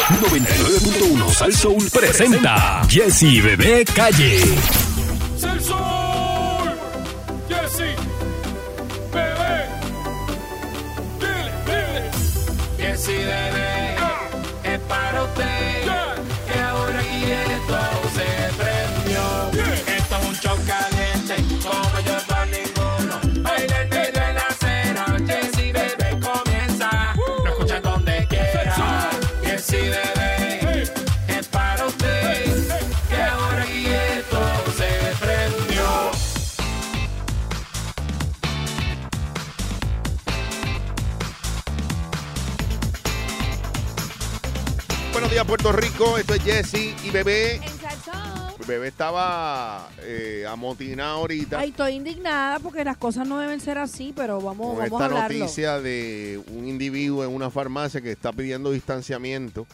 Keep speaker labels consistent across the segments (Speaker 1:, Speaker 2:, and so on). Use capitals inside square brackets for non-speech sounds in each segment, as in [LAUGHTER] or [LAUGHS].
Speaker 1: 99.1 Sal Soul presenta Jesse Bebé Calle.
Speaker 2: ¡Sal Soul! ¡Jesse! ¡Bebé! ¡Dile, dile!
Speaker 3: Jessy bebé, es para usted
Speaker 2: Yeah.
Speaker 3: que ahora aquí esto se prendió.
Speaker 2: Yeah.
Speaker 3: Esto es un show caliente, como yo no hay ninguno. Baila en medio de la acera, Jessy bebé comienza. Lo escuchas donde quiera. Jessy bebé,
Speaker 2: Hey.
Speaker 3: es para usted que ahora aquí esto se prendió.
Speaker 4: Buenos días, Puerto Rico. Esto es Jesse y Bebé.
Speaker 5: En Salsón.
Speaker 4: Bebé estaba eh, amotinado ahorita
Speaker 5: Ay, estoy indignada porque las cosas no deben ser así, pero vamos,
Speaker 4: con
Speaker 5: vamos a
Speaker 4: esta
Speaker 5: hablarlo.
Speaker 4: noticia de un individuo en una farmacia que está pidiendo distanciamiento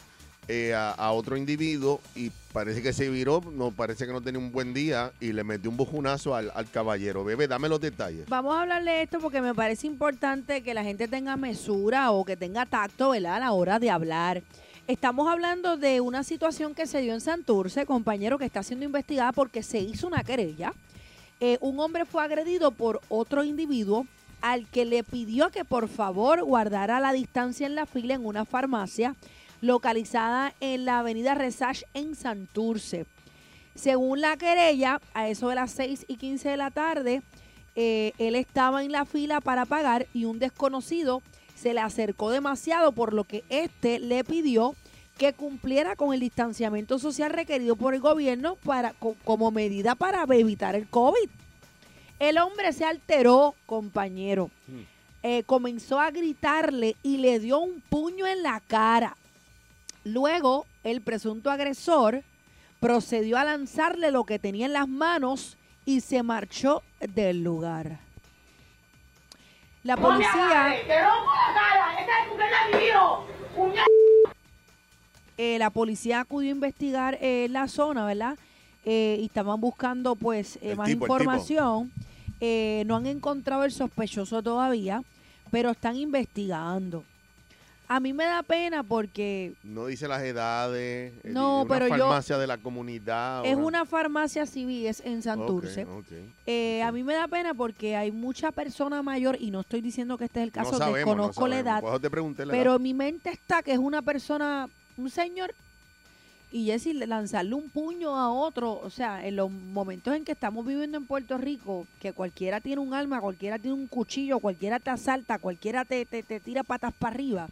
Speaker 4: eh, a, a otro individuo y parece que se viró, no parece que no tenía un buen día y le metió un bojunazo al, al caballero. Bebé, dame los detalles.
Speaker 5: Vamos a hablarle de esto porque me parece importante que la gente tenga mesura o que tenga tacto, ¿verdad? A la hora de hablar. Estamos hablando de una situación que se dio en Santurce, compañero, que está siendo investigada porque se hizo una querella. Eh, un hombre fue agredido por otro individuo al que le pidió que por favor guardara la distancia en la fila en una farmacia localizada en la avenida Resach en Santurce. Según la querella, a eso de las 6 y 15 de la tarde, eh, él estaba en la fila para pagar y un desconocido se le acercó demasiado, por lo que este le pidió que cumpliera con el distanciamiento social requerido por el gobierno para, co- como medida para evitar el COVID. El hombre se alteró, compañero. Eh, comenzó a gritarle y le dio un puño en la cara. Luego, el presunto agresor procedió a lanzarle lo que tenía en las manos y se marchó del lugar. La policía...
Speaker 6: ¡Te rompo la cara! ¡Esta es tu cara, mi hijo! ¡Puñal!
Speaker 5: eh, la policía acudió a investigar eh, la zona, ¿verdad? Eh, y estaban buscando pues eh,
Speaker 4: El
Speaker 5: más
Speaker 4: tipo, el tipo.
Speaker 5: información. Eh, no han encontrado el sospechoso todavía, pero están investigando. A mí me da pena porque
Speaker 4: No dice las edades, eh,
Speaker 5: No,
Speaker 4: una
Speaker 5: pero yo-
Speaker 4: farmacia de la comunidad.
Speaker 5: es una farmacia civil es en
Speaker 4: Ok,
Speaker 5: Santurce.
Speaker 4: Ah, ok.
Speaker 5: Eh, a mí me da pena porque hay mucha persona mayor, y no estoy diciendo que este es el caso,
Speaker 4: no sabemos,
Speaker 5: desconozco
Speaker 4: no
Speaker 5: la
Speaker 4: sabemos.
Speaker 5: edad,
Speaker 4: Por eso te pregunté la
Speaker 5: pero
Speaker 4: edad.
Speaker 5: mi mente está que es una persona, un señor, y es decir, lanzarle un puño a otro, o sea, en los momentos en que estamos viviendo en Puerto Rico, que cualquiera tiene un arma, cualquiera tiene un cuchillo, cualquiera te asalta, cualquiera te, te, te tira patas para arriba,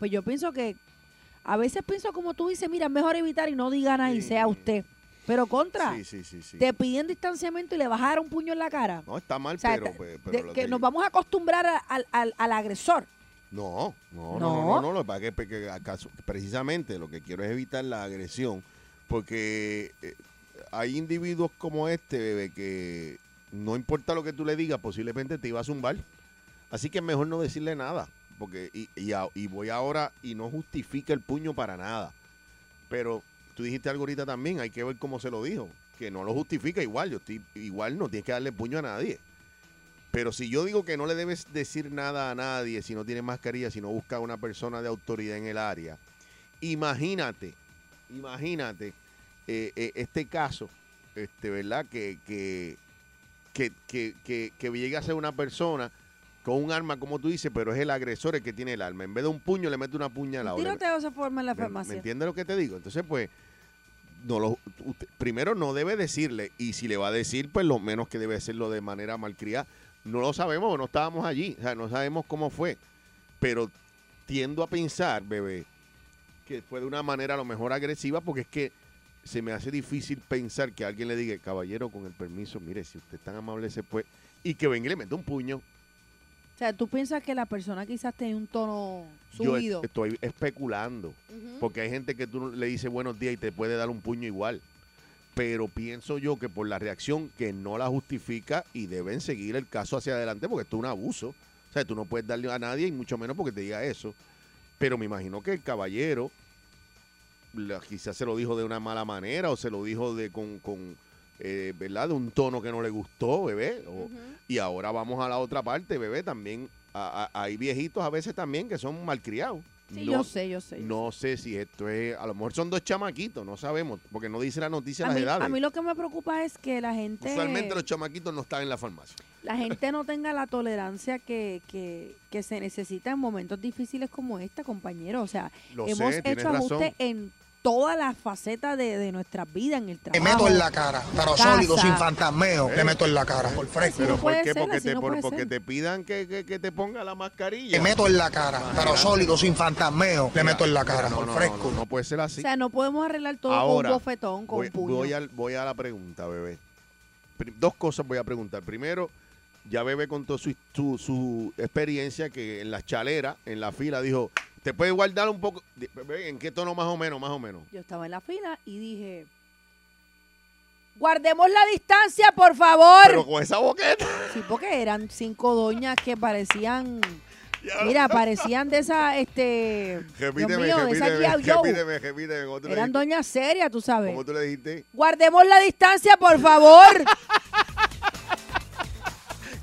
Speaker 5: pues yo pienso que a veces pienso como tú dices, mira, es mejor evitar y no diga nada y
Speaker 4: Sí.
Speaker 5: sea usted, pero contra,
Speaker 4: Sí, sí, sí, sí.
Speaker 5: te piden distanciamiento y le vas a dar un puño en la cara.
Speaker 4: No, está mal,
Speaker 5: O sea,
Speaker 4: pero...
Speaker 5: te-
Speaker 4: pe-
Speaker 5: de-
Speaker 4: pero lo
Speaker 5: que
Speaker 4: que
Speaker 5: nos
Speaker 4: yo-
Speaker 5: vamos a acostumbrar a- al- al- al agresor.
Speaker 4: No,
Speaker 5: No.
Speaker 4: no, no, no, no, no, lo que pasa es que, que acaso- precisamente lo que quiero es evitar la agresión, porque eh, hay individuos como este, bebé, que no importa lo que tú le digas, posiblemente te iba a zumbar. Así que es mejor no decirle nada, porque y, y a- y voy ahora y no justifica el puño para nada. Pero tú dijiste algo ahorita también, hay que ver cómo se lo dijo, que no lo justifica igual, yo estoy, igual no tienes que darle puño a nadie. Pero si yo digo que no le debes decir nada a nadie si no tiene mascarilla, si no busca una persona de autoridad en el área, imagínate, imagínate eh, eh, este caso, este, ¿verdad? Que, que, que, que, que, que llegue a ser una persona con un arma, como tú dices, pero es el agresor el que tiene el arma. En vez de un puño, le mete una puñalada. o le-
Speaker 5: Tírate de esa forma en la
Speaker 4: ¿Me, me
Speaker 5: farmacia.
Speaker 4: entiendes lo que te digo? Entonces, pues, no lo, usted- primero no debe decirle, y si le va a decir, pues lo menos que debe hacerlo de manera malcriada. No lo sabemos, porque no estábamos allí, o sea, no sabemos cómo fue. Pero tiendo a pensar, bebé, que fue de una manera a lo mejor agresiva, porque es que se me hace difícil pensar que alguien le diga, caballero, con el permiso, mire, si usted es tan amable, se puede. Y que venga y le mete un puño.
Speaker 5: O sea, tú piensas que la persona quizás tiene un tono
Speaker 4: Yo es-
Speaker 5: subido.
Speaker 4: estoy especulando.
Speaker 5: Ujú.
Speaker 4: Porque hay gente que tú le dices buenos días y te puede dar un puño igual. Pero pienso yo que por la reacción que no la justifica y deben seguir el caso hacia adelante porque esto es un abuso. O sea, tú no puedes darle a nadie y mucho menos porque te diga eso. Pero me imagino que el caballero la- quizás se lo dijo de una mala manera o se lo dijo de con, con, eh, ¿verdad? De un tono que no le gustó, bebé. o- Y ahora vamos a la otra parte, bebé. También a- a- hay viejitos a veces también que son malcriados.
Speaker 5: Sí,
Speaker 4: no,
Speaker 5: yo sé, yo sé. yo sé.
Speaker 4: No sé si esto es, a lo mejor son dos chamaquitos, no sabemos, porque no dice la noticia
Speaker 5: a,
Speaker 4: las
Speaker 5: mí,
Speaker 4: edades.
Speaker 5: a mí lo que me preocupa es que la gente
Speaker 4: Usualmente los chamaquitos no están en la farmacia.
Speaker 5: la gente no tenga la tolerancia que, que, que se necesita en momentos difíciles como esta, compañero. O sea,
Speaker 4: Lo
Speaker 5: hemos
Speaker 4: sé, tienes
Speaker 5: hecho
Speaker 4: razón.
Speaker 5: ajustes en todas las facetas de, de nuestras vidas, en el
Speaker 7: Te
Speaker 5: trabajo.
Speaker 7: meto en la cara, pero
Speaker 5: Casa.
Speaker 7: sólido, sin fantasmeo. Te meto en la cara, por fresco.
Speaker 4: Pero
Speaker 5: no
Speaker 4: ¿por
Speaker 5: puede
Speaker 4: qué?
Speaker 5: ser,
Speaker 4: Porque,
Speaker 5: así
Speaker 4: te,
Speaker 5: no
Speaker 4: por-
Speaker 5: puede
Speaker 4: porque
Speaker 5: ser.
Speaker 4: te pidan que, que- que te ponga la mascarilla.
Speaker 7: Te meto en la cara, pero sólido, sin fantasmeo. Te meto en la cara,
Speaker 4: no,
Speaker 7: por
Speaker 4: no,
Speaker 7: fresco.
Speaker 4: No, no, no puede ser
Speaker 5: O
Speaker 4: así.
Speaker 5: sea, no podemos arreglar todo
Speaker 4: Ahora,
Speaker 5: con un bofetón, con
Speaker 4: voy,
Speaker 5: un puño.
Speaker 4: voy al- voy a la pregunta, bebé. Pri- Dos cosas voy a preguntar. Primero, ya bebé contó su, su, su experiencia que en la chalera, en la fila, dijo, ¿te puedes guardar un poco? Di- Bebé, ¿en qué tono más o menos, más o menos?
Speaker 5: Yo estaba en la fila y dije, guardemos la distancia, por favor.
Speaker 4: Pero con esa boqueta.
Speaker 5: Sí, porque eran cinco doñas que parecían, mira, parecían de esa, este, Dios
Speaker 4: Repíteme,
Speaker 5: mío, de esa G.I.
Speaker 4: repíteme,
Speaker 5: Joe.
Speaker 4: repíteme, repíteme. ¿Cómo tú le
Speaker 5: Eran
Speaker 4: dijiste?
Speaker 5: doñas serias, tú sabes.
Speaker 4: ¿Cómo tú le dijiste?
Speaker 5: Guardemos la distancia, por favor.
Speaker 4: [LAUGHS]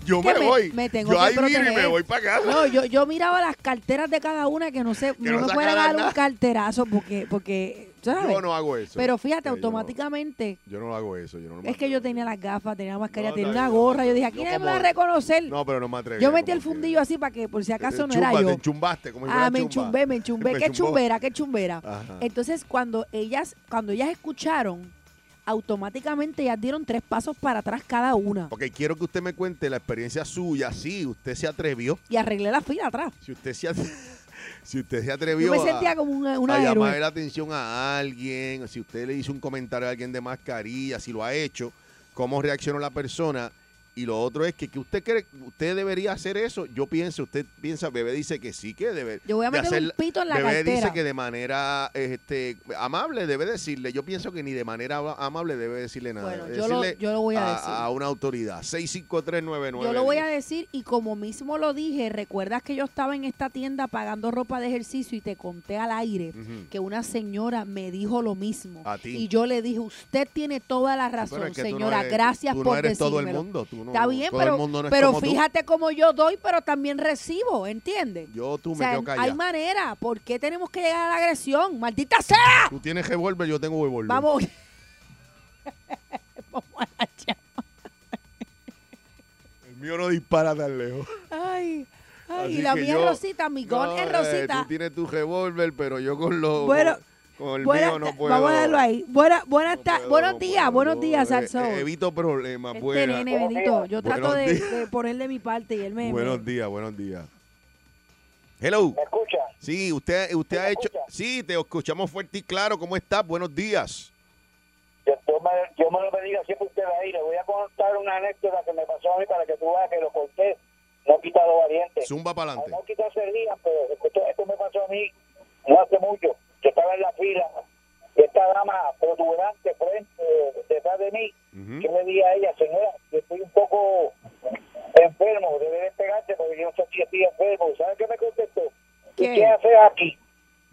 Speaker 4: Yo
Speaker 5: que
Speaker 4: me,
Speaker 5: me-
Speaker 4: voy.
Speaker 5: me tengo
Speaker 4: yo
Speaker 5: que
Speaker 4: ahí vine y me
Speaker 5: proteger.
Speaker 4: voy para casa.
Speaker 5: No, yo, yo miraba las carteras de cada una que no sé,
Speaker 4: Que
Speaker 5: no
Speaker 4: no
Speaker 5: me fuera a
Speaker 4: sacaran
Speaker 5: dar un
Speaker 4: nada.
Speaker 5: carterazo porque, porque, ¿sabes?
Speaker 4: Yo no hago eso.
Speaker 5: Pero fíjate,
Speaker 4: Sí, yo no-
Speaker 5: automáticamente
Speaker 4: Yo no hago eso. Yo no me
Speaker 5: es que
Speaker 4: atrevo.
Speaker 5: yo tenía las gafas, tenía la mascarilla,
Speaker 4: No,
Speaker 5: tenía
Speaker 4: no,
Speaker 5: una
Speaker 4: yo-
Speaker 5: gorra. Yo dije, aquí
Speaker 4: yo
Speaker 5: nadie me
Speaker 4: como-
Speaker 5: va a reconocer.
Speaker 4: No, pero no me atreví.
Speaker 5: Yo metí el fundillo así para que por si acaso no era yo.
Speaker 4: Te chumbaste, como si
Speaker 5: Ah,
Speaker 4: fuera
Speaker 5: me
Speaker 4: chumba.
Speaker 5: enchumbé, me enchumbé.
Speaker 4: [LAUGHS] Me
Speaker 5: Qué
Speaker 4: chumbó.
Speaker 5: chumbera, qué chumbera.
Speaker 4: Ajá.
Speaker 5: Entonces, cuando ellas, cuando ellas escucharon, automáticamente ellas dieron tres pasos para atrás cada una.
Speaker 4: Ok, quiero que usted me cuente la experiencia suya. Si usted se atrevió,
Speaker 5: Y arreglé la fila atrás.
Speaker 4: si usted se, atre- [LAUGHS] si usted se atrevió
Speaker 5: Yo me
Speaker 4: a-
Speaker 5: sentía como una,
Speaker 4: a
Speaker 5: una
Speaker 4: llamar
Speaker 5: héroe.
Speaker 4: la atención a alguien, si usted le hizo un comentario a alguien de mascarilla, si lo ha hecho, cómo reaccionó la persona. Y lo otro es que, que usted cree, usted debería hacer eso. Yo pienso, usted piensa, bebé dice que sí que debe.
Speaker 5: Yo voy a
Speaker 4: de
Speaker 5: meter un
Speaker 4: hacer-
Speaker 5: pito en la
Speaker 4: Bebé dice
Speaker 5: cartera.
Speaker 4: que de manera este, amable debe decirle. Yo pienso que ni de manera amable debe decirle nada.
Speaker 5: Bueno, yo lo-
Speaker 4: Decirle
Speaker 5: yo lo voy a decir.
Speaker 4: A una autoridad. 65399.
Speaker 5: Yo lo voy a decir y como mismo lo dije, recuerdas que yo estaba en esta tienda pagando ropa de ejercicio y te conté al aire
Speaker 4: Ujú.
Speaker 5: que una señora me dijo lo mismo.
Speaker 4: A ti.
Speaker 5: Y yo le dije, usted tiene toda la razón,
Speaker 4: Pero es que tú no
Speaker 5: señora,
Speaker 4: eres-
Speaker 5: gracias
Speaker 4: tú no
Speaker 5: por
Speaker 4: eres todo el
Speaker 5: decírmelo".
Speaker 4: mundo. tú no-
Speaker 5: Está bien,
Speaker 4: todo el
Speaker 5: pero,
Speaker 4: mundo no es
Speaker 5: pero
Speaker 4: como tú.
Speaker 5: fíjate cómo yo doy, pero también recibo, ¿entiendes?
Speaker 4: Yo tú
Speaker 5: O
Speaker 4: me
Speaker 5: sea,
Speaker 4: quedo callado.
Speaker 5: hay manera. ¿Por qué tenemos que llegar a la agresión? ¡Maldita sea!
Speaker 4: Tú tienes revólver, yo tengo revólver.
Speaker 5: ¡Ah! Vamos. [LAUGHS] Vamos a la llama.
Speaker 4: El mío no dispara tan lejos.
Speaker 5: Ay, ay,
Speaker 4: Así
Speaker 5: y la
Speaker 4: que
Speaker 5: mía
Speaker 4: yo-
Speaker 5: es rosita, mi gon
Speaker 4: No,
Speaker 5: es
Speaker 4: eh,
Speaker 5: rosita.
Speaker 4: Tú tienes tu revólver, pero yo con los.
Speaker 5: Bueno,
Speaker 4: con, con el
Speaker 5: Buena-
Speaker 4: mío no puedo.
Speaker 5: Vamos a dejarlo ahí. Buena, buena
Speaker 4: No
Speaker 5: ta-
Speaker 4: puedo,
Speaker 5: buenos
Speaker 4: no
Speaker 5: días,
Speaker 4: puedo.
Speaker 5: buenos días,
Speaker 4: Yo, eh,
Speaker 5: Salsón.
Speaker 4: eh, Evito problemas. pues.
Speaker 5: este
Speaker 4: buena.
Speaker 5: nene bendito, yo
Speaker 4: Buenos
Speaker 5: trato de,
Speaker 4: días.
Speaker 5: de poner de mi parte y él me... me-
Speaker 4: Oh, Buenos días, buenos días. Hello. ¿Me escucha? Sí, usted, usted ha hecho. Sí, te escuchamos fuerte y claro. ¿Cómo estás? Buenos días.
Speaker 8: Yo, yo me, yo me lo bendiga siempre usted ahí. Le voy a contar una anécdota que me pasó a mí para que tú veas que lo conté. No quita lo valiente.
Speaker 4: Zumba para adelante.
Speaker 8: No quita ese día, pero esto, esto me pasó a mí no hace mucho. Yo estaba en la fila y esta dama protuberante frente, detrás de mí. Yo le dije a ella, señora, yo estoy un poco enfermo, debe despegarse porque yo no sé si estoy enfermo. ¿Sabes qué me contestó? ¿Y
Speaker 5: ¿Qué?
Speaker 8: qué haces aquí?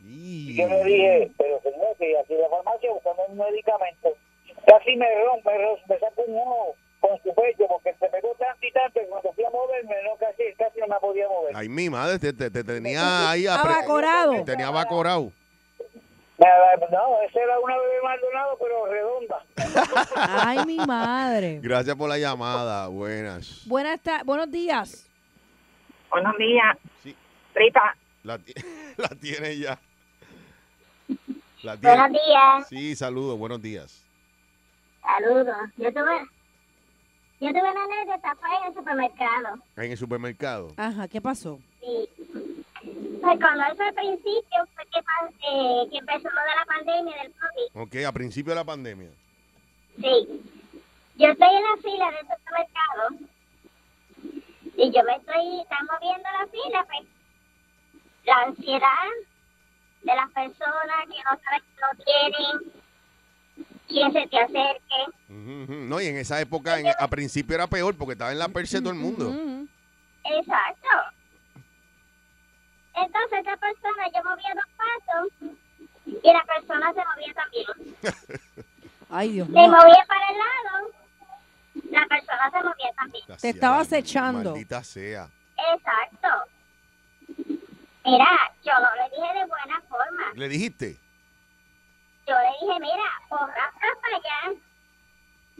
Speaker 4: Y-
Speaker 8: Yo le dije, pero señor, que aquí en la farmacia buscando un medicamento, casi me rompe, me, ro- me saco un ojo con su pecho porque se pegó tanto y tanto que cuando fui a moverme, no, casi, casi no me podía mover.
Speaker 4: Ay, mi madre, te, te- te tenía ahí apre-
Speaker 5: Abacorado.
Speaker 4: Te tenía abacorado.
Speaker 8: Me- No, esa era una bebé Maldonado, pero redonda.
Speaker 5: Ay, mi madre.
Speaker 4: [LAUGHS] Gracias por la llamada. Buenas.
Speaker 5: Buenas ta- buenos días.
Speaker 9: Buenos días.
Speaker 4: Sí.
Speaker 9: Rita,
Speaker 4: La, ti- [LAUGHS] la tiene ya. La tiene.
Speaker 6: Buenos días,
Speaker 4: Sí, saludos, buenos días.
Speaker 6: saludos. Yo tuve, yo tuve una anécdota fue en el supermercado.
Speaker 4: En el supermercado.
Speaker 5: Ajá, ¿qué pasó?
Speaker 6: Y pues cuando eso al principio fue que, pa- eh, que empezó lo de la pandemia del COVID.
Speaker 4: Ok, a principio de la pandemia.
Speaker 6: Sí. Yo estoy en la fila del supermercado y yo me estoy, están moviendo la fila, pues. La ansiedad de las personas que no saben que no tienen, quién se te acerque.
Speaker 4: Ujú, ujú. No, y en esa época, en- a principio era peor porque estaba en la percha de todo el mundo.
Speaker 5: Ujú.
Speaker 6: Exacto. Entonces esa persona, yo movía dos pasos y la persona se movía también.
Speaker 5: Ay, Dios
Speaker 6: Me
Speaker 5: mío.
Speaker 6: movía para el lado, la persona se movía también.
Speaker 4: Te
Speaker 5: estaba acechando.
Speaker 4: Maldita sea.
Speaker 6: Exacto. Mira, yo no le dije de buena forma.
Speaker 4: ¿Le dijiste?
Speaker 6: Yo le dije, mira, o rasca para allá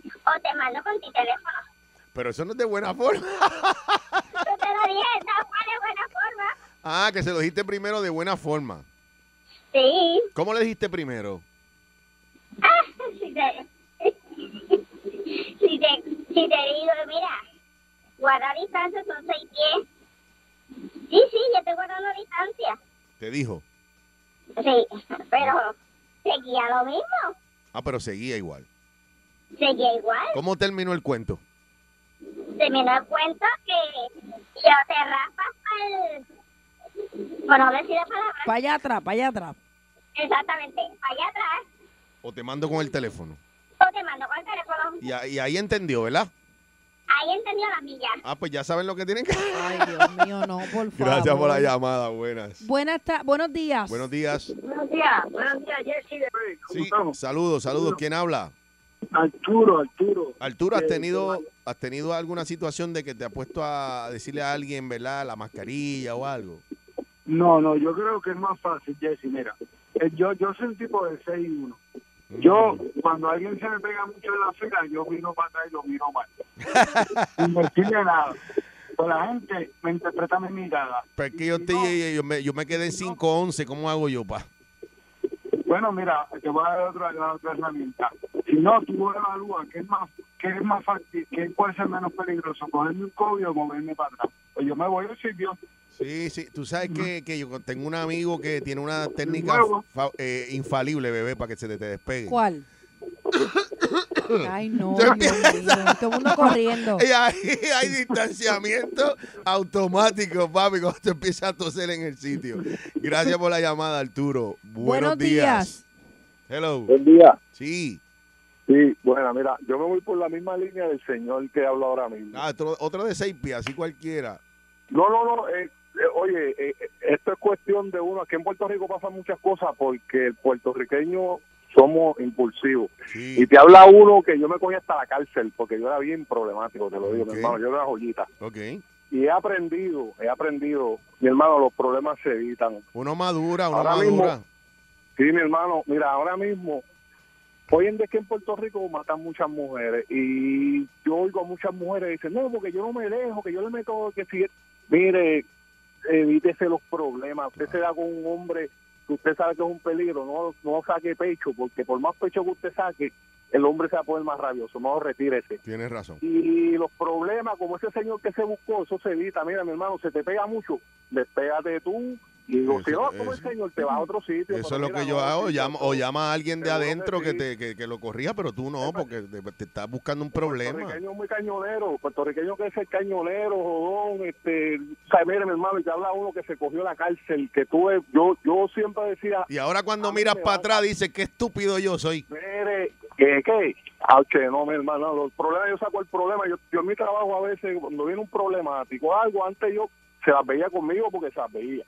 Speaker 6: o te mando con tu teléfono.
Speaker 4: Pero eso no es de buena [LAUGHS] forma.
Speaker 6: Yo te lo dije, no fue de buena forma.
Speaker 4: Ah, que se lo dijiste primero de buena forma.
Speaker 6: Sí.
Speaker 4: ¿Cómo le dijiste primero?
Speaker 6: Ah, si te, si te, si te digo, mira, guarda distancia son seis pies. Sí, sí, yo te guardo la distancia.
Speaker 4: Te dijo.
Speaker 6: Sí, pero seguía lo mismo,
Speaker 4: Ah, pero seguía igual.
Speaker 6: seguía igual.
Speaker 4: ¿Cómo terminó el cuento?
Speaker 6: Se me da cuenta que yo te raspas al... Bueno, no decir la palabra.
Speaker 5: Para allá atrás, para allá atrás.
Speaker 6: Exactamente, allá atrás
Speaker 4: ¿O te mando con el teléfono?
Speaker 6: o te mando con el teléfono.
Speaker 4: Y, a- y ahí entendió, ¿verdad?
Speaker 6: Ahí entendió la milla.
Speaker 4: Ah, pues ya saben lo que tienen que
Speaker 5: Ay, Dios mío, no, por favor.
Speaker 4: [LAUGHS] Gracias por la llamada, buenas.
Speaker 5: Buenas ta- buenos días.
Speaker 4: Buenos días.
Speaker 9: Buenos días, buenos días, Jessy. ¿Cómo
Speaker 4: Sí,
Speaker 9: estamos?
Speaker 4: saludos, saludos. ¿Quién habla?
Speaker 9: Arturo, Arturo.
Speaker 4: Arturo, ¿has
Speaker 9: Eh,
Speaker 4: tenido, ¿has tenido alguna situación de que te ha puesto a decirle a alguien, ¿verdad? La mascarilla o algo.
Speaker 10: No, no, yo creo que es más fácil, Jesse. Mira, eh, yo, yo soy un tipo de 6 y 1.
Speaker 4: Mm.
Speaker 10: Yo, cuando alguien se me pega mucho en la fila, yo miro para atrás y lo miro mal.
Speaker 4: [LAUGHS]
Speaker 10: Sin decirle nada. Pero pues la gente me interpreta mi mirada.
Speaker 4: Pero es que yo, te, yo, me, yo me quedé en 511, ¿cómo hago yo, pa?
Speaker 10: Bueno, mira, te voy a dar otra, la otra herramienta. Si no, tú evalúas qué es más, qué es más fácil, qué puede ser menos peligroso, cogerme un COVID o moverme para atrás. Pues yo me voy al sitio.
Speaker 4: Sí, sí, tú sabes que, que yo tengo un amigo que tiene una técnica
Speaker 10: Nuevo.
Speaker 4: fa- eh, infalible, bebé, para que se te, te despegue.
Speaker 5: ¿Cuál? Ay, no,
Speaker 4: Yo
Speaker 5: Dios mío, todo el mundo corriendo.
Speaker 4: Y ahí [LAUGHS] hay distanciamiento automático, papi, cuando te empiezas a toser en el sitio. Gracias por la llamada, Arturo. Buenos,
Speaker 5: Buenos días.
Speaker 4: Hello.
Speaker 10: Buen día.
Speaker 4: Sí.
Speaker 10: Sí, bueno, mira, yo me voy por la misma línea del señor que habla ahora mismo.
Speaker 4: Ah, otro, otro de seis pies, así cualquiera.
Speaker 10: No, no, no. eh, eh, oye, eh, eh, esto es cuestión de uno. Aquí en Puerto Rico pasan muchas cosas porque el puertorriqueño somos impulsivos.
Speaker 4: Sí.
Speaker 10: Y te habla uno que yo me cogí hasta la cárcel porque yo era bien problemático, te lo digo,
Speaker 4: Ok.
Speaker 10: mi hermano. Yo era joyita.
Speaker 4: Ok.
Speaker 10: Y he aprendido, he aprendido, mi hermano, los problemas se evitan.
Speaker 4: Uno madura, uno
Speaker 10: Ahora mismo-
Speaker 4: madura.
Speaker 10: Sí, mi hermano, mira, ahora mismo, hoy en día que en Puerto Rico matan muchas mujeres y yo oigo a muchas mujeres dicen, no, porque yo no me dejo, que yo le meto, que si, mire, evítese los problemas, usted se da con un hombre que usted sabe que es un peligro, no, no saque pecho, porque por más pecho que usted saque, el hombre se va a poner más rabioso, no retírese.
Speaker 4: Tienes razón.
Speaker 10: Y los problemas, como ese señor que se buscó, eso se evita, mira, mi hermano, se te pega mucho, despégate tú. Y digo,
Speaker 4: Eso-
Speaker 10: si no, como el
Speaker 4: eso-
Speaker 10: señor, te vas a otro sitio.
Speaker 4: Eso
Speaker 10: pero
Speaker 4: es lo
Speaker 10: mira,
Speaker 4: que yo
Speaker 10: no,
Speaker 4: hago.
Speaker 10: si
Speaker 4: Llama, o llama a alguien de
Speaker 10: Seguro que
Speaker 4: adentro que,
Speaker 10: sí.
Speaker 4: te, que, que lo corrija, pero tú no, porque te, te estás buscando un problema.
Speaker 10: Puertorriqueño muy cañonero, puertorriqueño que es el cañonero, jodón, este, o sea, mire mi hermano, ya habla uno que se cogió la cárcel, que tuve, yo, yo siempre decía,
Speaker 4: Y ahora cuando
Speaker 10: A mí
Speaker 4: miras
Speaker 10: me
Speaker 4: para
Speaker 10: va-
Speaker 4: atrás dices, qué estúpido yo soy.
Speaker 10: mire, ¿qué, qué? Ah, che, no, mi hermano, los problemas, yo saco el problema, yo, yo en mi trabajo a veces, cuando viene un problemático, algo, antes yo se las veía conmigo porque se las veía.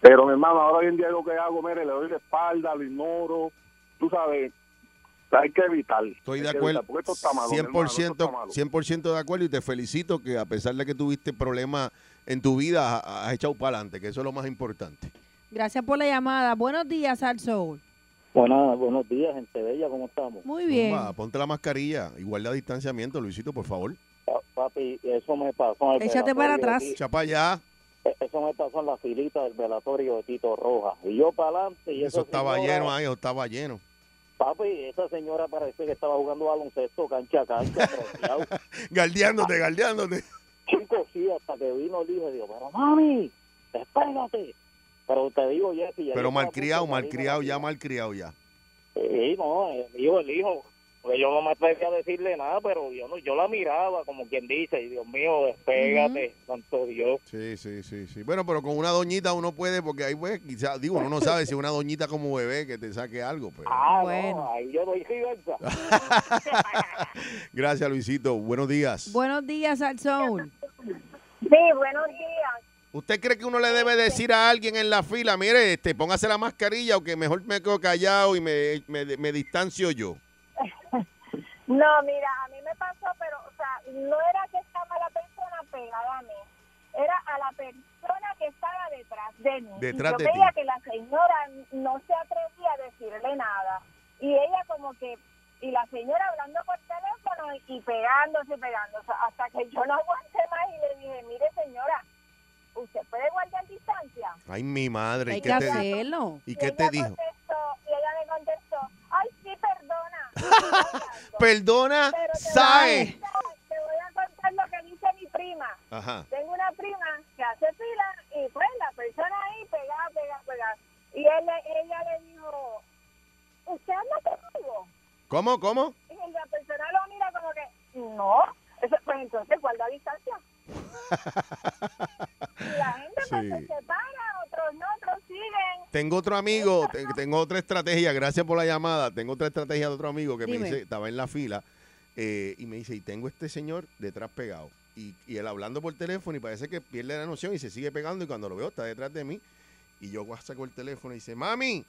Speaker 10: Pero mi hermano, ahora hoy en día lo que hago, mire, le doy la espalda, lo ignoro, tú sabes, hay que evitar.
Speaker 4: Estoy
Speaker 10: hay
Speaker 4: de
Speaker 10: que
Speaker 4: acuerdo.
Speaker 10: evitar, porque esto está malo, mi hermano, esto está
Speaker 4: 100%,
Speaker 10: malo.
Speaker 4: 100 de acuerdo y te felicito que a pesar de que tuviste problemas en tu vida, ha- has echado para adelante, que eso es lo más importante.
Speaker 5: Gracias por la llamada. Buenos días, Al Soul.
Speaker 8: Buenas, buenos días, gente bella, ¿cómo estamos?
Speaker 5: Muy bien.
Speaker 4: Zumba, ponte la mascarilla y guarda distanciamiento, Luisito, por favor.
Speaker 8: Pa- Papi, eso me pasó en el
Speaker 5: Échate para
Speaker 8: velatorio
Speaker 5: atrás.
Speaker 8: de Ti-
Speaker 4: Echa para allá.
Speaker 8: eh, Eso me pasó en la filita del velatorio de Tito Roja. Y yo para adelante. y
Speaker 4: Eso
Speaker 8: esa
Speaker 4: estaba
Speaker 8: señora-
Speaker 4: lleno ahí, eso estaba lleno. [LAUGHS]
Speaker 8: Papi, esa señora parece que estaba jugando baloncesto cancha
Speaker 4: [LAUGHS]
Speaker 8: a cancha. troceado.
Speaker 4: Galdeándote, galdeándote.
Speaker 8: Chico, sí, hasta que vino el hijo y dijo, pero mami, despégate. Pero te digo, Jessy. ya yo
Speaker 4: Pero
Speaker 8: estaba a
Speaker 4: malcriado,
Speaker 8: punto de salirme
Speaker 4: malcriado
Speaker 8: de
Speaker 4: ya,
Speaker 8: aquí.
Speaker 4: malcriado ya.
Speaker 8: Sí, no, el hijo, el hijo. Porque yo no me atreví a decirle nada, pero yo no, yo la miraba como quien dice, y Dios mío, despégate, santo Dios.
Speaker 4: Sí, sí, sí, sí. Bueno, pero con una doñita uno puede, porque ahí pues, quizás, digo, uno no sabe si una doñita como bebé que te saque algo, pero...
Speaker 8: Ah,
Speaker 5: Bueno.
Speaker 8: no, ahí yo doy fianza.
Speaker 4: Gracias, Luisito. Buenos días.
Speaker 5: Buenos días, Al Soul.
Speaker 6: Sí, buenos días.
Speaker 4: ¿Usted cree que uno le debe decir a alguien en la fila, mire, este, póngase la mascarilla o que mejor me quedo callado y me, me- me distancio yo?
Speaker 6: No, mira, a mí me pasó, pero, o sea, no era que estaba la persona pegada a mí,
Speaker 11: era a la persona que estaba detrás de mí.
Speaker 4: Detrás
Speaker 11: Y yo
Speaker 4: de ti.
Speaker 11: veía que la señora no se atrevía a decirle nada. Y ella como que, y la señora hablando por teléfono y- y pegándose, pegándose, hasta que yo no aguanté más y le dije, mire señora, ¿usted puede guardar
Speaker 4: [LAUGHS]
Speaker 11: distancia?
Speaker 4: Ay, mi madre.
Speaker 11: Hay
Speaker 4: ¿Y qué
Speaker 11: que
Speaker 4: te
Speaker 11: hacerlo.
Speaker 4: ¿Y qué te dijo?
Speaker 11: Contestó, y ella me contestó, ay, sí, perdona.
Speaker 4: [LAUGHS] Perdona,
Speaker 11: Pero te voy a
Speaker 4: Sae.
Speaker 11: contar- Te voy a contar lo que dice mi prima.
Speaker 4: Ajá.
Speaker 11: Tengo una prima que hace fila y pues la persona ahí pegada, pegada, pegada. Y él, le- ella le dijo, ¿usted habla conmigo?
Speaker 4: ¿Cómo, cómo?
Speaker 11: Y la persona lo mira como que, no. Eso, pues entonces guarda distancia. y la gente pues,
Speaker 4: Sí.
Speaker 11: se separa, otros no, otros siguen.
Speaker 4: Tengo otro amigo, te- tengo otra estrategia, gracias por la llamada. Tengo otra estrategia de otro amigo que
Speaker 11: Dime.
Speaker 4: me dice, estaba en la fila eh, y me dice, y tengo este señor detrás pegado. Y, y él hablando por teléfono y parece que pierde la noción y se sigue pegando y cuando lo veo está detrás de mí. Y yo saco el teléfono y dice, mami,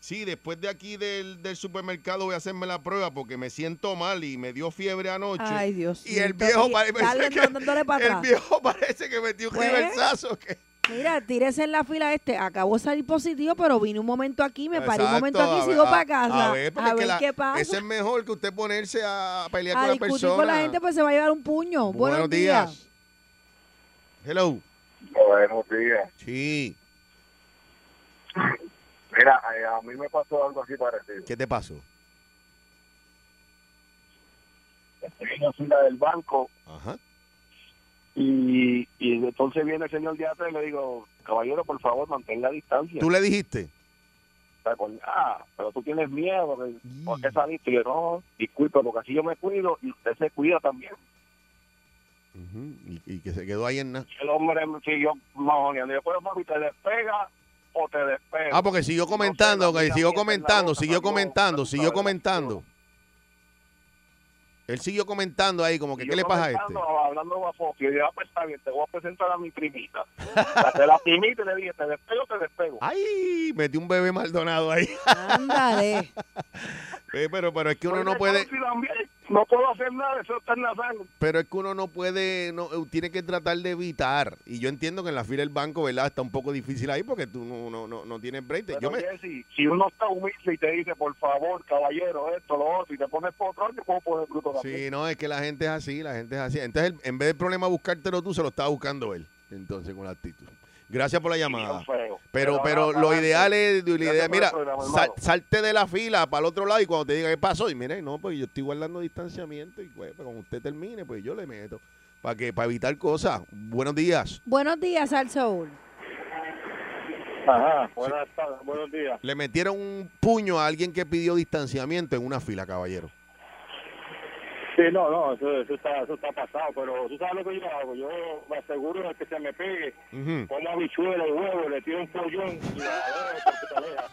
Speaker 4: sí, después de aquí del, del supermercado voy a hacerme la prueba porque me siento mal y me dio fiebre anoche.
Speaker 5: Ay, Dios
Speaker 4: Y el
Speaker 5: mío,
Speaker 4: viejo
Speaker 5: y
Speaker 4: pare-
Speaker 5: dale,
Speaker 4: parece que,
Speaker 5: dándole pa'
Speaker 4: el
Speaker 5: atrás.
Speaker 4: viejo [LAUGHS] parece que metió un
Speaker 5: Pues.
Speaker 4: reversazo.
Speaker 5: Mira, tírese en la fila este. Acabo de salir positivo, pero vine un momento aquí, me paré un
Speaker 4: Exacto,
Speaker 5: momento aquí
Speaker 4: a
Speaker 5: y
Speaker 4: ver,
Speaker 5: sigo
Speaker 4: a-
Speaker 5: para casa.
Speaker 4: A ver, porque es que la-
Speaker 5: qué pasa.
Speaker 4: Ese es mejor que usted ponerse a pelear
Speaker 5: a
Speaker 4: con la
Speaker 5: discutir
Speaker 4: persona.
Speaker 5: con la gente, pues se va a llevar un puño. Buenos, días.
Speaker 4: Hello.
Speaker 12: Buenos días.
Speaker 10: eh.
Speaker 4: Sí.
Speaker 12: Mira, eh, a mí me pasó algo así parecido.
Speaker 4: ¿Qué te pasó?
Speaker 12: Estoy en la fila del banco
Speaker 4: Ajá.
Speaker 12: y, y entonces viene el señor de atrás y le digo, caballero, por favor, mantén la distancia.
Speaker 4: ¿Tú le dijiste?
Speaker 12: Está con- Ah, pero tú tienes miedo, porque- ¿por qué saliste? Y yo, no, disculpe, porque así yo me cuido y usted se cuida también.
Speaker 4: Ujú, y, y que se quedó ahí en nada.
Speaker 12: El hombre siguió majoneando. Y después, papi, te despega o te despega.
Speaker 4: Ah, porque siguió comentando, que siguió comentando, siguió comentando, siguió comentando. Él siguió comentando ahí, como que,
Speaker 12: Y
Speaker 4: ¿qué
Speaker 12: yo
Speaker 4: le pasa a este?
Speaker 12: comentando, Hablando bafoquio, y yo, ah, pues está bien, te voy a presentar a mi primita. [LAUGHS] La- Te la primita y le dije, te despego, te despego.
Speaker 4: ¡Ay! Metí un bebé Maldonado ahí. [LAUGHS]
Speaker 5: Ándale.
Speaker 4: pero, pero es que uno
Speaker 12: Pues
Speaker 4: no
Speaker 12: me
Speaker 4: puede...
Speaker 12: conocí también, No puedo hacer nada, eso está en la sangre.
Speaker 4: Pero es que uno no puede, no, eh, tiene que tratar de evitar. Y yo entiendo que en la fila del banco, ¿verdad? Está un poco difícil ahí porque tú no, no, no, no tienes break.
Speaker 12: Pero,
Speaker 4: Yo me-
Speaker 12: Jessy, si uno está humilde y te dice, por favor, caballero, esto, lo otro, y te pones por otro, te puedo poner bruto también.
Speaker 4: Sí, no, es que la gente es así, la gente es así. Entonces, el- en vez del problema buscártelo tú, se lo estaba buscando él. Entonces, con la actitud. Gracias por la llamada.
Speaker 12: feo.
Speaker 4: Pero,
Speaker 12: Pero
Speaker 4: pero
Speaker 12: nada,
Speaker 4: lo
Speaker 12: para
Speaker 4: ideal
Speaker 12: adelante.
Speaker 4: es, lo
Speaker 12: Gracias
Speaker 4: ideal,
Speaker 12: por el
Speaker 4: mira,
Speaker 12: programa,
Speaker 4: sal-
Speaker 12: hermano.
Speaker 4: salte de la fila para el otro lado y cuando te diga qué pasó, y mire, no, pues yo estoy guardando distanciamiento y pues, pues, cuando usted termine, pues yo le meto. Para que, para evitar cosas. Buenos días.
Speaker 5: Buenos días, Al Soul.
Speaker 10: Ah,
Speaker 12: Ajá, buenas tardes, buenos días.
Speaker 4: Le metieron un puño a alguien que pidió distanciamiento en una fila, caballero.
Speaker 12: Sí, no, no, eso, eso está, eso está pasado, pero tú sabes lo que yo hago. Yo me aseguro de que se me pegue,
Speaker 4: Ujú.
Speaker 12: pongo habichuela y huevo, le tiro un pollón y la dejo porque se aleja.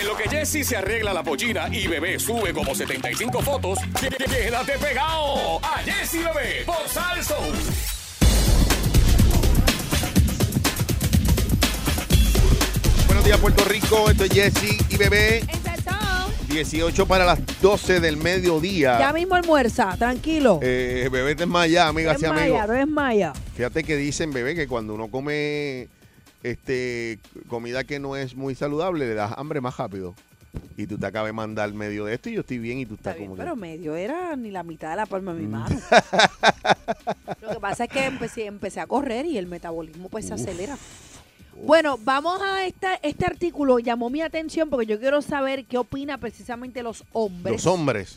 Speaker 1: En lo que Jesse se arregla la pollina y bebé sube como 75 fotos, qu- qu- quédate pegado a Jesse Bebé por Salsoul.
Speaker 4: Buenos días, Puerto Rico. Esto es Jesse y bebé.
Speaker 5: Este Es el Soul.
Speaker 4: 18 para las 12 del mediodía.
Speaker 5: Ya mismo almuerza, tranquilo.
Speaker 4: Eh, bebé te maya, amigas
Speaker 5: es
Speaker 4: y amigos.
Speaker 5: Maya, no es Maya.
Speaker 4: Fíjate que dicen, bebé, que cuando uno come este comida que no es muy saludable, le das hambre más rápido. Y tú te acabas de mandar medio de esto y yo estoy bien y tú estás como
Speaker 5: Pero medio era ni la mitad de la palma
Speaker 4: Mm.
Speaker 5: de mi
Speaker 4: [LAUGHS]
Speaker 5: mano. Lo que pasa es que empecé, empecé a correr y el metabolismo pues se
Speaker 13: Uf.
Speaker 5: acelera. Bueno, vamos a esta, este artículo. Llamó mi atención porque yo quiero saber qué opina precisamente los
Speaker 4: que
Speaker 5: hombres.
Speaker 4: los hombres.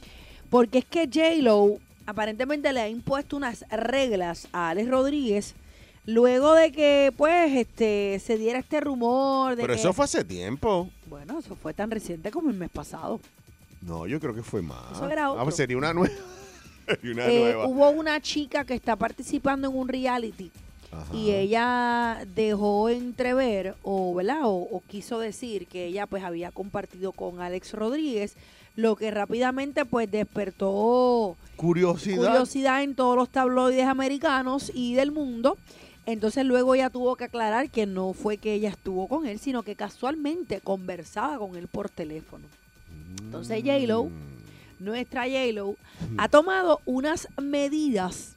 Speaker 5: Porque es que J-Lo aparentemente le ha impuesto unas reglas a Alex Rodríguez luego de que pues este se diera este rumor de
Speaker 4: Pero
Speaker 5: que-
Speaker 4: eso fue hace tiempo.
Speaker 5: Bueno, eso fue tan reciente como el mes pasado.
Speaker 4: No, yo creo que fue más.
Speaker 5: Eso era
Speaker 4: Ah,
Speaker 5: otro.
Speaker 4: pues sería una nueva. [LAUGHS] Sería una
Speaker 5: Eh,
Speaker 4: nueva.
Speaker 5: hubo una chica que está participando en un reality y ella dejó entrever o, ¿verdad? O, o quiso decir que ella pues había compartido con Alex Rodríguez, lo que rápidamente pues despertó
Speaker 4: Curiosidad.
Speaker 5: curiosidad en todos los tabloides americanos y del mundo. Entonces luego ella tuvo que aclarar que no fue que ella estuvo con él, sino que casualmente conversaba con él por teléfono.
Speaker 4: Mm.
Speaker 5: Entonces J-Lo, nuestra J-Lo, ha tomado unas medidas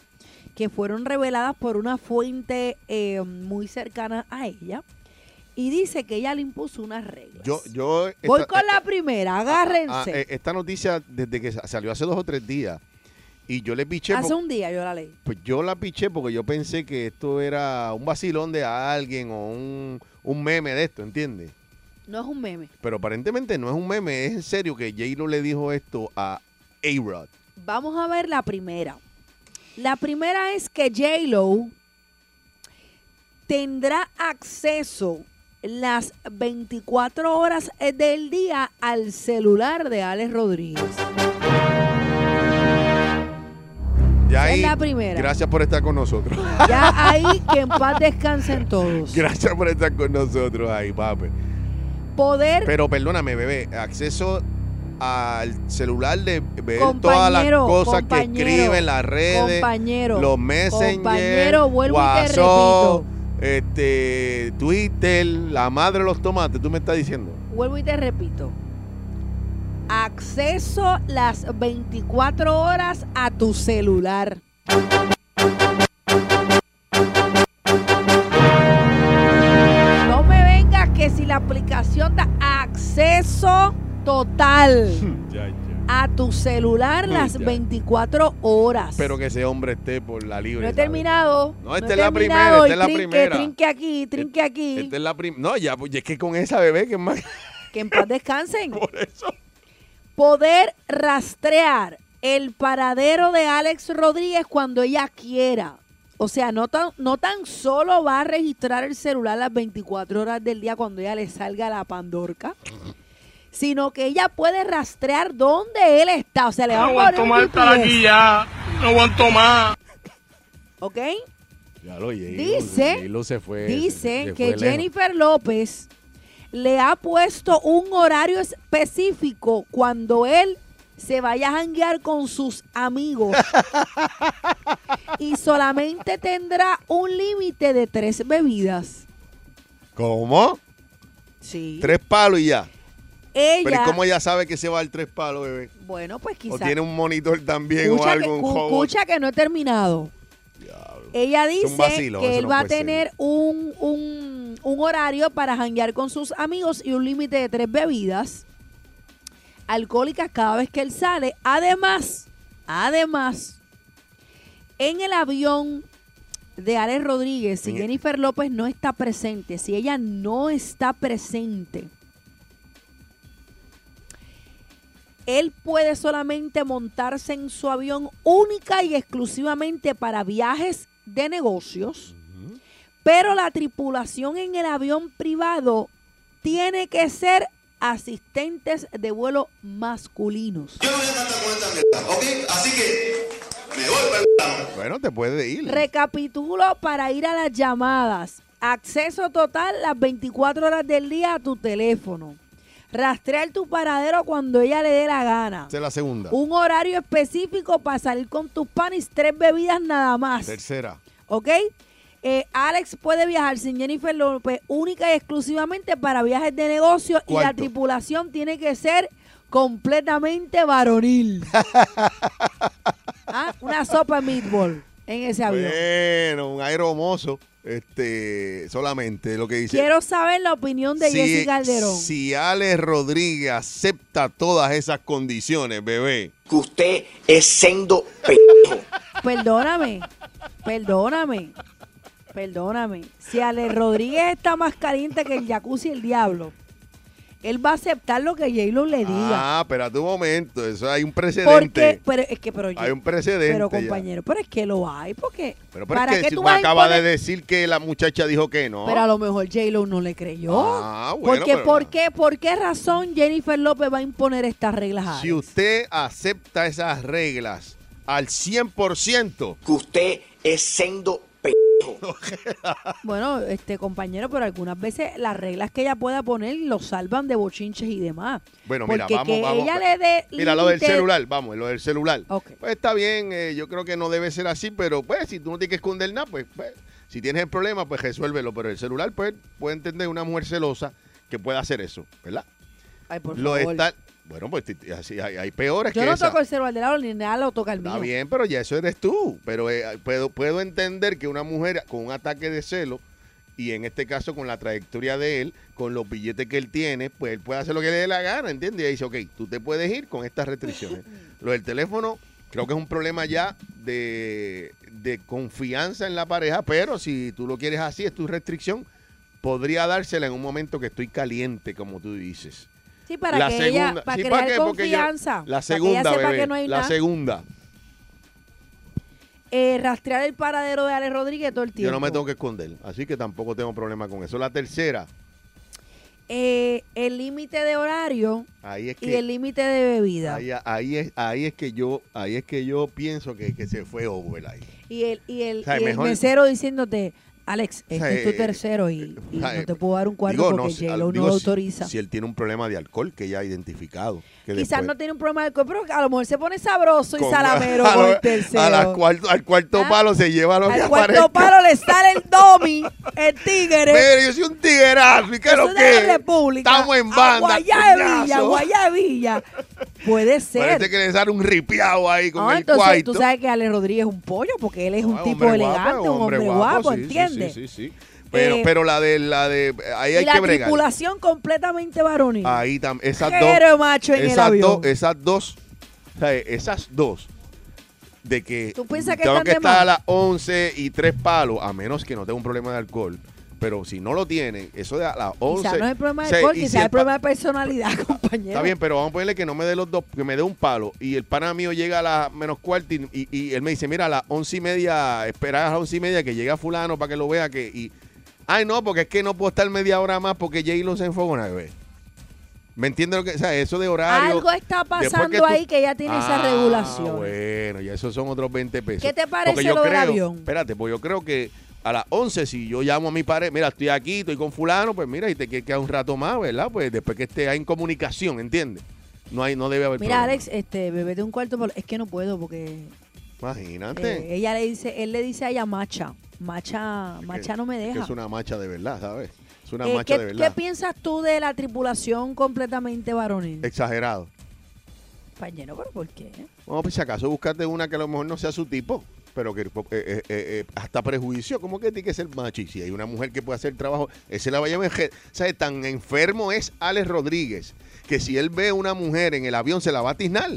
Speaker 5: que fueron reveladas por una fuente eh, muy cercana a ella. Y dice que ella le impuso una regla.
Speaker 4: Yo, yo
Speaker 5: Voy
Speaker 4: esta- eh,
Speaker 5: con la primera, agárrense.
Speaker 4: Ah, eh, esta noticia, desde que sa- salió hace dos o tres días, y yo le piché.
Speaker 5: Hace
Speaker 4: po-
Speaker 5: un día yo la leí.
Speaker 4: Pues yo la piché porque yo pensé que esto era un vacilón de alguien o un, un meme de esto, ¿entiendes?
Speaker 5: No es un meme.
Speaker 4: Pero aparentemente no es un meme, es en serio que J-Lo le dijo esto a A-Rod.
Speaker 5: Vamos a ver la primera. La primera es que J-Lo tendrá acceso las 24 horas del día al celular de Alex Rodríguez.
Speaker 4: Ya
Speaker 5: Esa es
Speaker 4: ahí,
Speaker 5: la primera.
Speaker 4: Gracias por estar con nosotros. [LAUGHS]
Speaker 5: Ya ahí que en paz descansen todos.
Speaker 4: gracias por estar con nosotros ahí, papi.
Speaker 5: Poder
Speaker 4: Pero perdóname, bebé, acceso al celular de ver
Speaker 5: Compañero,
Speaker 4: todas las cosas que
Speaker 5: compañero,
Speaker 4: escriben las redes,
Speaker 5: compañero,
Speaker 4: los messenger,
Speaker 5: compañero, vuelvo y te
Speaker 4: WhatsApp, este, Twitter, la madre de los tomates, tú me estás diciendo.
Speaker 5: vuelvo y te repito, acceso las 24 horas a tu celular. No me vengas que si la aplicación da acceso total a tu celular
Speaker 4: Hmm. Uy,
Speaker 5: las
Speaker 4: ya.
Speaker 5: 24 horas.
Speaker 4: Espero que ese hombre esté por la libre.
Speaker 5: No he
Speaker 4: ¿sabes?
Speaker 5: terminado.
Speaker 4: No, esta
Speaker 5: he
Speaker 4: es la primera,
Speaker 5: terminado,
Speaker 4: esta
Speaker 5: y
Speaker 4: es la
Speaker 5: trinque,
Speaker 4: primera.
Speaker 5: Trinque aquí, trinque aquí.
Speaker 4: Esta es la prim- no, ya, pues, y es que con esa bebé que es más.
Speaker 5: Que en
Speaker 2: [LAUGHS]
Speaker 5: paz descansen. Poder rastrear el paradero de Alex Rodríguez cuando ella quiera. O sea, no tan, no tan solo va a registrar el celular las 24 horas del día cuando ella le salga la pandorca, sino que ella puede rastrear dónde él está. O sea, le va a poner un GPS,
Speaker 2: No aguanto más.
Speaker 5: ¿Ok?
Speaker 4: [LAUGHS] Ya lo oye,
Speaker 5: Dice-
Speaker 4: J-Lo se fue. se-
Speaker 5: Dice
Speaker 4: se fue
Speaker 5: que
Speaker 4: lejos.
Speaker 5: Jennifer López le ha puesto un horario específico cuando él se vaya a janguear con sus
Speaker 4: [LAUGHS]
Speaker 5: amigos. y solamente tendrá un límite de tres bebidas.
Speaker 4: ¿Cómo?
Speaker 5: Sí.
Speaker 4: Tres palos y ya. Pero
Speaker 5: Ella,
Speaker 4: ¿y cómo ella sabe que se va al tres palos, bebé?
Speaker 5: bueno, pues
Speaker 4: O
Speaker 5: quizás.
Speaker 4: tiene un monitor también o
Speaker 5: escucha, que,
Speaker 4: algo, un
Speaker 5: cu-
Speaker 4: hobo.
Speaker 5: escucha que no he terminado. Ella
Speaker 4: Es un
Speaker 5: dice
Speaker 4: vacilo,
Speaker 5: que
Speaker 4: eso
Speaker 5: él
Speaker 4: no
Speaker 5: va a
Speaker 4: puede ser.
Speaker 5: tener un, un- un horario para janguear con sus amigos y un límite de tres bebidas alcohólicas cada vez que él sale. Además, además, en el avión de Ares Rodríguez, si Jennifer López no está presente, si ella no está presente, él puede solamente montarse en su avión única y exclusivamente para viajes de negocios, pero la tripulación en el avión privado tiene que ser asistentes de vuelo masculinos.
Speaker 4: Bueno, te puede ir.
Speaker 5: Recapitulo para ir a las llamadas. Acceso total las 24 horas del día a tu teléfono. Rastrear tu paradero cuando ella le dé la gana.
Speaker 4: Esa es la segunda.
Speaker 5: Un horario específico para salir con tus panis, tres bebidas nada más.
Speaker 4: Tercera.
Speaker 5: ¿Ok? Eh, Alex puede viajar sin Jennifer López única y exclusivamente para viajes de negocio y la
Speaker 4: Cuarto.
Speaker 5: tripulación tiene que ser completamente varonil. Ah, Una sopa de meatball en
Speaker 4: Pues,
Speaker 5: ese avión.
Speaker 4: Bueno, un aeromozo. Este, solamente lo que dice.
Speaker 5: Quiero saber la opinión de
Speaker 4: si-
Speaker 5: Jessy Calderón.
Speaker 4: Si Alex Rodríguez acepta todas esas condiciones, bebé.
Speaker 13: Que usted es sendo
Speaker 5: Perdóname, perdóname, perdóname. Si Ale Rodríguez está más caliente que el jacuzzi y el diablo, él va a aceptar lo que J-Lo le diga.
Speaker 4: Ah, espérate un momento. Eso hay un
Speaker 5: porque,
Speaker 4: precedente.
Speaker 5: pero es que, pero,
Speaker 4: Hay un precedente
Speaker 5: Pero
Speaker 4: Ah, ya.
Speaker 5: compañero, pero es que lo hay, porque
Speaker 4: Pero, pero
Speaker 5: ¿para
Speaker 4: es que
Speaker 5: qué
Speaker 4: si
Speaker 5: tú
Speaker 4: me
Speaker 5: vas a
Speaker 4: acaba
Speaker 5: imponer-
Speaker 4: de decir que la muchacha dijo que no.
Speaker 5: Pero a lo mejor J-Lo no le creyó.
Speaker 4: Ah, bueno,
Speaker 5: porque,
Speaker 4: pero-
Speaker 5: ¿por, qué, ¿Por qué razón Jennifer López va a imponer estas reglas a
Speaker 4: Si usted acepta esas reglas al 100%,
Speaker 13: que usted es sendo
Speaker 5: Bueno, este compañero, pero algunas veces las reglas que ella pueda poner lo salvan de bochinches y demás.
Speaker 4: [LAUGHS] Bueno, mira,
Speaker 5: Porque
Speaker 4: vamos,
Speaker 5: que
Speaker 4: vamos.
Speaker 5: ella le dé
Speaker 4: Mira, lo del
Speaker 5: límite-
Speaker 4: celular, vamos, lo del celular. Pues está bien, eh, yo creo que no debe ser así, pero pues si tú no tienes que esconder nada, pues, pues, si tienes el problema, pues resuélvelo. Pero el celular, pues, puede entender una mujer celosa que pueda hacer eso, ¿verdad?
Speaker 5: Ay, por
Speaker 4: lo de
Speaker 5: favor.
Speaker 4: estar, Bueno, pues t- t- así hay, hay peores
Speaker 5: Yo
Speaker 4: que
Speaker 5: no
Speaker 4: esa.
Speaker 5: toco el celular de lado ni nada, lo toca el mío.
Speaker 4: Está bien, pero ya eso eres tú. Pero eh, puedo, puedo entender que una mujer con un ataque de celo, y en este caso con la trayectoria de él, con los billetes que él tiene, pues él puede hacer lo que le dé la gana, ¿entiendes? Y dice, ok, tú te puedes ir con
Speaker 5: [LAUGHS]
Speaker 4: estas restricciones. lo del teléfono, creo que es un problema ya de, de confianza en la pareja, pero si tú lo quieres así, es tu restricción, podría dársela en un momento que estoy caliente, como tú dices.
Speaker 5: Sí, para
Speaker 4: La
Speaker 5: que ella,
Speaker 4: segunda-
Speaker 5: para
Speaker 4: sí,
Speaker 5: crear
Speaker 4: qué? Porque yo-
Speaker 5: confianza. Ah, para
Speaker 4: la
Speaker 5: que ella
Speaker 4: segunda,
Speaker 5: sepa
Speaker 4: bebé,
Speaker 5: que no hay
Speaker 4: la
Speaker 5: nada.
Speaker 4: segunda.
Speaker 5: Eh, rastrear el paradero de Ale Rodríguez todo el tiempo.
Speaker 4: Yo no me tengo que esconder, así que tampoco tengo problema con eso. La tercera,
Speaker 5: Eh, el límite de horario
Speaker 4: ahí es que
Speaker 5: y el límite de bebida.
Speaker 4: ahí, ahí es ahí es que yo ahí es que yo pienso que, que se fue over ahí.
Speaker 5: Y el, y el,
Speaker 4: O sea,
Speaker 5: y el
Speaker 4: mejor-
Speaker 5: mesero diciéndote, Alex, este
Speaker 4: sea,
Speaker 5: es tu
Speaker 4: eh,
Speaker 5: tercero y, y
Speaker 4: o sea,
Speaker 5: no te puedo dar un cuarto
Speaker 4: Digo,
Speaker 5: porque
Speaker 4: si-
Speaker 5: J-Lo
Speaker 4: al-
Speaker 5: no
Speaker 4: digo,
Speaker 5: lo
Speaker 4: si-
Speaker 5: autoriza.
Speaker 4: Si, él tiene un problema de alcohol que ya ha identificado. que
Speaker 5: Quizás
Speaker 4: después-
Speaker 5: no tiene un problema de alcohol, pero a lo mejor se pone sabroso y
Speaker 4: con-
Speaker 5: salamero
Speaker 4: [LAUGHS] a
Speaker 5: con
Speaker 4: lo-
Speaker 5: el tercero. Ah,
Speaker 4: a las cuarto- al cuarto palo se lleva lo que
Speaker 5: Al
Speaker 4: aparezca.
Speaker 5: cuarto palo le sale el domi, el tigre.
Speaker 4: Mira, yo soy un tiguerazo, ¿y qué es lo
Speaker 5: Eso
Speaker 4: que
Speaker 5: de
Speaker 4: es?
Speaker 5: la República.
Speaker 4: Estamos en banda,
Speaker 5: Guayá de Villa,
Speaker 4: coñazo.
Speaker 5: Guayá de Villa. Puede ser.
Speaker 4: [LAUGHS] Parece que le sale un ripiado ahí con
Speaker 5: No,
Speaker 4: el
Speaker 5: entonces
Speaker 4: cuarto.
Speaker 5: tú sabes que Ale Rodríguez es un pollo porque él es un
Speaker 4: Ah,
Speaker 5: tipo
Speaker 4: hombre guapo,
Speaker 5: elegante, un hombre guapo,
Speaker 4: sí, sí, sí,
Speaker 5: ¿entiendes?
Speaker 4: sí, sí. Pero,
Speaker 5: Eh,
Speaker 4: pero la de la de ahí hay
Speaker 5: y la
Speaker 4: que bregar.
Speaker 5: tripulación completamente varonil.
Speaker 4: Ahí también. Esas
Speaker 5: Qué
Speaker 4: dos.
Speaker 5: héroe macho en el
Speaker 4: esas,
Speaker 5: avión.
Speaker 4: dos esas dos. ¿sabes? Esas dos. De que
Speaker 5: ¿Tú piensas que
Speaker 4: tengo
Speaker 5: están
Speaker 4: que
Speaker 5: de
Speaker 4: estar
Speaker 5: más?
Speaker 4: a las 11 y 3 palos, a menos que no tenga un problema de alcohol. Pero si no lo tiene, eso de a las 11.
Speaker 5: Quizás no es el problema
Speaker 4: o
Speaker 5: de
Speaker 4: sea,
Speaker 5: alcohol,
Speaker 4: y si
Speaker 5: quizás
Speaker 4: el
Speaker 5: el
Speaker 4: pa-
Speaker 5: problema de personalidad, [LAUGHS] compañero.
Speaker 4: Está bien, pero vamos a ponerle que no me dé los dos, que me dé un palo. Y el pana mío llega a las menos cuarto y, y- y él me dice, mira, a las once y media, espera a las once y media que llega fulano para que lo vea. que y Ay, no, porque es que no puedo estar media hora más porque J-Lo se enfogona, bebé. ¿Me entiendes lo que? O sea, eso de horario.
Speaker 5: Algo está
Speaker 4: después
Speaker 5: pasando
Speaker 4: tú-
Speaker 5: ahí que ya tiene esa
Speaker 4: Ah,
Speaker 5: regulación.
Speaker 4: Bueno, ya esos son otros 20 pesos.
Speaker 5: ¿Qué te
Speaker 4: Porque
Speaker 5: parece
Speaker 4: yo
Speaker 5: lo del
Speaker 4: creo-
Speaker 5: avión?
Speaker 4: Espérate, pues yo creo que a las 11, si yo llamo a mi pareja, mira, estoy aquí, estoy con fulano, pues mira, y te quieres quedar un rato más, ¿verdad? Pues después que esté ahí en comunicación, ¿entiendes? No hay, no debe haber
Speaker 5: Mira,
Speaker 4: problema.
Speaker 5: Alex, este, bebete un cuarto, por- es que no puedo porque
Speaker 4: Imagínate.
Speaker 5: eh, ella le dice, él le dice a ella macha, macha, macha
Speaker 4: Que-
Speaker 5: no me
Speaker 4: que
Speaker 5: deja.
Speaker 4: es una macha de verdad, ¿sabes? Es una
Speaker 5: Eh,
Speaker 4: macha
Speaker 5: ¿qué,
Speaker 4: de
Speaker 5: qué
Speaker 4: verdad.
Speaker 5: piensas tú de la tripulación completamente varonil?
Speaker 4: Exagerado.
Speaker 5: Compañero, ¿pero por qué?
Speaker 4: Vamos, pues si acaso buscarte una que a lo mejor no sea su tipo, pero que eh, eh, eh, hasta prejuicio, ¿cómo que tiene que ser machi? Si hay una mujer que puede hacer el trabajo, ese la vaya a ver. ¿Sabes? Tan enfermo es Alex Rodríguez que si él ve una mujer en el avión se la va a tiznar.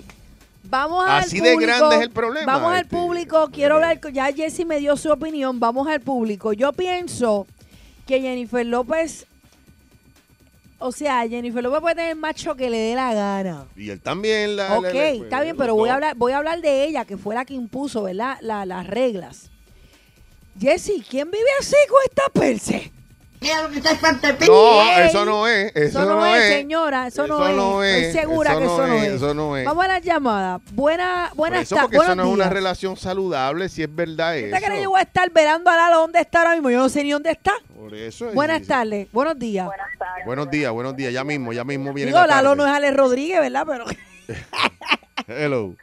Speaker 5: Vamos al
Speaker 4: Así de
Speaker 5: público,
Speaker 4: grande es el problema,
Speaker 5: Vamos al
Speaker 4: este,
Speaker 5: público. Quiero hablar. con- Ya Jesse me dio su opinión. Vamos al público. Yo pienso que Jennifer López. O sea, Jennifer López puede tener el macho que le dé la gana.
Speaker 4: Y él también la. pues,
Speaker 5: ok,
Speaker 4: la- la-
Speaker 5: está bien,
Speaker 4: los
Speaker 5: pero voy a
Speaker 4: dos.
Speaker 5: hablar, voy a hablar de ella, que fue la que impuso, ¿verdad? La- las reglas. Jesse, ¿quién vive así con esta perse?
Speaker 4: No, eso no es. Eso,
Speaker 5: ¿eh? no, es, señora, eso, no,
Speaker 4: eso
Speaker 5: es.
Speaker 4: no es,
Speaker 5: Estoy segura
Speaker 4: eso
Speaker 5: que
Speaker 4: no
Speaker 5: eso no
Speaker 4: es,
Speaker 5: es.
Speaker 4: eso no es.
Speaker 5: Vamos a la llamada. Buena,
Speaker 4: Por
Speaker 5: buenas
Speaker 4: eso,
Speaker 5: ta-
Speaker 4: porque
Speaker 5: buenos
Speaker 4: eso no es una
Speaker 5: días.
Speaker 4: relación saludable, si es verdad
Speaker 5: ¿Usted cree que yo
Speaker 4: eso.
Speaker 5: voy a estar velando a Lalo dónde está ahora mismo? Yo no sé ni dónde está.
Speaker 4: Por eso es-
Speaker 5: Buenas tardes, buenos días.
Speaker 4: Buenos días, buenos días. Ya mismo, ya mismo viene
Speaker 5: Digo,
Speaker 4: la
Speaker 5: Lalo
Speaker 4: tarde.
Speaker 5: no es Ale Rodríguez, ¿verdad? Pero
Speaker 4: Hello.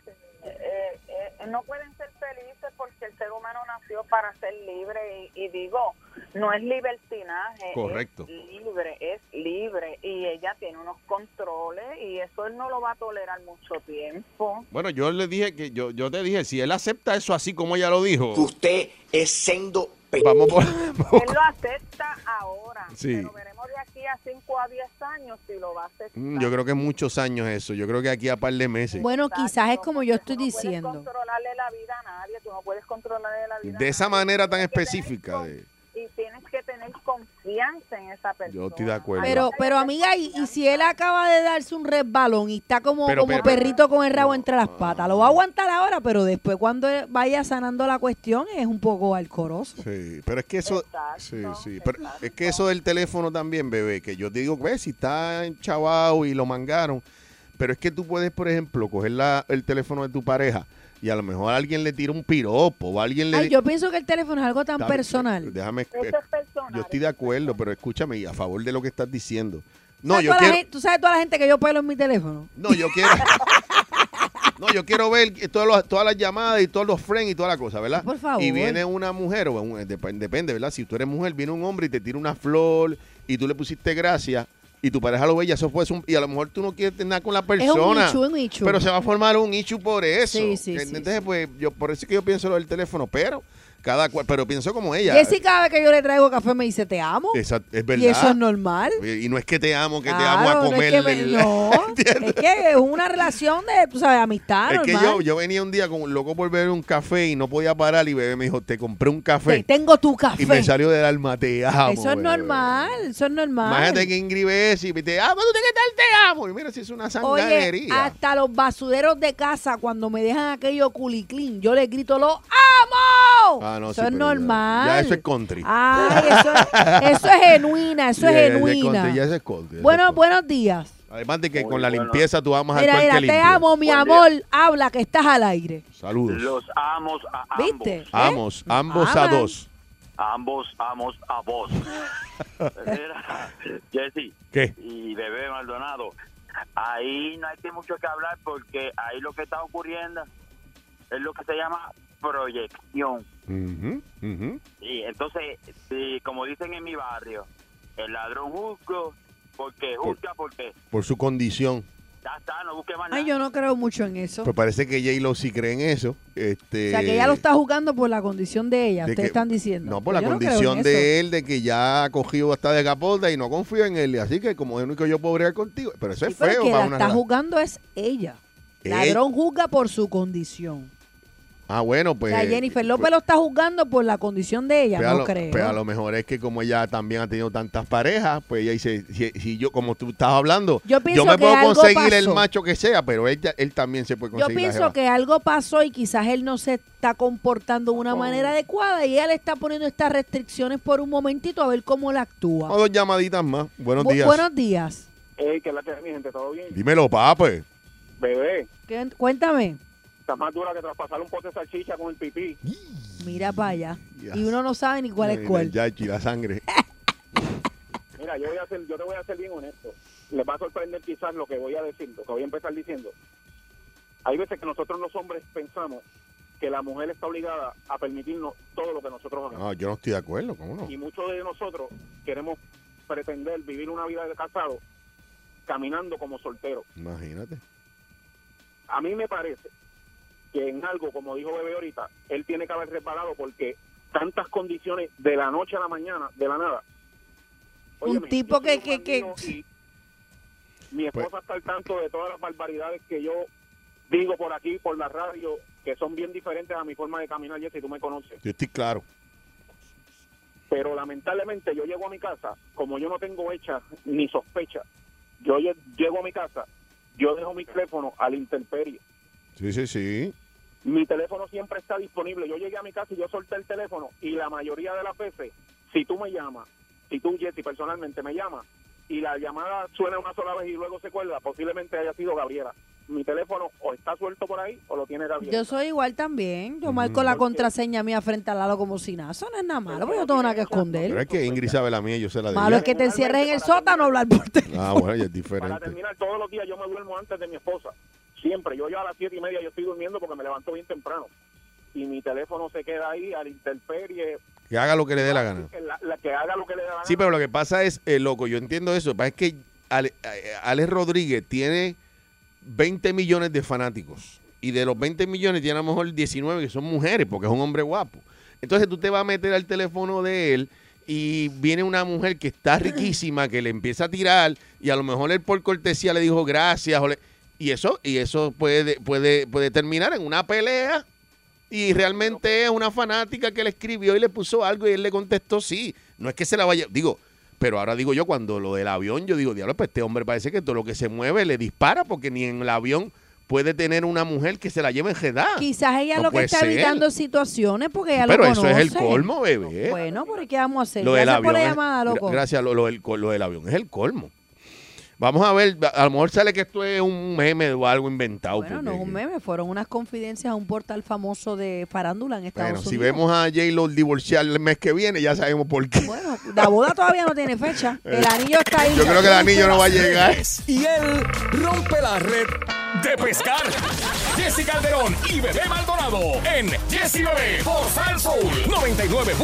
Speaker 11: eh, eh, no pueden ser felices porque el ser humano nació para ser libre y, y digo, no es libertinaje.
Speaker 4: Correcto.
Speaker 11: Es libre, es libre y ella tiene unos controles y eso él no lo va a tolerar mucho
Speaker 4: [LAUGHS]
Speaker 11: tiempo.
Speaker 4: Bueno, yo le dije que yo, yo te dije, si él acepta eso así como ella lo dijo. Usted es sendo Vamos por. [LAUGHS]
Speaker 11: Él lo acepta ahora,
Speaker 4: Sí.
Speaker 11: pero veremos de aquí a 5 a 10 años si lo va a aceptar.
Speaker 4: Mm, Yo creo que muchos años eso. Yo creo que aquí a par de meses.
Speaker 5: bueno, quizás es como yo estoy
Speaker 11: No
Speaker 5: diciendo.
Speaker 11: puedes controlarle la vida a nadie, tú no puedes controlarle la vida
Speaker 4: de esa
Speaker 11: a nadie.
Speaker 4: manera tan específica. de-
Speaker 11: Y tienes que tener confianza en esa persona.
Speaker 4: yo estoy de acuerdo.
Speaker 5: Pero, pero amiga, y, y si él acaba de darse un resbalón y está como,
Speaker 4: Pero,
Speaker 5: como
Speaker 4: pero-
Speaker 5: perrito con el rabo entre las patas, lo va a aguantar ahora, pero después cuando él vaya sanando la cuestión es un poco alcoroso.
Speaker 4: Sí, pero es que eso. sí, sí. Pero es que eso del teléfono también, bebé, que yo te digo, ves, si está enchavado y lo mangaron. Pero es que tú puedes, por ejemplo, coger la- el teléfono de tu pareja y a lo mejor alguien le tira un piropo o alguien le.
Speaker 5: Ay, yo pienso que el teléfono es algo tan
Speaker 4: Está bien,
Speaker 5: personal.
Speaker 4: Déjame. eh,
Speaker 5: Eso es personal,
Speaker 4: Yo estoy de acuerdo, pero escúchame, y a favor de lo que estás diciendo. No,
Speaker 5: ¿Sabes
Speaker 4: yo
Speaker 5: toda la
Speaker 4: quiero.
Speaker 5: gente- ¿Tú sabes toda la gente que yo pelo en mi teléfono?
Speaker 4: No, yo quiero. [LAUGHS] No, yo quiero ver que todas las, todas las llamadas y todos los friends y toda la cosa, ¿verdad?
Speaker 5: Por favor.
Speaker 4: Y viene una mujer, o eh, un- dep- depende, ¿verdad? Si tú eres mujer, viene un hombre y te tira una flor y tú le pusiste gracias y tu pareja lo ve y eso fue un, y a lo mejor tú no quieres tener nada con la
Speaker 5: un
Speaker 4: persona
Speaker 5: issue, un issue.
Speaker 4: pero se va a formar un issue por eso
Speaker 5: Sí, sí, sí,
Speaker 4: entonces pues yo por eso es que yo pienso lo del teléfono pero cada cual pero pienso como ella
Speaker 5: Jessy cada vez que yo le traigo café me dice, te amo.
Speaker 4: Esa- es verdad
Speaker 5: Y eso es normal.
Speaker 4: y no es que te amo que te
Speaker 5: Claro,
Speaker 4: amo a
Speaker 5: no es
Speaker 4: comer
Speaker 5: que me- no, Es que es una relación de, tú sabes, amistad
Speaker 4: [LAUGHS] Es que
Speaker 5: normal.
Speaker 4: yo, yo venía un día con loco por beber un café y no podía parar y bebé me dijo, te compré un café.
Speaker 5: Te tengo tu café.
Speaker 4: Y me salió del alma, te amo.
Speaker 5: eso es
Speaker 4: bebé.
Speaker 5: normal, eso es normal.
Speaker 4: Imagínate que Ingrid Bessi, te amo, Ah, tú tienes que estar, te amo. Y mira, si es una
Speaker 5: Oye,
Speaker 4: sanganería.
Speaker 5: hasta los basureros de casa, cuando me dejan aquello culiclín, yo les grito, lo amo.
Speaker 4: Ah, no,
Speaker 5: eso
Speaker 4: sí,
Speaker 5: es
Speaker 4: pero ya-
Speaker 5: normal.
Speaker 4: Ya eso es country.
Speaker 5: Ay,
Speaker 4: [LAUGHS]
Speaker 5: eso, es- eso es genuina, eso
Speaker 4: Ya- ya
Speaker 5: es
Speaker 4: es country,
Speaker 5: genuina.
Speaker 4: ya eso es country, ya
Speaker 5: bueno, buenos días.
Speaker 4: Además de que con la limpieza tú amas
Speaker 5: Mira,
Speaker 4: al
Speaker 5: mira,
Speaker 4: cual
Speaker 5: te
Speaker 4: que limpia.
Speaker 5: amo, mi amor. Habla que estás al aire.
Speaker 4: Saludos.
Speaker 8: Los amos a
Speaker 5: ¿Viste? ¿Eh?
Speaker 4: Amos, ambos a
Speaker 5: Aman.
Speaker 4: dos.
Speaker 8: ambos amos a
Speaker 4: [LAUGHS]
Speaker 8: vos. Mira, Jesse
Speaker 4: ¿Qué?
Speaker 8: y Bebé Maldonado, ahí no hay que mucho que hablar porque ahí lo que está ocurriendo es lo que se llama proyección.
Speaker 4: Ujú, ujú.
Speaker 8: Y entonces, si, como dicen en mi barrio, el ladrón juzga porque juzga porque
Speaker 4: Por su condición.
Speaker 8: ya está, no busque más nada.
Speaker 5: Ay, yo no creo mucho en eso.
Speaker 4: Pues parece que J-Lo sí cree en eso. Este,
Speaker 5: o sea, que ella lo está jugando por la condición de ella,
Speaker 4: de
Speaker 5: ustedes
Speaker 4: que-
Speaker 5: están diciendo.
Speaker 4: No, por la
Speaker 5: Yo creo
Speaker 4: condición
Speaker 5: en eso.
Speaker 4: de él, de que ya ha cogido hasta de capota y no confío en él. Así que como es único yo puedo bregar contigo. Pero eso es
Speaker 5: Pero el
Speaker 4: feo
Speaker 5: que
Speaker 4: para
Speaker 5: la
Speaker 4: una
Speaker 5: está
Speaker 4: rela-
Speaker 5: jugando es ella.
Speaker 4: Ey.
Speaker 5: Ladrón juzga por su condición.
Speaker 4: Ah, bueno, pues.
Speaker 5: o sea, Jennifer López lo está juzgando por la condición de ella,
Speaker 4: pues a
Speaker 5: no
Speaker 4: lo-
Speaker 5: creo.
Speaker 4: pues a lo mejor es que como ella también ha tenido tantas parejas, pues ella dice, si, si yo, como tú estás hablando,
Speaker 5: Yo pienso
Speaker 4: me
Speaker 5: que
Speaker 4: puedo
Speaker 5: algo
Speaker 4: conseguir el
Speaker 5: pasó.
Speaker 4: macho que sea, pero él, él también se puede
Speaker 5: Yo
Speaker 4: conseguir la
Speaker 5: pienso
Speaker 4: jeva.
Speaker 5: que algo pasó y quizás él no se está comportando de una manera adecuada y ella le está poniendo estas restricciones por un momentito a ver cómo la actúa.
Speaker 4: Vamos a dos llamaditas más. Buenos
Speaker 5: Bu-
Speaker 4: días.
Speaker 5: Buenos días.
Speaker 1: Eh, que la que mi gente, ¿todo bien?
Speaker 4: Dímelo, pape.
Speaker 1: Bebé,
Speaker 5: ¿Qué- Cuéntame.
Speaker 1: está más dura que traspasar un pote de salchicha con el pipí.
Speaker 5: Mira para allá.
Speaker 4: Ya.
Speaker 5: Y uno no sabe ni cuál es
Speaker 4: Mira,
Speaker 5: cuál.
Speaker 4: Eh, Ya, chi, la sangre.
Speaker 1: Mira, yo, voy a ser, yo te voy a ser bien honesto. Les va a sorprender quizás lo que voy a decir, lo que voy a empezar diciendo. Hay veces que nosotros los hombres pensamos que la mujer está obligada a permitirnos todo lo que nosotros hagamos.
Speaker 4: No, yo no estoy de acuerdo, ¿cómo no?
Speaker 1: Y muchos de nosotros queremos pretender vivir una vida de casado caminando como soltero.
Speaker 4: Imagínate.
Speaker 1: A mí me parece que en algo, como dijo Bebé ahorita, él tiene que haber reparado porque tantas condiciones de la noche a la mañana, de la nada. Óyeme,
Speaker 5: un tipo
Speaker 1: yo soy
Speaker 5: que,
Speaker 1: un
Speaker 5: que, que
Speaker 1: maligno y Mi esposa está al tanto de todas las barbaridades que yo digo por aquí, por la radio, que son bien diferentes a mi forma de caminar, Jessy, tú me conoces.
Speaker 4: Yo estoy claro.
Speaker 1: Pero lamentablemente yo llego a mi casa, como yo no tengo hecha ni sospecha, yo lle- llego a mi casa, yo dejo mi teléfono al intemperie.
Speaker 4: Sí, sí, sí.
Speaker 1: Mi teléfono siempre está disponible. Yo llegué a mi casa y yo solté el teléfono y la mayoría de las veces, si tú me llamas, si tú, Jessy, personalmente me llamas y la llamada suena una sola vez y luego se cuelga, posiblemente haya sido Gabriela. Mi teléfono o está suelto por ahí o lo tiene Gabriela.
Speaker 5: yo soy igual también. Yo marco
Speaker 1: ¿Por
Speaker 5: la
Speaker 1: qué?
Speaker 5: contraseña mía frente al lado como si nada. Eso no es nada malo, porque yo no tengo nada que
Speaker 4: Pero
Speaker 5: esconder.
Speaker 4: es que Ingrid sabe la mía, yo sé la de
Speaker 5: Pues Malo
Speaker 4: ella.
Speaker 5: es que te encierres en el sótano a hablar por teléfono. [LAUGHS]
Speaker 4: Ah, bueno, ya es
Speaker 1: Para
Speaker 4: diferente.
Speaker 1: terminar, todos los días yo me duermo antes de mi esposa. Siempre. Yo ya a las siete y media yo estoy durmiendo porque me levanto bien temprano. Y mi teléfono se queda ahí al interferie,
Speaker 4: Que haga lo que le dé la gana.
Speaker 1: la, la que haga lo que le da la
Speaker 4: Sí, pero lo que pasa es, eh, loco, yo entiendo eso. Lo que pasa es que Ale- eh, Alex Rodríguez tiene 20 millones de fanáticos. Y de los 20 millones tiene a lo mejor 19 que son mujeres, porque es un hombre guapo. Entonces tú te vas a meter al teléfono de él y viene una mujer que está riquísima, que le empieza a tirar y a lo mejor él por cortesía le dijo gracias. o le- y eso, y eso puede, puede, puede terminar en una pelea. Y realmente es una fanática que le escribió y le puso algo y él le contestó sí. No es que se la vaya, digo, pero ahora digo yo cuando lo del avión, yo digo, diablo, pues este hombre parece que todo lo que se mueve le dispara porque ni en el avión puede tener una mujer que se la lleve enredada.
Speaker 5: Quizás ella
Speaker 4: Ah, No
Speaker 5: lo que
Speaker 4: puede
Speaker 5: está
Speaker 4: ser.
Speaker 5: evitando situaciones porque ella
Speaker 4: Pero
Speaker 5: lo
Speaker 4: eso
Speaker 5: conoce.
Speaker 4: es el colmo, bebé.
Speaker 5: Bueno, ¿por qué vamos a hacer?
Speaker 4: lo del
Speaker 5: Gracias por
Speaker 4: avión.
Speaker 5: la
Speaker 4: es-
Speaker 5: llamada,
Speaker 4: gra-
Speaker 5: loco.
Speaker 4: Gracias, lo, lo del, col- lo del avión es el colmo. Vamos a ver, a, a lo mejor sale que esto es un meme o algo inventado.
Speaker 5: Bueno,
Speaker 4: porque-
Speaker 5: no es un meme, fueron unas confidencias a un portal famoso de farándula en Estados
Speaker 4: Bueno, si
Speaker 5: Unidos.
Speaker 4: vemos a J-Lo divorciar el mes que viene, ya sabemos por qué.
Speaker 5: Bueno, la boda todavía no tiene
Speaker 4: [LAUGHS]
Speaker 5: fecha. El anillo está ahí.
Speaker 4: Yo creo que el anillo no va a llegar.
Speaker 14: Y él rompe la red de pescar. Jesse Calderón y Bebé Maldonado en Jesse Bebé por Salsoul 99.1.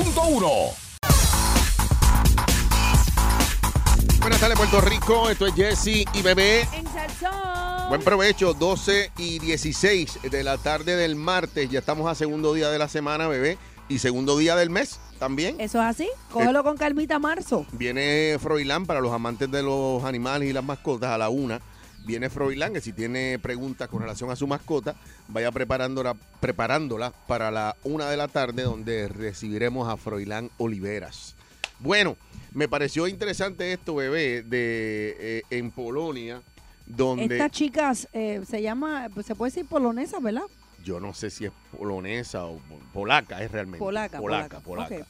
Speaker 4: Buenas tardes, Puerto Rico. Esto es Jesse y Bebé.
Speaker 5: En Salsón.
Speaker 4: Buen provecho, 12 y 16 de la tarde del martes. Ya estamos a segundo día de la semana, bebé. Y segundo día del mes también. Eh,
Speaker 5: ¿Eso es así? Cógelo con calmita, Marzo.
Speaker 4: Viene Froilán para los amantes de los animales y las mascotas a la una. Viene Froilán, que si tiene preguntas con relación a su mascota, vaya preparándola, preparándola para la una de la tarde, donde recibiremos a Froilán Oliveras. Bueno, me pareció interesante esto, bebé, de eh, en Polonia, donde
Speaker 5: Estas chicas eh, se llama, pues, se puede decir polonesa, ¿verdad?
Speaker 4: yo no sé si es polonesa o po- polaca, es realmente.
Speaker 5: Polaca,
Speaker 4: polaca.
Speaker 5: polaca.
Speaker 4: polaca.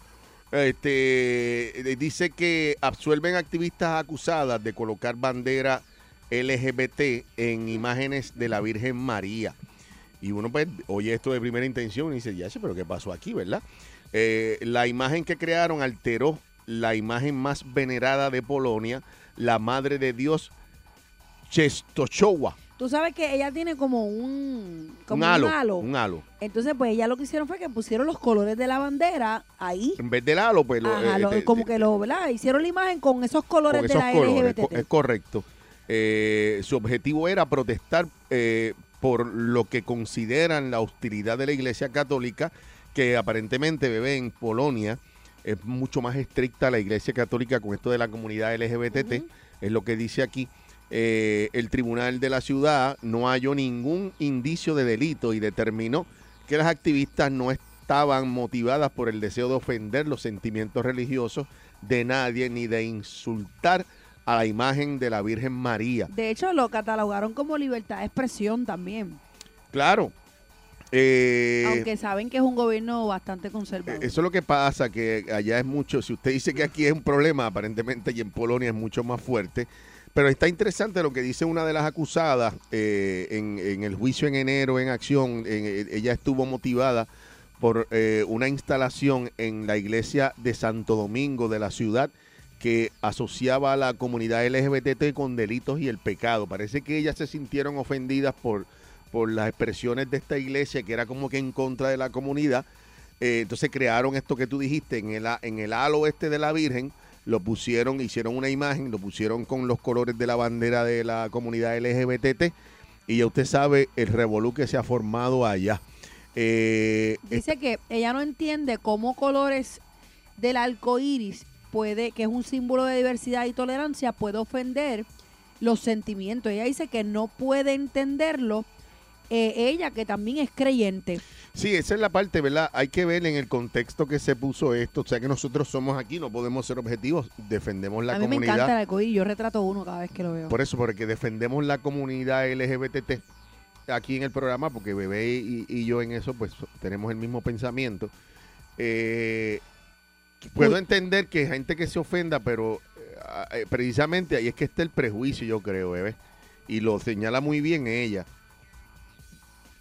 Speaker 4: Este, eh, dice que absuelven activistas acusadas de colocar bandera LGBT en imágenes de la Virgen María. Y uno pues oye esto de primera intención y dice, ya sé, pero ¿qué pasó aquí, verdad? Eh, la imagen que crearon alteró la imagen más venerada de Polonia, la Madre de Dios Czestochowa.
Speaker 5: Tú sabes que ella tiene como un, como
Speaker 4: Un halo, un halo.
Speaker 5: Entonces, pues ella lo que hicieron fue que pusieron los colores de la bandera ahí.
Speaker 4: En vez del halo, pues lo-
Speaker 5: Ajá,
Speaker 4: eh,
Speaker 5: lo-
Speaker 4: te-
Speaker 5: como que lo, ¿verdad? Hicieron la imagen con esos colores
Speaker 4: con
Speaker 5: de
Speaker 4: esos
Speaker 5: la
Speaker 4: colores, co-
Speaker 5: LGBT.
Speaker 4: es correcto. Eh, su objetivo era protestar eh, por lo que consideran la hostilidad de la Iglesia Católica, que aparentemente bebé en Polonia es mucho más estricta la Iglesia Católica con esto de la comunidad LGBT, es lo que dice aquí. Eh, el tribunal de la ciudad no halló ningún indicio de delito y determinó que las activistas no estaban motivadas por el deseo de ofender los sentimientos religiosos de nadie ni de insultar a la imagen de la Virgen María.
Speaker 5: De hecho, lo catalogaron como libertad de expresión también.
Speaker 4: Claro. eh,
Speaker 5: aunque saben que es un gobierno bastante conservador.
Speaker 4: Eso es lo que pasa, que allá es mucho, si usted dice que aquí es un problema, aparentemente y en Polonia es mucho más fuerte, pero está interesante lo que dice una de las acusadas eh, en, en el juicio en enero en acción, en- eh, ella estuvo motivada por eh, una instalación en la iglesia de Santo Domingo de la ciudad que asociaba a la comunidad LGBT con delitos y el pecado. Parece que ellas se sintieron ofendidas por, por las expresiones de esta iglesia, que era como que en contra de la comunidad. Eh, entonces crearon esto que tú dijiste en el, a- en el halo este de la Virgen, lo pusieron, hicieron una imagen, lo pusieron con los colores de la bandera de la comunidad LGBT y ya usted sabe el revolú que se ha formado allá. Eh,
Speaker 5: Dice que ella no entiende cómo colores del arco iris puede, que es un símbolo de diversidad y tolerancia, puede ofender los sentimientos. Ella dice que no puede entenderlo. eh, ella, que también es creyente.
Speaker 4: Sí, esa es la parte, ¿verdad? Hay que ver en el contexto que se puso esto. O sea, que nosotros somos aquí, no podemos ser objetivos. Defendemos la
Speaker 5: A mí me
Speaker 4: comunidad.
Speaker 5: encanta el arco iris. Yo retrato uno cada vez que lo veo.
Speaker 4: Por eso, porque defendemos la comunidad LGBT aquí en el programa, porque Bebé y, y yo en eso, pues tenemos el mismo pensamiento. Eh, puedo entender que hay gente que se ofenda, pero eh, eh, precisamente ahí es que está el prejuicio, yo creo, Bebé. Y lo señala muy bien ella.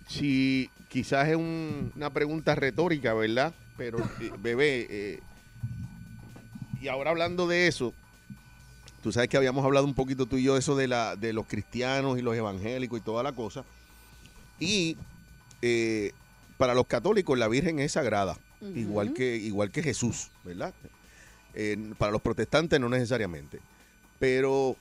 Speaker 4: Si quizás es un- una pregunta retórica, ¿verdad? Pero, eh, Bebé, eh, y ahora hablando de eso, Tú sabes que habíamos hablado un poquito tú y yo eso de, la, de los cristianos y los evangélicos y toda la cosa. Y eh, para los católicos la Virgen es sagrada,
Speaker 15: Ujú.
Speaker 4: igual, que, igual que Jesús, ¿verdad? Eh, para los protestantes no necesariamente. Pero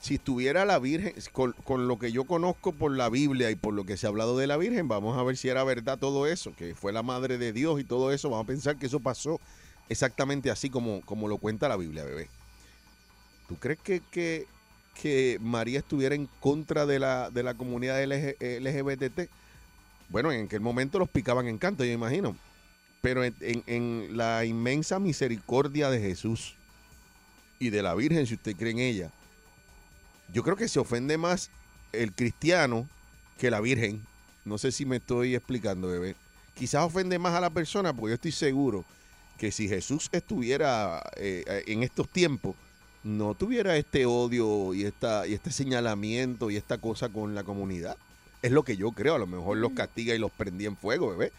Speaker 4: si estuviera la Virgen, con, con lo que yo conozco por la Biblia y por lo que se ha hablado de la Virgen, vamos a ver si era verdad todo eso, que fue la madre de Dios y todo eso, vamos a pensar que eso pasó exactamente así como, como lo cuenta la Biblia, bebé. ¿Tú crees que, que, que María estuviera en contra de la, de la comunidad LG LGBT? Bueno, en aquel momento los picaban en canto, yo imagino. Pero en, en- en la inmensa misericordia de Jesús y de la Virgen, si usted cree en ella, yo creo que se ofende más el cristiano que la Virgen. No sé si me estoy explicando, bebé. Quizás ofende más a la persona, porque yo estoy seguro que si Jesús estuviera eh, eh, en estos tiempos, no tuviera este odio y, esta, y este señalamiento y esta cosa con la comunidad. Es lo que yo creo. A lo mejor los castiga y los prendía en fuego, bebé.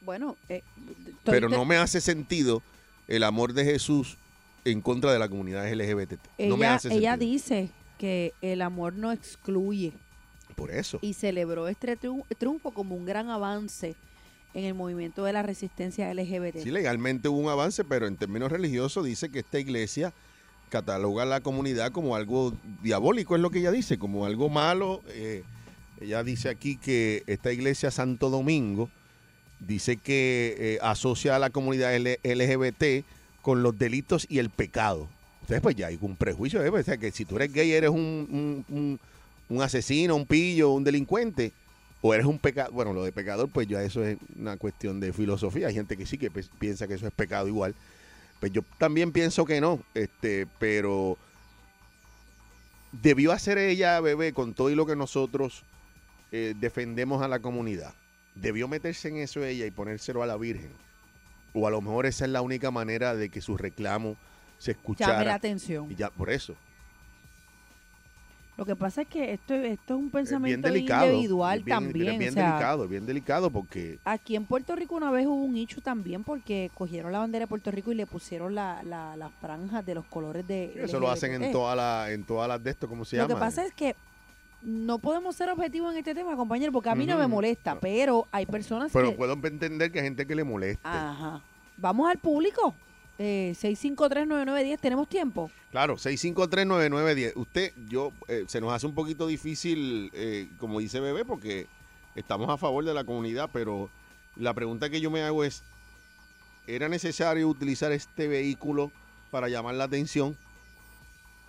Speaker 5: Bueno, eh, estoy-
Speaker 4: Pero
Speaker 5: te-
Speaker 4: no me hace sentido el amor de Jesús en contra de la comunidad LGBT.
Speaker 5: ella,
Speaker 4: no me hace sentido.
Speaker 5: ella dice que el amor no excluye.
Speaker 4: Por eso.
Speaker 5: y celebró este triun- triunfo como un gran avance en el movimiento de la resistencia LGBT.
Speaker 4: Sí, legalmente hubo un avance, pero en términos religiosos dice que esta iglesia cataloga a la comunidad como algo diabólico, es lo que ella dice, como algo malo. Eh, ella dice aquí que esta iglesia Santo Domingo dice que eh, asocia a la comunidad L- LGBT con los delitos y el pecado. Entonces, pues ya hay un prejuicio, ¿eh? o sea, que si tú eres gay eres un, un- un- un asesino, un pillo, un delincuente, o eres un pecado. Bueno, lo de pecador, pues ya eso es una cuestión de filosofía. Hay gente que sí que pe- piensa que eso es pecado igual. Pues yo también pienso que no, este, pero debió hacer ella, bebé, con todo y lo que nosotros eh, defendemos a la comunidad. Debió meterse en eso ella y ponérselo a la Virgen. O a lo mejor esa es la única manera de que su reclamo se escuchara.
Speaker 5: Llame la atención.
Speaker 4: Y ya, por eso.
Speaker 5: Lo que pasa es que esto, esto es un
Speaker 4: Es bien
Speaker 5: pensamiento
Speaker 4: delicado.
Speaker 5: individual
Speaker 4: Es bien- pero
Speaker 5: también.
Speaker 4: Es bien
Speaker 5: o sea,
Speaker 4: delicado, es bien delicado porque.
Speaker 5: Aquí en Puerto Rico una vez hubo un hecho también porque cogieron la bandera de Puerto Rico y le pusieron la- la- las franjas de los colores de...
Speaker 4: Eso lo hacen en
Speaker 5: LGBT.
Speaker 4: todas las en todas las de esto, ¿cómo se
Speaker 5: eh. Lo
Speaker 4: llama?
Speaker 5: que pasa es que no podemos ser objetivos en este tema, compañero, porque a mí no me
Speaker 4: Ujú.
Speaker 5: molesta, pero hay personas
Speaker 4: Pero
Speaker 5: que...
Speaker 4: puedo entender que hay gente que le molesta.
Speaker 5: Ajá. Vamos al público. Eh, 6539910, ¿tenemos tiempo?
Speaker 4: Claro, 6539910. Usted, yo, eh, se nos hace un poquito difícil, eh, como dice Bebé, porque estamos a favor de la comunidad, pero la pregunta que yo me hago es, ¿era necesario utilizar este vehículo para llamar la atención?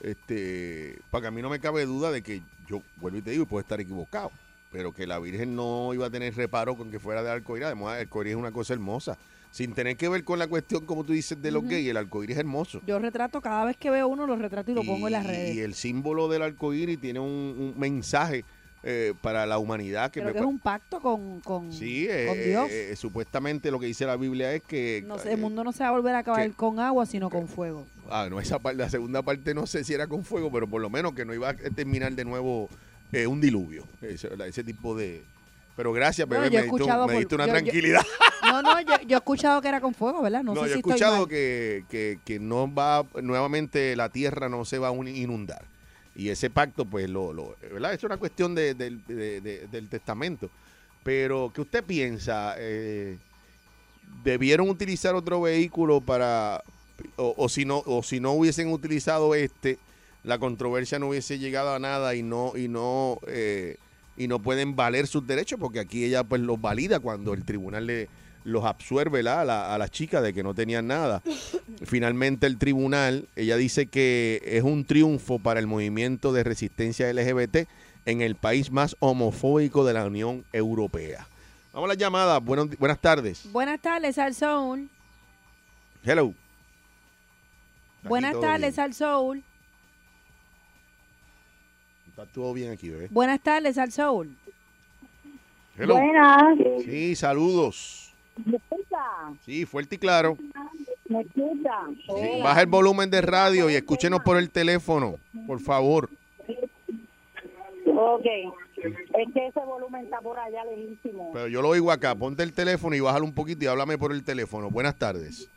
Speaker 4: Este, para que a mí no me cabe duda de que yo, vuelvo y te digo, puedo estar equivocado, pero que la Virgen no iba a tener reparo con que fuera de arcoíris. Además, el arcoíris es una cosa hermosa. Sin tener que ver con la cuestión, como tú dices, de los
Speaker 5: Ujú.
Speaker 4: gays, el arcoíris es hermoso.
Speaker 5: Yo retrato, cada vez que veo uno, lo retrato y lo pongo en las
Speaker 4: Y-
Speaker 5: redes.
Speaker 4: Y el símbolo del arco iris tiene un, un mensaje eh, para la humanidad que
Speaker 5: Creo
Speaker 4: me
Speaker 5: que es
Speaker 4: pa-
Speaker 5: un pacto con, con,
Speaker 4: Sí,
Speaker 5: con
Speaker 4: eh,
Speaker 5: Dios.
Speaker 4: eh, supuestamente lo que dice la Biblia es que.
Speaker 5: No sé, el mundo no se va a volver a acabar
Speaker 4: que-
Speaker 5: con agua, sino con fuego.
Speaker 4: Ah, no, esa parte, la segunda parte no sé si era con fuego, pero por lo menos que no iba a terminar de nuevo eh, un diluvio. Ese, la- ese tipo de. Pero gracias,
Speaker 5: No, yo
Speaker 4: bebé,
Speaker 5: he
Speaker 4: me, diste un-
Speaker 5: escuchado
Speaker 4: me
Speaker 5: por-
Speaker 4: diste una
Speaker 5: yo- yo-
Speaker 4: tranquilidad.
Speaker 5: [LAUGHS] No, no, yo, yo he escuchado que era con fuego, ¿verdad? No,
Speaker 4: No,
Speaker 5: sé si
Speaker 4: yo he
Speaker 5: estoy
Speaker 4: escuchado
Speaker 5: mal.
Speaker 4: que, que, que no va, nuevamente la tierra no se va a un- inundar. Y ese pacto, pues, lo, lo- ¿verdad? Es una cuestión de- del- de- de- del testamento. Pero, ¿qué usted piensa? Eh, ¿Debieron utilizar otro vehículo para, o, o si no, o si no hubiesen utilizado este, la controversia no hubiese llegado a nada y no, y no, eh, y no pueden valer sus derechos, porque aquí ella pues los valida cuando el tribunal le los absuelve ¿verdad? a la, a la chica de que no tenían nada. Finalmente el tribunal, ella dice que es un triunfo para el movimiento de resistencia LGBT en el país más homofóbico de la Unión Europea. Vamos a la llamada. Buenos- buenas tardes.
Speaker 5: Buenas tardes, al Soul.
Speaker 4: Hello. Aquí
Speaker 5: Buenas
Speaker 4: todo
Speaker 5: tardes, al Soul.
Speaker 4: bien. Está todo bien aquí, bebé.
Speaker 5: Buenas tardes, al Soul.
Speaker 4: Hello.
Speaker 15: Buenas.
Speaker 4: Sí, saludos.
Speaker 15: ¿Me escucha?
Speaker 4: Sí, fuerte y claro.
Speaker 15: ¿Me escucha? Hola.
Speaker 4: Baja el volumen de radio y escúchenos por el teléfono, por favor.
Speaker 15: Ok. Es que ese volumen está por allá lejísimo.
Speaker 4: Pero yo lo oigo acá. Ponte el teléfono y bájalo un poquito y háblame por el teléfono. Buenas tardes.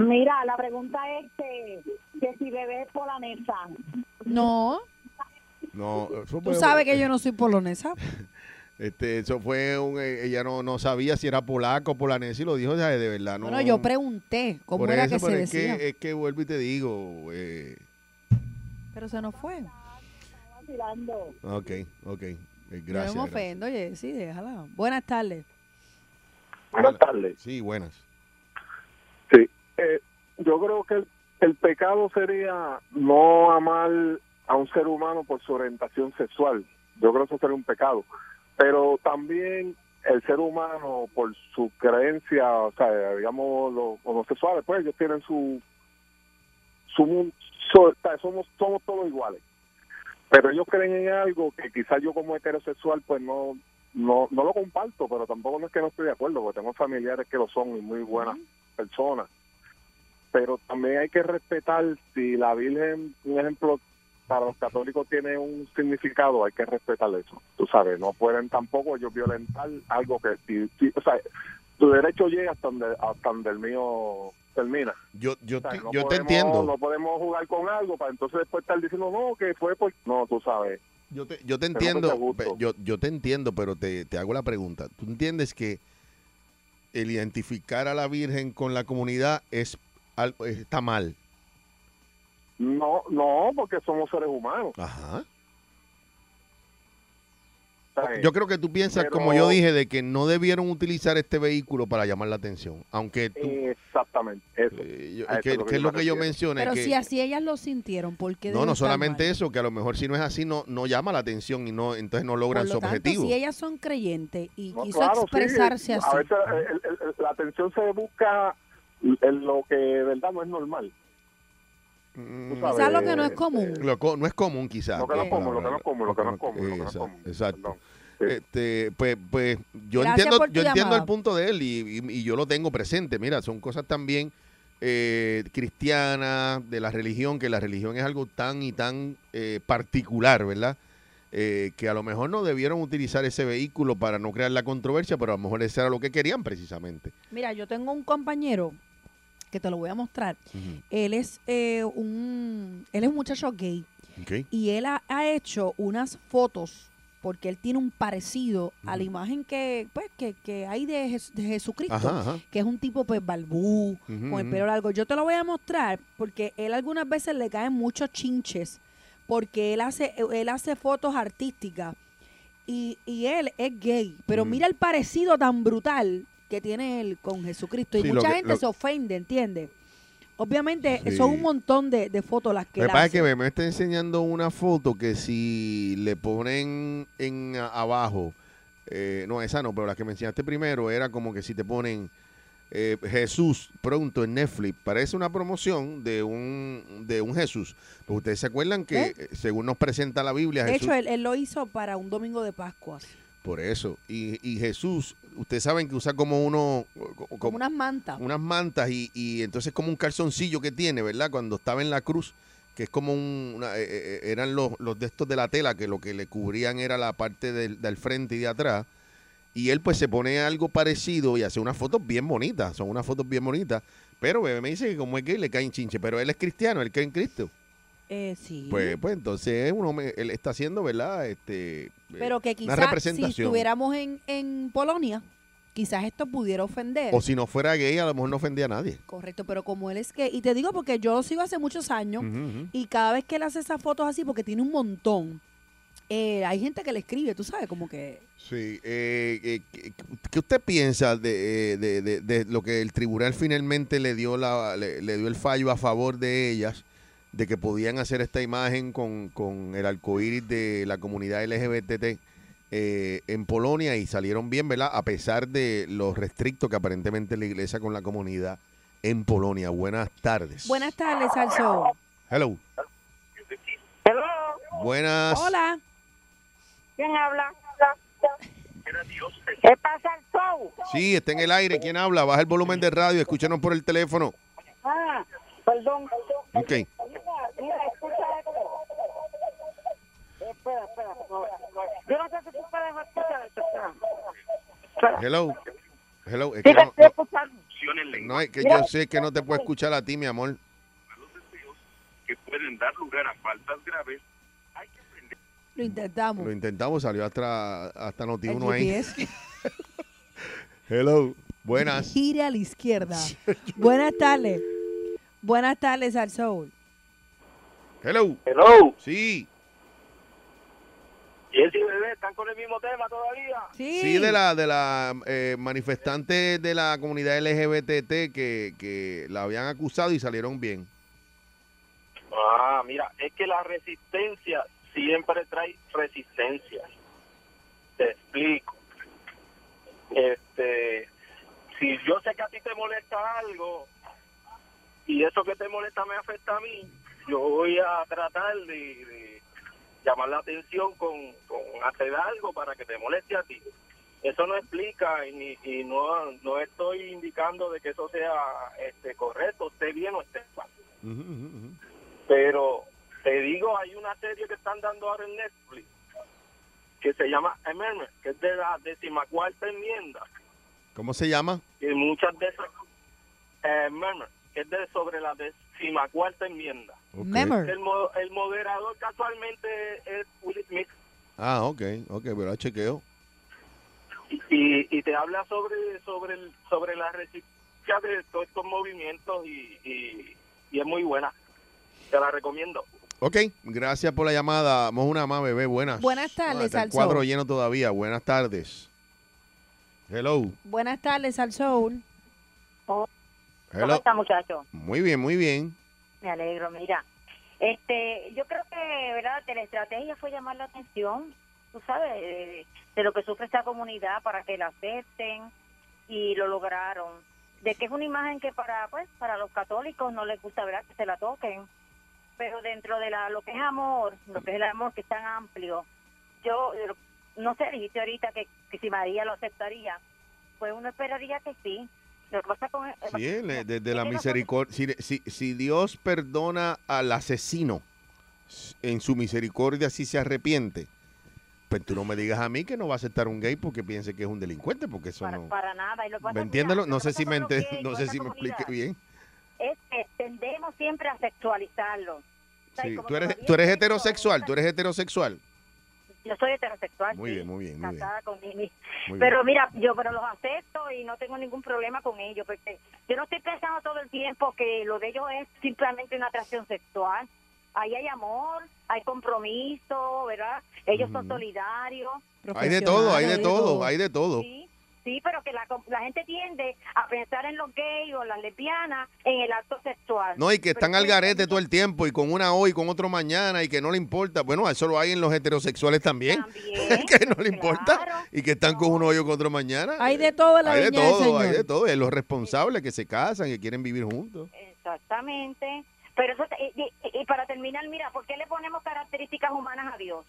Speaker 15: Mira, la pregunta es que, que si bebé es polanesa.
Speaker 5: No,
Speaker 4: No, eso
Speaker 5: tú
Speaker 4: fue-
Speaker 5: sabes que yo no soy polonesa.
Speaker 4: Este, eso fue un, eh, ella no, no sabía si era polaco o polanés y lo dijo o sea, de verdad. No,
Speaker 5: Bueno, yo pregunté cómo
Speaker 4: Por
Speaker 5: era
Speaker 4: eso,
Speaker 5: que se
Speaker 4: pero es
Speaker 5: decía.
Speaker 4: Es que vuelvo y te digo. eh,
Speaker 5: Pero se nos fue.
Speaker 15: Vacilando.
Speaker 4: ok, ok. eh,
Speaker 5: Yo no me
Speaker 4: Gracias. gracias.
Speaker 5: ofendo, oye, sí, déjala. Buenas tardes.
Speaker 10: Buenas tardes.
Speaker 4: Sí, buenas.
Speaker 10: Sí. Eh, yo creo que el, el pecado sería no amar a un ser humano por su orientación sexual. Yo creo que eso sería un pecado. Pero también el ser humano por su creencia, o sea, digamos, los homosexuales, pues ellos tienen su... su, mun- so- o sea, somos, somos todos iguales. Pero ellos creen en algo que quizás yo como heterosexual pues no... No, no lo comparto, pero tampoco no es que no estoy de acuerdo, porque tengo familiares que lo son y muy buenas personas. Pero también hay que respetar si la Virgen, un ejemplo, para los católicos tiene un significado, hay que respetar eso. Tú sabes, no pueden tampoco ellos violentar algo que, si- si- o sea, tu derecho llega hasta donde, hasta donde el mío termina.
Speaker 4: Yo, yo,
Speaker 10: O sea,
Speaker 4: te-
Speaker 10: no
Speaker 4: yo te
Speaker 10: podemos-
Speaker 4: entiendo.
Speaker 10: No podemos jugar con algo para entonces después estar diciendo, no, que fue por... No, tú sabes.
Speaker 4: Yo te, yo te
Speaker 10: Pero no te
Speaker 4: entiendo, pe- yo, yo te entiendo, pero te, te hago la pregunta. ¿Tú entiendes que el identificar a la Virgen con la comunidad es al- está mal.
Speaker 10: No, no, porque somos seres humanos.
Speaker 4: Ajá.
Speaker 10: ¿sabes?
Speaker 4: Yo creo que tú piensas,
Speaker 10: Pero-
Speaker 4: como yo dije, de que no debieron utilizar este vehículo para llamar la atención. Aunque tú,
Speaker 10: Exactamente. Eso.
Speaker 4: yo-
Speaker 10: A eso
Speaker 4: que, que es lo que yo
Speaker 10: me refiero.
Speaker 4: mencioné.
Speaker 5: Pero
Speaker 4: que,
Speaker 5: si así ellas lo sintieron, ¿por qué
Speaker 4: no,
Speaker 5: debe
Speaker 4: no
Speaker 5: estar
Speaker 4: solamente
Speaker 5: mal?
Speaker 4: eso, que a lo mejor si no es así, no, no llama la atención y no entonces no logran
Speaker 5: Por lo
Speaker 4: su
Speaker 5: tanto,
Speaker 4: objetivo.
Speaker 5: si ellas son creyentes y
Speaker 10: No,
Speaker 5: quiso
Speaker 10: claro, sí,
Speaker 5: expresarse
Speaker 10: a
Speaker 5: así.
Speaker 10: veces eh, el- el- el- la atención se busca en lo que de verdad no es normal.
Speaker 4: Mm.
Speaker 10: sabes,
Speaker 5: Quizás lo que no es común.
Speaker 4: Lo co- no es común, quizás.
Speaker 10: Lo que no es
Speaker 4: Eh,
Speaker 10: común, lo que no es común, lo que no es
Speaker 4: exacto,
Speaker 10: común, lo que no es común.
Speaker 4: Exacto. Este, pues, pues yo
Speaker 5: Gracias
Speaker 4: entiendo,
Speaker 5: por tu
Speaker 4: yo entiendo
Speaker 5: llamada.
Speaker 4: el punto de él y, y- y yo lo tengo presente. Mira, son cosas también eh, cristianas, de la religión, que la religión es algo tan y tan eh, particular, ¿verdad? Eh, que a lo mejor no debieron utilizar ese vehículo para no crear la controversia, pero a lo mejor eso era lo que querían precisamente.
Speaker 5: Mira, yo tengo un compañero que te lo voy a mostrar. Él es eh, un él es un muchacho gay y él ha, ha hecho unas fotos porque él tiene un parecido a la imagen que pues que, que hay de, Jes- de Jesucristo,
Speaker 16: Ajá, ajá.
Speaker 5: que es un tipo pues balbú,
Speaker 16: Ujú,
Speaker 5: con el
Speaker 16: ujú.
Speaker 5: pelo largo. Yo te lo voy a mostrar porque él algunas veces le caen muchos chinches porque él hace él hace fotos artísticas y, y él es gay, pero mira el parecido tan brutal que tiene él con Jesucristo. Y
Speaker 4: Sí, lo
Speaker 5: mucha
Speaker 4: que-
Speaker 5: gente
Speaker 4: lo-
Speaker 5: se ofende, ¿entiendes? Obviamente eh,
Speaker 4: Sí.
Speaker 5: son un montón de, de fotos las que
Speaker 4: Me
Speaker 5: él
Speaker 4: pasa
Speaker 5: hace.
Speaker 4: que me, me está enseñando una foto que si le ponen en a- abajo, eh, no, esa no, pero la que me enseñaste primero era como que si te ponen eh, Jesús pronto en Netflix, parece una promoción de un, de un Jesús. Pero ustedes se acuerdan que
Speaker 5: ¿Eh?
Speaker 4: eh, según nos presenta la Biblia,
Speaker 5: de
Speaker 4: Jesús...
Speaker 5: hecho, él, él lo hizo para un domingo de Pascua,
Speaker 4: Por eso. Y, y Jesús, ustedes saben que usa como uno... co-
Speaker 5: como unas mantas.
Speaker 4: unas mantas y, y entonces como un calzoncillo que tiene, ¿verdad? Cuando estaba en la cruz, que es como un, una- eh, eh, eran los, los de estos de la tela que lo que le cubrían era la parte del, del frente y de atrás. Y él pues se pone algo parecido y hace unas fotos bien bonitas, son unas fotos bien bonitas. Pero bebé me dice que como es gay le caen chinche, pero él es cristiano, él cree en Cristo.
Speaker 5: Eh, sí.
Speaker 4: Pues, pues entonces es un hombre- él está haciendo, ¿verdad? Este, eh,
Speaker 5: pero que
Speaker 4: una
Speaker 5: quizás si
Speaker 4: representación.
Speaker 5: estuviéramos en, en Polonia, quizás esto pudiera ofender.
Speaker 4: o si no fuera gay a lo mejor no ofendía a nadie.
Speaker 5: Correcto, pero como él es que, y te digo porque yo lo sigo hace muchos años,
Speaker 4: Ujú, ujú.
Speaker 5: y cada vez que él hace esas fotos así, porque tiene un montón, eh, hay gente que le escribe, tú sabes, como que...
Speaker 4: Sí, eh, eh, ¿qué- ¿qué usted piensa de, eh, de- de- de lo que el tribunal finalmente le dio la le, le dio el fallo a favor de ellas, de que podían hacer esta imagen con, con el arcoíris de la comunidad LGBT eh, en Polonia y salieron bien, ¿verdad? A pesar de lo restricto que aparentemente es la iglesia con la comunidad en Polonia. Buenas tardes.
Speaker 5: Buenas tardes, Salso.
Speaker 4: Hello. Buenas.
Speaker 5: Hola.
Speaker 15: ¿Quién habla? ¿Qué pasa el show?
Speaker 4: Sí, está en el aire. ¿Quién habla? Baja el volumen de radio. Escúchanos por el teléfono.
Speaker 15: Ah, perdón.
Speaker 4: Ok.
Speaker 15: Mira, mira, escucha esto. Espera, espera. no, no. Yo no sé si tú puedes escuchar esto. espera.
Speaker 4: Hello. Hello.
Speaker 15: Sí,
Speaker 4: Es que
Speaker 15: te
Speaker 4: no,
Speaker 15: estoy escuchando.
Speaker 4: no, es que yo sé que no te puedo escuchar a ti, mi amor.
Speaker 17: que pueden dar lugar a faltas graves.
Speaker 5: Lo intentamos.
Speaker 4: Lo intentamos, salió hasta, hasta Noti
Speaker 5: El
Speaker 4: 1 ahí.
Speaker 5: GPS.
Speaker 4: Hello. Buenas.
Speaker 5: Gire a la izquierda.
Speaker 4: [LAUGHS]
Speaker 5: Buenas tardes. Buenas tardes, Salso.
Speaker 4: Hello.
Speaker 8: Hello.
Speaker 4: Sí.
Speaker 8: Jessy bebé, ¿están con el mismo tema todavía?
Speaker 4: Sí, de la de la eh, manifestante de la comunidad LGBT que, que la habían acusado y salieron bien.
Speaker 8: Ah, mira, es que la resistencia siempre trae resistencia. Te explico. Este, si yo sé que a ti te molesta algo y eso que te molesta me afecta a mí, yo voy a tratar de, de llamar la atención con, con hacer algo para que te moleste a ti. Eso no explica y, ni- y no, no estoy indicando de que eso sea este, correcto, esté bien o esté mal. Pero te digo, hay una serie que están dando ahora en Netflix que se llama Amendment, que es de la decimacuarta enmienda,
Speaker 4: ¿Cómo se llama?
Speaker 8: y muchas de esas Amendment, que es de sobre la decimacuarta enmienda.
Speaker 5: Memor.
Speaker 8: El, mo- el moderador casualmente es Will Smith.
Speaker 4: Ah, ok, ok, pero la chequeo.
Speaker 18: y, y te habla sobre sobre el- sobre la resistencia de todos estos movimientos y, y- y es muy buena. Te la recomiendo.
Speaker 4: Ok, gracias por la llamada. Vamos una más, bebé. Buenas.
Speaker 5: Buenas tardes,
Speaker 4: Ah, está el
Speaker 5: Al
Speaker 4: cuadro
Speaker 5: Sol.
Speaker 4: lleno todavía. Buenas tardes. Hello.
Speaker 5: Buenas tardes, al Soul.
Speaker 4: Hello.
Speaker 19: está, muchacho?
Speaker 4: Muy bien, muy bien.
Speaker 19: Me alegro, mira. Este, yo creo que, ¿verdad? Que la estrategia fue llamar la atención, tú sabes, de, de lo que sufre esta comunidad para que la acepten y lo lograron. De que es una imagen que para, pues, para los católicos no les gusta, ¿verdad? Que se la toquen. Pero dentro de la, lo que es amor, lo que es el amor que es tan amplio, yo, eh, no sé, dijiste ahorita que, que si María lo aceptaría, pues uno esperaría que sí. Lo que pasa con...
Speaker 4: Sí, él, desde la misericordia. Si, si- si Dios perdona al asesino s- en su misericordia, si se arrepiente, pues tú no me digas a mí que no va a aceptar un gay porque piense que es un delincuente, porque eso no.
Speaker 19: para nada. Y lo que pasa,
Speaker 4: ¿Me
Speaker 19: mira,
Speaker 4: entiendes?
Speaker 19: lo
Speaker 4: No
Speaker 19: que
Speaker 4: sé
Speaker 19: pasa
Speaker 4: si me,
Speaker 19: con los
Speaker 4: ente-
Speaker 19: gays,
Speaker 4: no
Speaker 19: con
Speaker 4: sé
Speaker 19: esta
Speaker 4: si me
Speaker 19: comunidad,
Speaker 4: explique bien.
Speaker 19: Es que tendemos siempre a sexualizarlo. O sea, y
Speaker 4: Sí,
Speaker 19: como
Speaker 4: Tú eres,
Speaker 19: todavía
Speaker 4: tú eres heterosexual, tú eres heterosexual.
Speaker 19: Yo soy heterosexual.
Speaker 4: Muy
Speaker 19: sí,
Speaker 4: bien, muy bien, muy bien.
Speaker 19: casada con Mimi.
Speaker 4: Muy
Speaker 19: Pero
Speaker 4: bien.
Speaker 19: mira, yo pero los acepto y no tengo ningún problema con ellos. Porque yo no estoy pensando todo el tiempo que lo de ellos es simplemente una atracción sexual. Ahí hay amor, hay compromiso, ¿verdad? Ellos son
Speaker 4: Ujú.
Speaker 19: solidarios.
Speaker 4: Hay de todo, hay de todo, hay de todo.
Speaker 19: Sí, pero que la, com- la gente tiende a pensar en los gays o las lesbianas en el acto sexual.
Speaker 4: No, y que
Speaker 19: Pero
Speaker 4: están al garete todo el tiempo y con una hoy, con otro mañana y que no le importa. Bueno, eso lo hay en los heterosexuales también. [LAUGHS] que no le importa y que están con uno hoy o con otro mañana.
Speaker 5: Hay de todo en la
Speaker 4: hay de
Speaker 5: viña del
Speaker 4: todo, hay
Speaker 5: Señor.
Speaker 4: de todo. Y los responsables que se casan, que quieren vivir juntos.
Speaker 19: Exactamente. Pero eso, te- y, y- y para terminar, mira, ¿por qué le ponemos características humanas a Dios?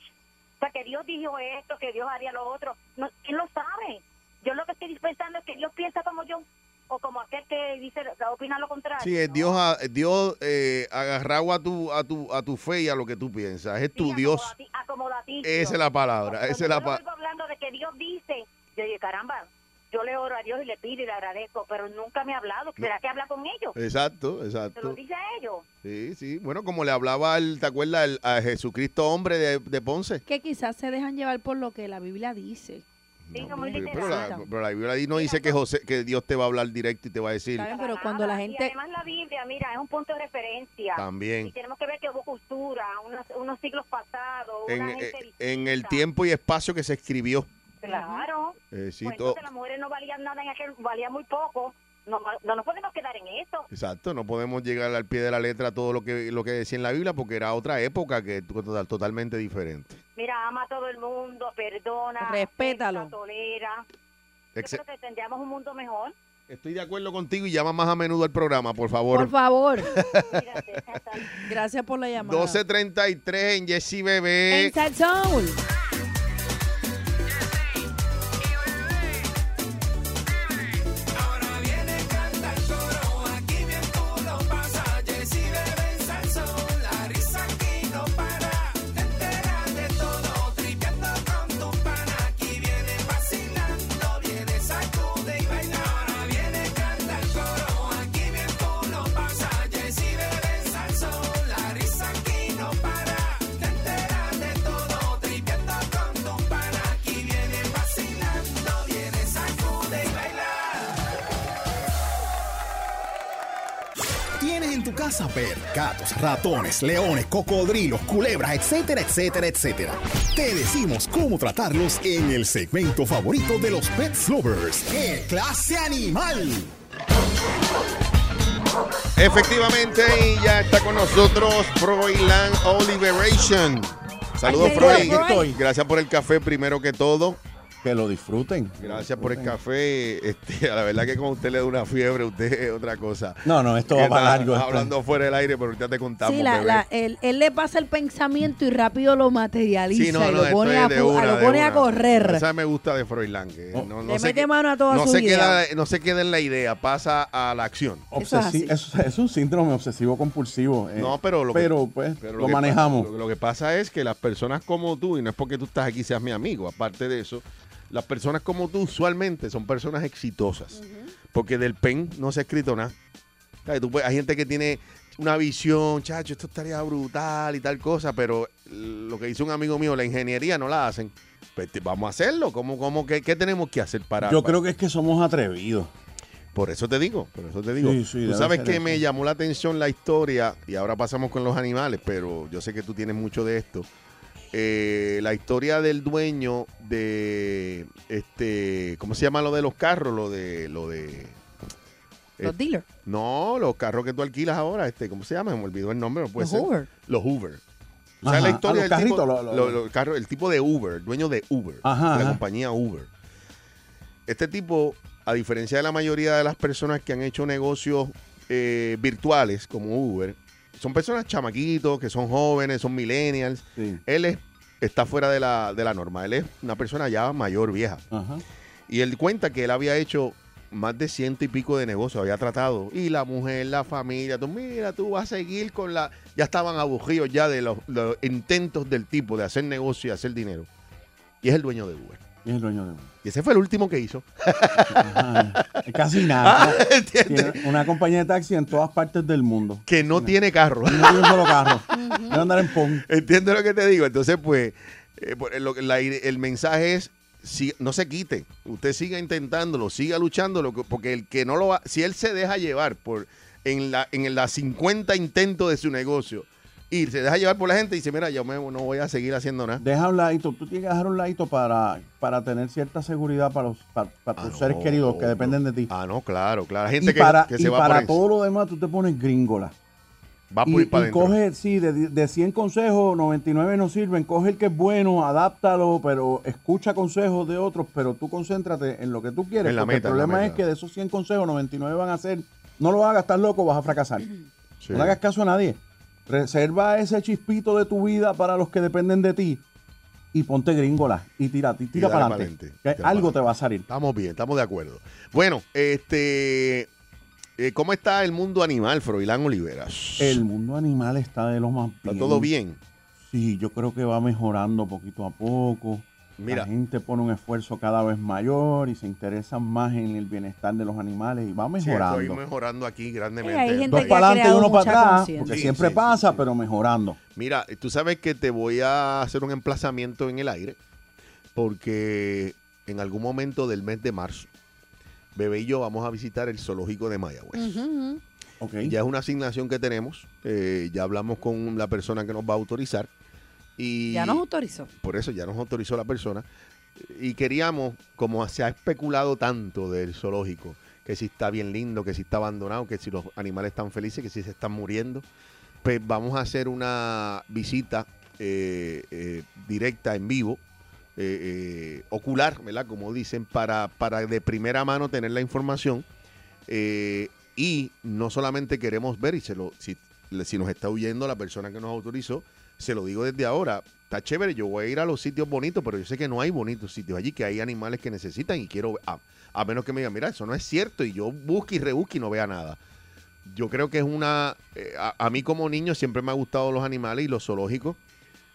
Speaker 19: O sea, que Dios dijo esto, que Dios haría lo otro. No, ¿Quién lo sabe? Yo lo que estoy pensando es que Dios piensa como yo o como aquel que dice, opina lo contrario.
Speaker 4: Sí, es Dios, a- Dios eh, agarrado a tu, a, tu, a tu fe y a lo que tú piensas. Es tu Dios.
Speaker 19: Acomodaticio.
Speaker 4: Esa es la palabra. Esa es la
Speaker 19: Yo
Speaker 4: pa-
Speaker 19: oigo hablando de que Dios dice, yo digo, caramba, yo le oro a Dios y le pido y le agradezco, pero nunca me ha hablado. ¿Será que habla con ellos?
Speaker 4: Exacto,
Speaker 19: ¿Se lo
Speaker 4: exacto.
Speaker 19: dice a ellos?
Speaker 4: Sí, sí. Bueno, como le hablaba, al, ¿te acuerdas? al- a Jesucristo hombre de, de Ponce.
Speaker 5: Que quizás se dejan llevar por lo que la Biblia dice.
Speaker 4: Eh, Pero, pero la, pero la Biblia ahí no dice que, José, que Dios te va a hablar directo y te va a decir.
Speaker 5: Está bien, pero cuando la
Speaker 19: Y
Speaker 5: gente...
Speaker 19: además la Biblia, mira, es un punto de referencia.
Speaker 4: También.
Speaker 19: Y tenemos que ver que hubo cultura, unos, unos siglos pasados, una
Speaker 4: En,
Speaker 19: gente...
Speaker 4: eh, en el tiempo y espacio que se escribió.
Speaker 19: Claro.
Speaker 4: Eh, e- sí,
Speaker 19: Pues
Speaker 4: todo-
Speaker 19: entonces las mujeres no valían nada en aquel, valían muy poco. No, no nos podemos quedar en eso.
Speaker 4: Exacto, no podemos llegar al pie de la letra todo lo que lo que decía en la Biblia porque era otra época que to- total- totalmente diferente.
Speaker 19: Mira, ama a todo el mundo, perdona.
Speaker 5: Respétalo.
Speaker 19: acepta, Tolera. Yo
Speaker 4: Ex-
Speaker 19: creo que tendríamos un mundo mejor.
Speaker 4: Estoy de acuerdo contigo y llama más a menudo al programa, por favor.
Speaker 5: Por favor. Gracias por la llamada.
Speaker 4: 12.33 en Jessy
Speaker 5: En
Speaker 4: Bebé.
Speaker 5: Sal Soul.
Speaker 3: Ahora viene canta el coro, aquí bien tú lo pasas. Jessy bebe en salsón, la risa aquí no para. Te enteras de todo, tripeando con tu pana. Aquí viene vacilando, viene sacude y baila. Ahora viene canta el coro, aquí bien tú lo pasas. Jessy bebe en salsón, la risa aquí no para. Te enteras de todo, tripeando con tu pana. Aquí viene vacilando, viene sacude y baila.
Speaker 16: Tienes en tu casa percatos, ratones, leones, cocodrilos, culebras, etcétera, etcétera, etcétera. Te decimos cómo tratarlos en el segmento favorito de los Pet Lovers. ¡Qué clase animal!
Speaker 4: Efectivamente, y ya está con nosotros Froilán Oliveration. Saludos,
Speaker 16: Ay,
Speaker 4: Froy.
Speaker 16: saludos, Froy.
Speaker 4: Gracias por el café primero que todo.
Speaker 20: Que lo disfruten.
Speaker 4: Gracias por el café. Este, [LAUGHS] a la verdad que como usted le da una fiebre, usted es otra cosa.
Speaker 20: No, no, esto va
Speaker 4: Que
Speaker 20: para
Speaker 4: está
Speaker 20: largo, este. esto.
Speaker 4: Hablando fuera del aire, pero ahorita te contamos.
Speaker 5: Sí, la-
Speaker 4: bebé.
Speaker 5: la- él, él le pasa el pensamiento y rápido lo materializa
Speaker 4: Sí, no,
Speaker 5: y
Speaker 4: no,
Speaker 5: lo
Speaker 4: esto
Speaker 5: pone,
Speaker 4: es
Speaker 5: a,
Speaker 4: de
Speaker 5: fu- a-
Speaker 4: una,
Speaker 5: lo
Speaker 4: de
Speaker 5: pone a
Speaker 4: una.
Speaker 5: correr. Oh,
Speaker 4: Esa me gusta de Froilán. que no, no
Speaker 5: Le
Speaker 4: se
Speaker 5: mete
Speaker 4: que-
Speaker 5: mano a toda
Speaker 4: no
Speaker 5: su
Speaker 4: se
Speaker 5: idea.
Speaker 4: Queda, no se queda en la idea, pasa a la acción.
Speaker 20: Obsesi- es, es un síndrome obsesivo compulsivo. eh,
Speaker 4: No, pero lo, que-
Speaker 20: pues
Speaker 4: pero
Speaker 20: lo
Speaker 4: que pa-
Speaker 20: manejamos.
Speaker 4: lo, lo que pasa es que las personas como tú, y no es porque tú estás aquí seas mi amigo, aparte de eso, las personas como tú usualmente son personas exitosas. Porque del pen no se ha escrito nada. ¿Sabes? Tú puedes- hay gente que tiene una visión, chacho, esto estaría brutal y tal cosa, pero lo que dice un amigo mío, la ingeniería no la hacen. Pues te- vamos a hacerlo. ¿Cómo, cómo, qué, qué tenemos que hacer para.?
Speaker 20: Yo creo que es que somos atrevidos.
Speaker 4: Por eso te digo, por eso te digo.
Speaker 20: Sí, sí,
Speaker 4: tú
Speaker 20: debe
Speaker 4: sabes
Speaker 20: ser
Speaker 4: que
Speaker 20: eso.
Speaker 4: me llamó la atención la historia, y ahora pasamos con los animales, pero yo sé que tú tienes mucho de esto. Eh, la historia del dueño de este, ¿cómo se llama lo de los carros? Lo de, lo de.
Speaker 5: Los
Speaker 4: eh,
Speaker 5: dealers.
Speaker 4: No, los carros que tú alquilas ahora, este, ¿cómo se llama? Me olvidó el nombre, no puede
Speaker 5: Los
Speaker 4: ser.
Speaker 5: Uber.
Speaker 4: Los Uber. O
Speaker 20: Ajá.
Speaker 4: sea, la
Speaker 20: Ah,
Speaker 4: historia
Speaker 20: los
Speaker 4: del tipo,
Speaker 20: carritos, lo- lo-
Speaker 4: lo- lo- carro- el tipo de Uber, el dueño de Uber,
Speaker 20: Ajá,
Speaker 4: de la
Speaker 20: ajá.
Speaker 4: compañía Uber. Este tipo, a diferencia de la mayoría de las personas que han hecho negocios eh, virtuales como Uber, son personas chamaquitos, que son jóvenes, son millennials. Él es- está fuera de la, de la norma. Él es una persona ya mayor, vieja. Y él cuenta que él había hecho más de ciento y pico de negocios, había tratado. Y la mujer, la familia, tú mira, tú vas a seguir con la... Ya estaban aburridos ya de los, los intentos del tipo de hacer negocio y hacer dinero. Y es el dueño de Uber.
Speaker 20: Y es el dueño de Uber.
Speaker 4: Y ese fue el último que hizo. [LAUGHS]
Speaker 20: Casi nada.
Speaker 4: Ah, ¿entiendes?
Speaker 20: Tiene una compañía de taxi en todas partes del mundo.
Speaker 4: Que no tiene carro.
Speaker 20: No tiene un solo
Speaker 4: [LAUGHS]
Speaker 20: carro. Debe andar en pon.
Speaker 4: ¿Entiendes lo que te digo? Entonces, pues, eh, por- lo que- la ide- el mensaje es, si, no se quite, usted siga intentándolo, siga luchándolo, co- porque el que no lo va, si él se deja llevar por en la en la 50 intentos de su negocio y se deja llevar por la gente y dice, mira, yo me- no voy a seguir haciendo nada.
Speaker 20: Deja un ladito. Tú tienes que dejar un ladito para, para tener cierta seguridad para, los, para, para tus seres queridos que dependen de ti.
Speaker 4: Ah, no, claro, claro. Hay gente
Speaker 20: y
Speaker 4: que,
Speaker 20: para,
Speaker 4: que se
Speaker 20: y
Speaker 4: va
Speaker 20: para
Speaker 4: por, en-
Speaker 20: todo lo demás tú te pones gringola.
Speaker 4: va por
Speaker 20: y,
Speaker 4: ir para
Speaker 20: y
Speaker 4: adentro.
Speaker 20: coge, sí, de, de 100 consejos, 99 no sirven. Coge el que es bueno, adáptalo, pero escucha consejos de otros, pero tú concéntrate en lo que tú quieres.
Speaker 4: En la
Speaker 20: porque
Speaker 4: meta,
Speaker 20: el
Speaker 4: en la
Speaker 20: problema es
Speaker 4: meta.
Speaker 20: que de esos 100 consejos, 99 van a ser, no lo hagas, estás loco, vas a fracasar.
Speaker 4: Sí.
Speaker 20: No le hagas caso a nadie. Reserva ese chispito de tu vida para los que dependen de ti y ponte gringola y tira, y tira
Speaker 4: dale
Speaker 20: para
Speaker 4: pa'lante,
Speaker 20: adelante.
Speaker 4: tira
Speaker 20: Algo te va a salir.
Speaker 4: Estamos bien, estamos de acuerdo. Bueno, este, eh, ¿cómo está el mundo animal, Froilán Oliveras?
Speaker 20: El mundo animal está de lo más
Speaker 4: ¿Está todo bien?
Speaker 20: Sí, yo creo que va mejorando poquito a poco.
Speaker 4: Mira.
Speaker 20: La gente pone un esfuerzo cada vez mayor y se interesan más en el bienestar de los animales y va
Speaker 4: Sí,
Speaker 20: mejorando.
Speaker 4: estoy mejorando aquí
Speaker 5: Eh, hay
Speaker 4: grandemente.
Speaker 5: gente
Speaker 20: Dos
Speaker 5: que ha
Speaker 20: para adelante y
Speaker 5: creado
Speaker 20: uno para
Speaker 5: mucha
Speaker 20: atrás,
Speaker 5: conciencia.
Speaker 20: porque
Speaker 4: Sí,
Speaker 20: siempre
Speaker 4: sí,
Speaker 20: pasa, pero mejorando.
Speaker 4: Mira, tú sabes que te voy a hacer un emplazamiento en el aire, porque en algún momento del mes de marzo, Bebé y yo vamos a visitar el zoológico de Mayagüez.
Speaker 5: Ujú,
Speaker 4: Ya es una asignación que tenemos, eh, ya hablamos con la persona que nos va a autorizar. Y
Speaker 5: Ya nos autorizó.
Speaker 4: por eso ya nos autorizó la persona. Y queríamos, como se ha especulado tanto del zoológico, que si está bien lindo, que si está abandonado, que si los animales están felices, que si se están muriendo, pues vamos a hacer una visita eh, eh, directa en vivo, eh, eh, ocular, ¿verdad? Como dicen, para, para de primera mano tener la información. Eh, y no solamente queremos ver, y se lo, si, le- si nos está huyendo la persona que nos autorizó, se lo digo desde ahora. Está chévere, yo voy a ir a los sitios bonitos, pero yo sé que no hay bonitos sitios allí, que hay animales que necesitan y quiero, ver- a, a menos que me digan, mira, eso no es cierto, y yo busque y rebusque y no vea nada. Yo creo que es una, eh, a, a mí como niño siempre me ha gustado los animales y los zoológicos.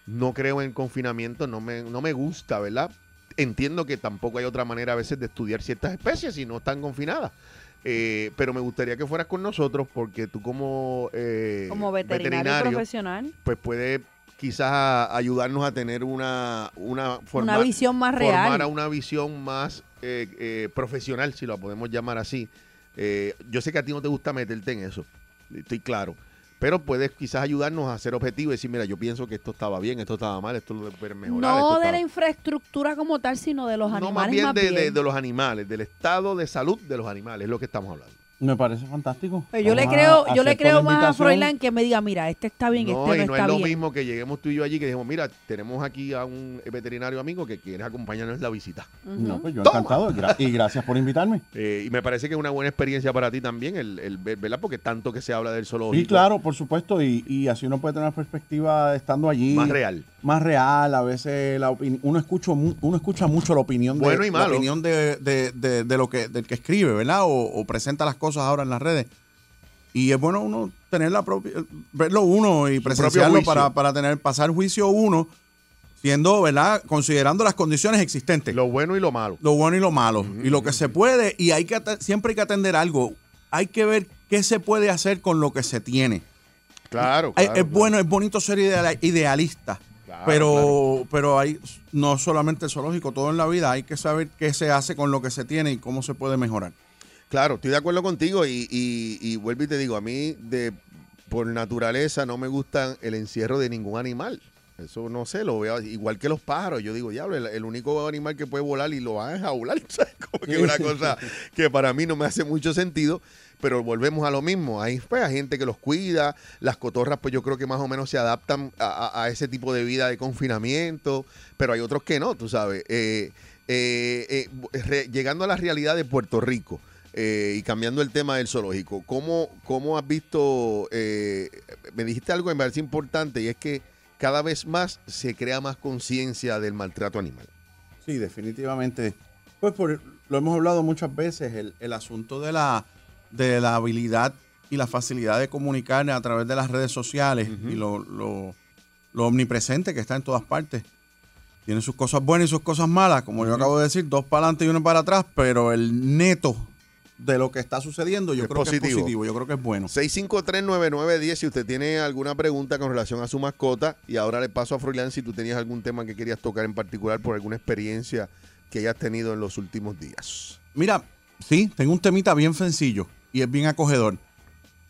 Speaker 4: No creo en confinamiento, no me, no me gusta, ¿verdad? Entiendo que tampoco hay otra manera a veces de estudiar ciertas especies si no están confinadas. Eh, pero me gustaría que fueras con nosotros porque tú como, eh,
Speaker 21: Como veterinario, profesional.
Speaker 4: pues puede quizás a- ayudarnos a tener una una, forma-
Speaker 5: visión más
Speaker 4: formar
Speaker 5: real.
Speaker 4: a una visión más eh, eh, profesional si la podemos llamar así Eh, yo sé que a ti no te gusta meterte en eso estoy claro pero puedes quizás ayudarnos a ser objetivos y decir mira yo pienso que esto estaba bien esto estaba mal esto lo debe mejorar esto
Speaker 5: No de
Speaker 4: estaba-
Speaker 5: la infraestructura como tal, sino de los
Speaker 4: No,
Speaker 5: animales.
Speaker 4: más bien, de, de-
Speaker 5: bien.
Speaker 4: de los animales del estado de salud de los animales es lo que estamos hablando
Speaker 20: Me parece fantástico.
Speaker 5: Pero Pues yo le
Speaker 20: Vamos a
Speaker 5: creo, yo le
Speaker 20: aceptar la
Speaker 5: creo más a
Speaker 20: invitación.
Speaker 5: Froilán que me diga, mira, este está bien,
Speaker 4: No,
Speaker 5: este
Speaker 4: y
Speaker 5: no,
Speaker 4: no es
Speaker 5: está
Speaker 4: lo
Speaker 5: bien.
Speaker 4: mismo que lleguemos tú y yo allí que dijimos, mira, tenemos aquí a un veterinario amigo que quiere acompañarnos en la visita.
Speaker 20: No, pues yo
Speaker 4: ¡Toma!
Speaker 20: encantado gra- y gracias por invitarme.
Speaker 4: Eh, y me parece que es una buena experiencia para ti también, el, el ver- ¿verdad? Porque tanto que se habla del zoológico.
Speaker 20: Sí, claro, por supuesto, y, y así uno puede tener una perspectiva estando allí.
Speaker 4: Más real.
Speaker 20: Más real, a veces la opin- uno, escucho mu- uno escucha mucho la opinión, de,
Speaker 22: Bueno y
Speaker 20: la
Speaker 22: malo.
Speaker 20: opinión de, de- de- de lo que, del que escribe, ¿verdad? O, o presenta las cosas ahora en las redes. Y es bueno uno tener la propia, verlo uno y presenciarlo
Speaker 22: juicio.
Speaker 20: para, para tener, pasar juicio uno, siendo, ¿verdad? Considerando las condiciones existentes.
Speaker 4: Lo bueno y lo malo.
Speaker 22: Lo bueno y lo malo. Y lo que se puede, y hay que at- siempre hay que atender algo. Hay que ver qué se puede hacer con lo que se tiene.
Speaker 4: Claro.
Speaker 22: Es-
Speaker 4: claro,
Speaker 20: Eh,
Speaker 22: es
Speaker 4: claro.
Speaker 22: bueno, es bonito ser ideal- idealista.
Speaker 20: Claro, pero, claro. pero hay no solamente el zoológico, todo en la vida hay que saber qué se hace con lo que se tiene y cómo se puede mejorar.
Speaker 4: Claro, estoy de acuerdo contigo y, y, y vuelvo y te digo, a mí de por naturaleza no me gusta el encierro de ningún animal. Eso no sé, lo veo igual que los pájaros. Yo digo, diablo, el, el único animal que puede volar y lo van a enjaular. [LAUGHS] ¿sabes? Como que una cosa que para mí no me hace mucho sentido, pero volvemos a lo mismo. Hay, pues, hay gente que los cuida, las cotorras, pues yo creo que más o menos se adaptan a, a, a ese tipo de vida de confinamiento, pero hay otros que no, tú sabes. Eh, eh, eh, re, llegando a la realidad de Puerto Rico. Eh, y cambiando el tema del zoológico, ¿cómo, cómo has visto? Eh, me dijiste algo que me parece importante y es que cada vez más se crea más conciencia del maltrato animal.
Speaker 20: Sí, definitivamente. Pues por, lo hemos hablado muchas veces, el, el, asunto de la, de la habilidad y la facilidad de comunicar a través de las redes sociales uh -huh. y lo, lo, lo, omnipresente que está en todas partes. Tiene sus cosas buenas y sus cosas malas, como uh -huh. yo acabo de decir, dos para adelante y uno para atrás, pero el neto de lo que está sucediendo, yo es creo positivo. que es positivo, yo creo que es bueno.
Speaker 4: 6539910, si usted tiene alguna pregunta con relación a su mascota, y ahora le paso a Froilán si tú tenías algún tema que querías tocar en particular por alguna experiencia que hayas tenido en los últimos días.
Speaker 20: Mira, sí, tengo un temita bien sencillo y es bien acogedor.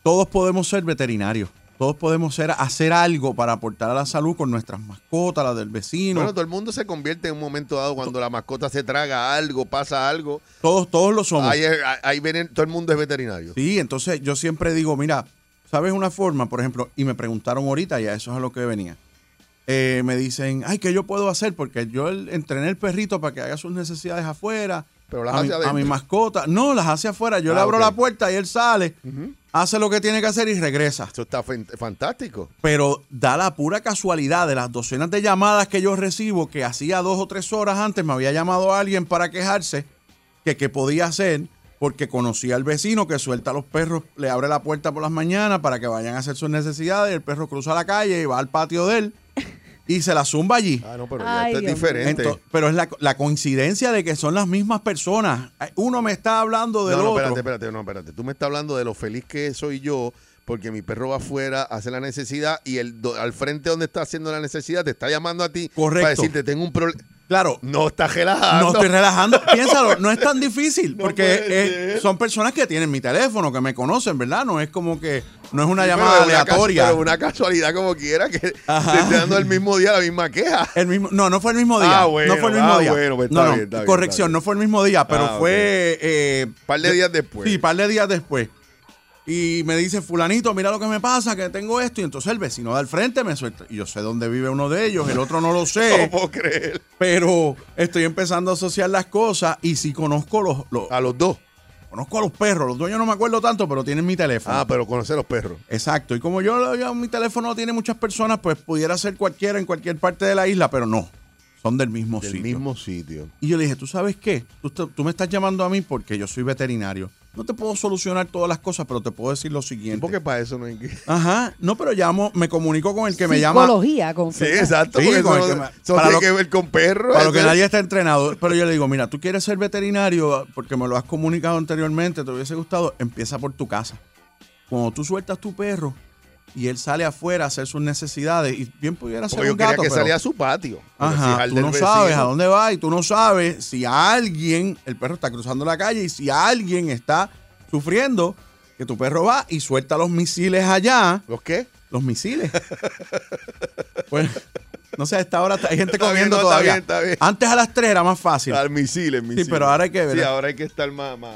Speaker 20: Todos podemos ser veterinarios. Todos podemos ser, hacer algo para aportar a la salud con nuestras mascotas, las del vecino.
Speaker 4: Bueno, todo el mundo se convierte en un momento dado cuando to la mascota se traga algo, pasa algo.
Speaker 20: Todos, todos lo somos.
Speaker 4: Ahí, ahí ven, todo el mundo es veterinario.
Speaker 20: Sí, entonces yo siempre digo, mira, ¿sabes una forma? Por ejemplo, y me preguntaron ahorita, y a eso es a lo que venía. Eh, me dicen, ay, ¿qué yo puedo hacer? Porque yo entrené el perrito para que haga sus necesidades afuera.
Speaker 4: Pero las
Speaker 20: a,
Speaker 4: hace
Speaker 20: mi, a mi, mascota. No, las hace afuera. Yo ah, le abro okay. la puerta y él sale, uh -huh. hace lo que tiene que hacer y regresa.
Speaker 4: Eso está fantástico.
Speaker 20: Pero da la pura casualidad de las docenas de llamadas que yo recibo, que hacía dos o tres horas antes me había llamado alguien para quejarse que qué podía hacer, porque conocía al vecino que suelta a los perros, le abre la puerta por las mañanas para que vayan a hacer sus necesidades. El perro cruza la calle y va al patio de él y se la zumba allí.
Speaker 4: Ah, no, pero Ay, ya esto es diferente. Ento,
Speaker 20: pero es la, la, coincidencia de que son las mismas personas. Uno me está hablando del
Speaker 4: no, no,
Speaker 20: otro.
Speaker 4: Espérate, espérate, no, espérate. Tú me estás hablando de lo feliz que soy yo porque mi perro va afuera, hace la necesidad y el do, al frente donde está haciendo la necesidad te está llamando a ti
Speaker 20: Correcto.
Speaker 4: para decirte tengo un problema.
Speaker 20: Claro.
Speaker 4: No estás relajando.
Speaker 20: No
Speaker 4: [LAUGHS]
Speaker 20: estoy relajando. Piénsalo, no es tan difícil. No porque es, son personas que tienen mi teléfono, que me conocen, ¿verdad? No es como que. No es una sí, llamada
Speaker 4: pero
Speaker 20: aleatoria.
Speaker 4: Una pero una casualidad como quiera, que Ajá. te esté dando el mismo día la misma queja.
Speaker 20: El mismo, no, no fue el mismo día.
Speaker 4: Ah, bueno.
Speaker 20: No fue el mismo
Speaker 4: ah,
Speaker 20: día.
Speaker 4: Bueno,
Speaker 20: está no, bien, está bien, corrección, está bien. no fue el mismo [LAUGHS] día, pero ah, fue.
Speaker 4: Un okay. eh, par de días después.
Speaker 20: Sí, par de días después. Y me dice, fulanito, mira lo que me pasa, que tengo esto. Y entonces el vecino del frente me suelta. Y yo sé dónde vive uno de ellos, el otro
Speaker 4: [LAUGHS]
Speaker 20: no lo sé.
Speaker 4: no puedo creer.
Speaker 20: Pero estoy empezando a asociar las cosas y sí conozco los, los...
Speaker 4: A los dos.
Speaker 20: Conozco a los perros, los dueños no me acuerdo tanto, pero tienen mi teléfono.
Speaker 4: Ah, pero conocer los perros.
Speaker 20: Exacto. Y como yo, yo mi teléfono lo tiene muchas personas, pues pudiera ser cualquiera en cualquier parte de la isla, pero no. Son del mismo
Speaker 4: del
Speaker 20: sitio.
Speaker 4: Del mismo sitio.
Speaker 20: Y yo le dije, ¿tú sabes qué? Tú, tú me estás llamando a mí porque yo soy veterinario no te puedo solucionar todas las cosas, pero te puedo decir lo siguiente.
Speaker 4: Porque para eso no hay que...
Speaker 20: Ajá, no, pero llamo, me comunico con el que me llama.
Speaker 5: Psicología, con
Speaker 4: Sí, exacto. Sí, con el que me... eso para tiene lo... que ver con perros.
Speaker 20: Para lo que nadie está entrenado. Pero yo le digo, mira, tú quieres ser veterinario porque me lo has comunicado anteriormente, te hubiese gustado, empieza por tu casa. Cuando tú sueltas tu perro y él sale afuera a hacer sus necesidades y bien pudiera ser
Speaker 4: porque
Speaker 20: un gato,
Speaker 4: que
Speaker 20: pero...
Speaker 4: salía a su patio.
Speaker 20: Ajá, tú no vecino. sabes a dónde va y tú no sabes si alguien, el perro está cruzando la calle y si alguien está sufriendo, que tu perro va y suelta los misiles allá.
Speaker 4: ¿Los qué?
Speaker 20: Los misiles. [LAUGHS] pues, no sé, a esta hora hay gente comiendo no, no, todavía. Está bien, está bien. Antes a las 3 era más fácil.
Speaker 4: Al misiles, misiles.
Speaker 20: Sí, pero ahora hay que ver.
Speaker 4: Sí, ahora hay que estar más... más...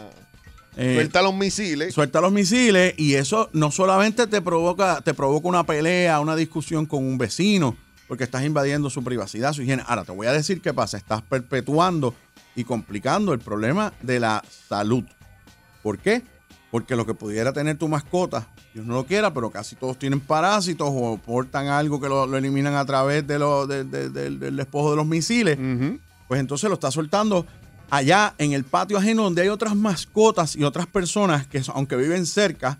Speaker 4: Eh, suelta los misiles.
Speaker 20: Suelta los misiles y eso no solamente te provoca, te provoca una pelea, una discusión con un vecino, porque estás invadiendo su privacidad, su higiene. Ahora te voy a decir qué pasa, estás perpetuando y complicando el problema de la salud. ¿Por qué? Porque lo que pudiera tener tu mascota, Dios no lo quiera, pero casi todos tienen parásitos o portan algo que lo, lo eliminan a través de lo, de, de, del despojo de los misiles. Uh -huh. Pues entonces lo estás soltando allá en el patio ajeno donde hay otras mascotas y otras personas que aunque viven cerca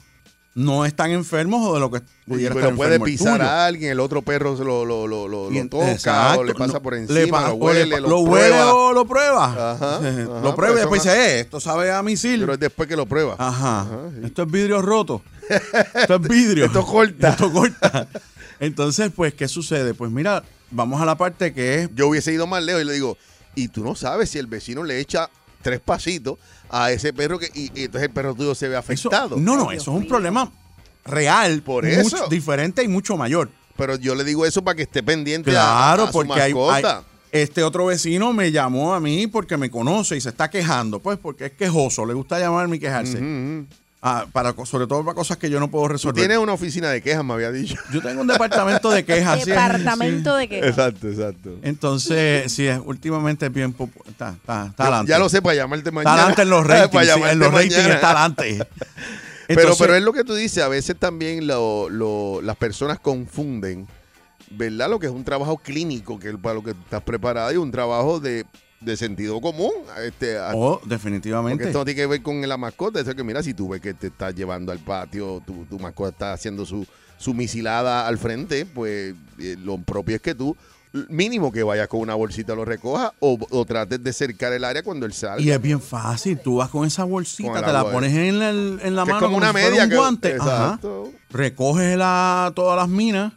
Speaker 20: no están enfermos o de lo que
Speaker 4: pudiera sí, pero estar puede pisar a alguien el otro perro lo, lo, lo, lo, lo toca exacto, o le pasa no, por encima le pa, lo huele
Speaker 20: o le, lo, huele o lo prueba ajá, ajá, [LAUGHS] lo prueba y después dice eh, esto sabe a misil
Speaker 4: pero es después que lo prueba
Speaker 20: ajá, ajá sí. esto es
Speaker 4: [LAUGHS]
Speaker 20: vidrio roto esto es vidrio
Speaker 4: esto corta [LAUGHS]
Speaker 20: esto corta entonces pues qué sucede pues mira vamos a la parte que es.
Speaker 4: Yo hubiese ido más lejos y le digo, y tú no sabes si el vecino le echa tres pasitos a ese perro que y, y entonces el perro tuyo se ve afectado.
Speaker 20: no, no, eso es un problema real,
Speaker 4: Por
Speaker 20: mucho
Speaker 4: eso.
Speaker 20: diferente y mucho mayor.
Speaker 4: Pero yo le digo eso para que esté pendiente a-
Speaker 20: Claro,
Speaker 4: a, su
Speaker 20: porque hay,
Speaker 4: mascota.
Speaker 20: hay- este otro vecino me llamó a mí porque me conoce y se está quejando, pues porque es quejoso, le gusta llamarme y quejarse. Ah, para, co- sobre todo para cosas que yo no puedo
Speaker 4: Tú
Speaker 20: resolver.
Speaker 4: tienes una oficina de quejas, me había dicho.
Speaker 20: Yo tengo un departamento de quejas. sí,
Speaker 5: Departamento
Speaker 20: sí.
Speaker 5: de quejas.
Speaker 4: Exacto, exacto.
Speaker 20: Entonces, sí, es- últimamente es bien popu- está, está, está
Speaker 4: Ya-
Speaker 20: adelante.
Speaker 4: ya lo sé para llamarte mañana.
Speaker 20: Está adelante en
Speaker 4: [LAUGHS]
Speaker 20: los
Speaker 4: Para
Speaker 20: ratings. sí, en
Speaker 4: llamarte
Speaker 20: los ratings
Speaker 4: mañana. [LAUGHS]
Speaker 20: está adelante.
Speaker 4: pero,
Speaker 20: Entonces-
Speaker 4: pero es lo que tú dices, a veces también lo- lo- las personas confunden, ¿verdad? Lo que es un trabajo clínico, que es para lo que tú estás preparado, y un trabajo de, de sentido común. Este, a-
Speaker 20: Oh,
Speaker 4: porque
Speaker 20: definitivamente.
Speaker 4: esto no tiene que ver con la mascota. Eso que mira, si tú ves que te estás llevando al patio, tu, tu mascota está haciendo su, su misilada al frente, pues eh, lo propio es que tú, mínimo que vayas con una bolsita, lo recojas o, o trates de cercar el área cuando él sale.
Speaker 20: Y es bien fácil. Tú vas con esa bolsita,
Speaker 4: Con el
Speaker 20: te la
Speaker 4: agua,
Speaker 20: pones en la, en la
Speaker 4: Que es
Speaker 20: mano
Speaker 4: como una
Speaker 20: si fuera
Speaker 4: media
Speaker 20: un
Speaker 4: que-
Speaker 20: guante. Ajá.
Speaker 4: exacto.
Speaker 20: Recoges la- todas las minas.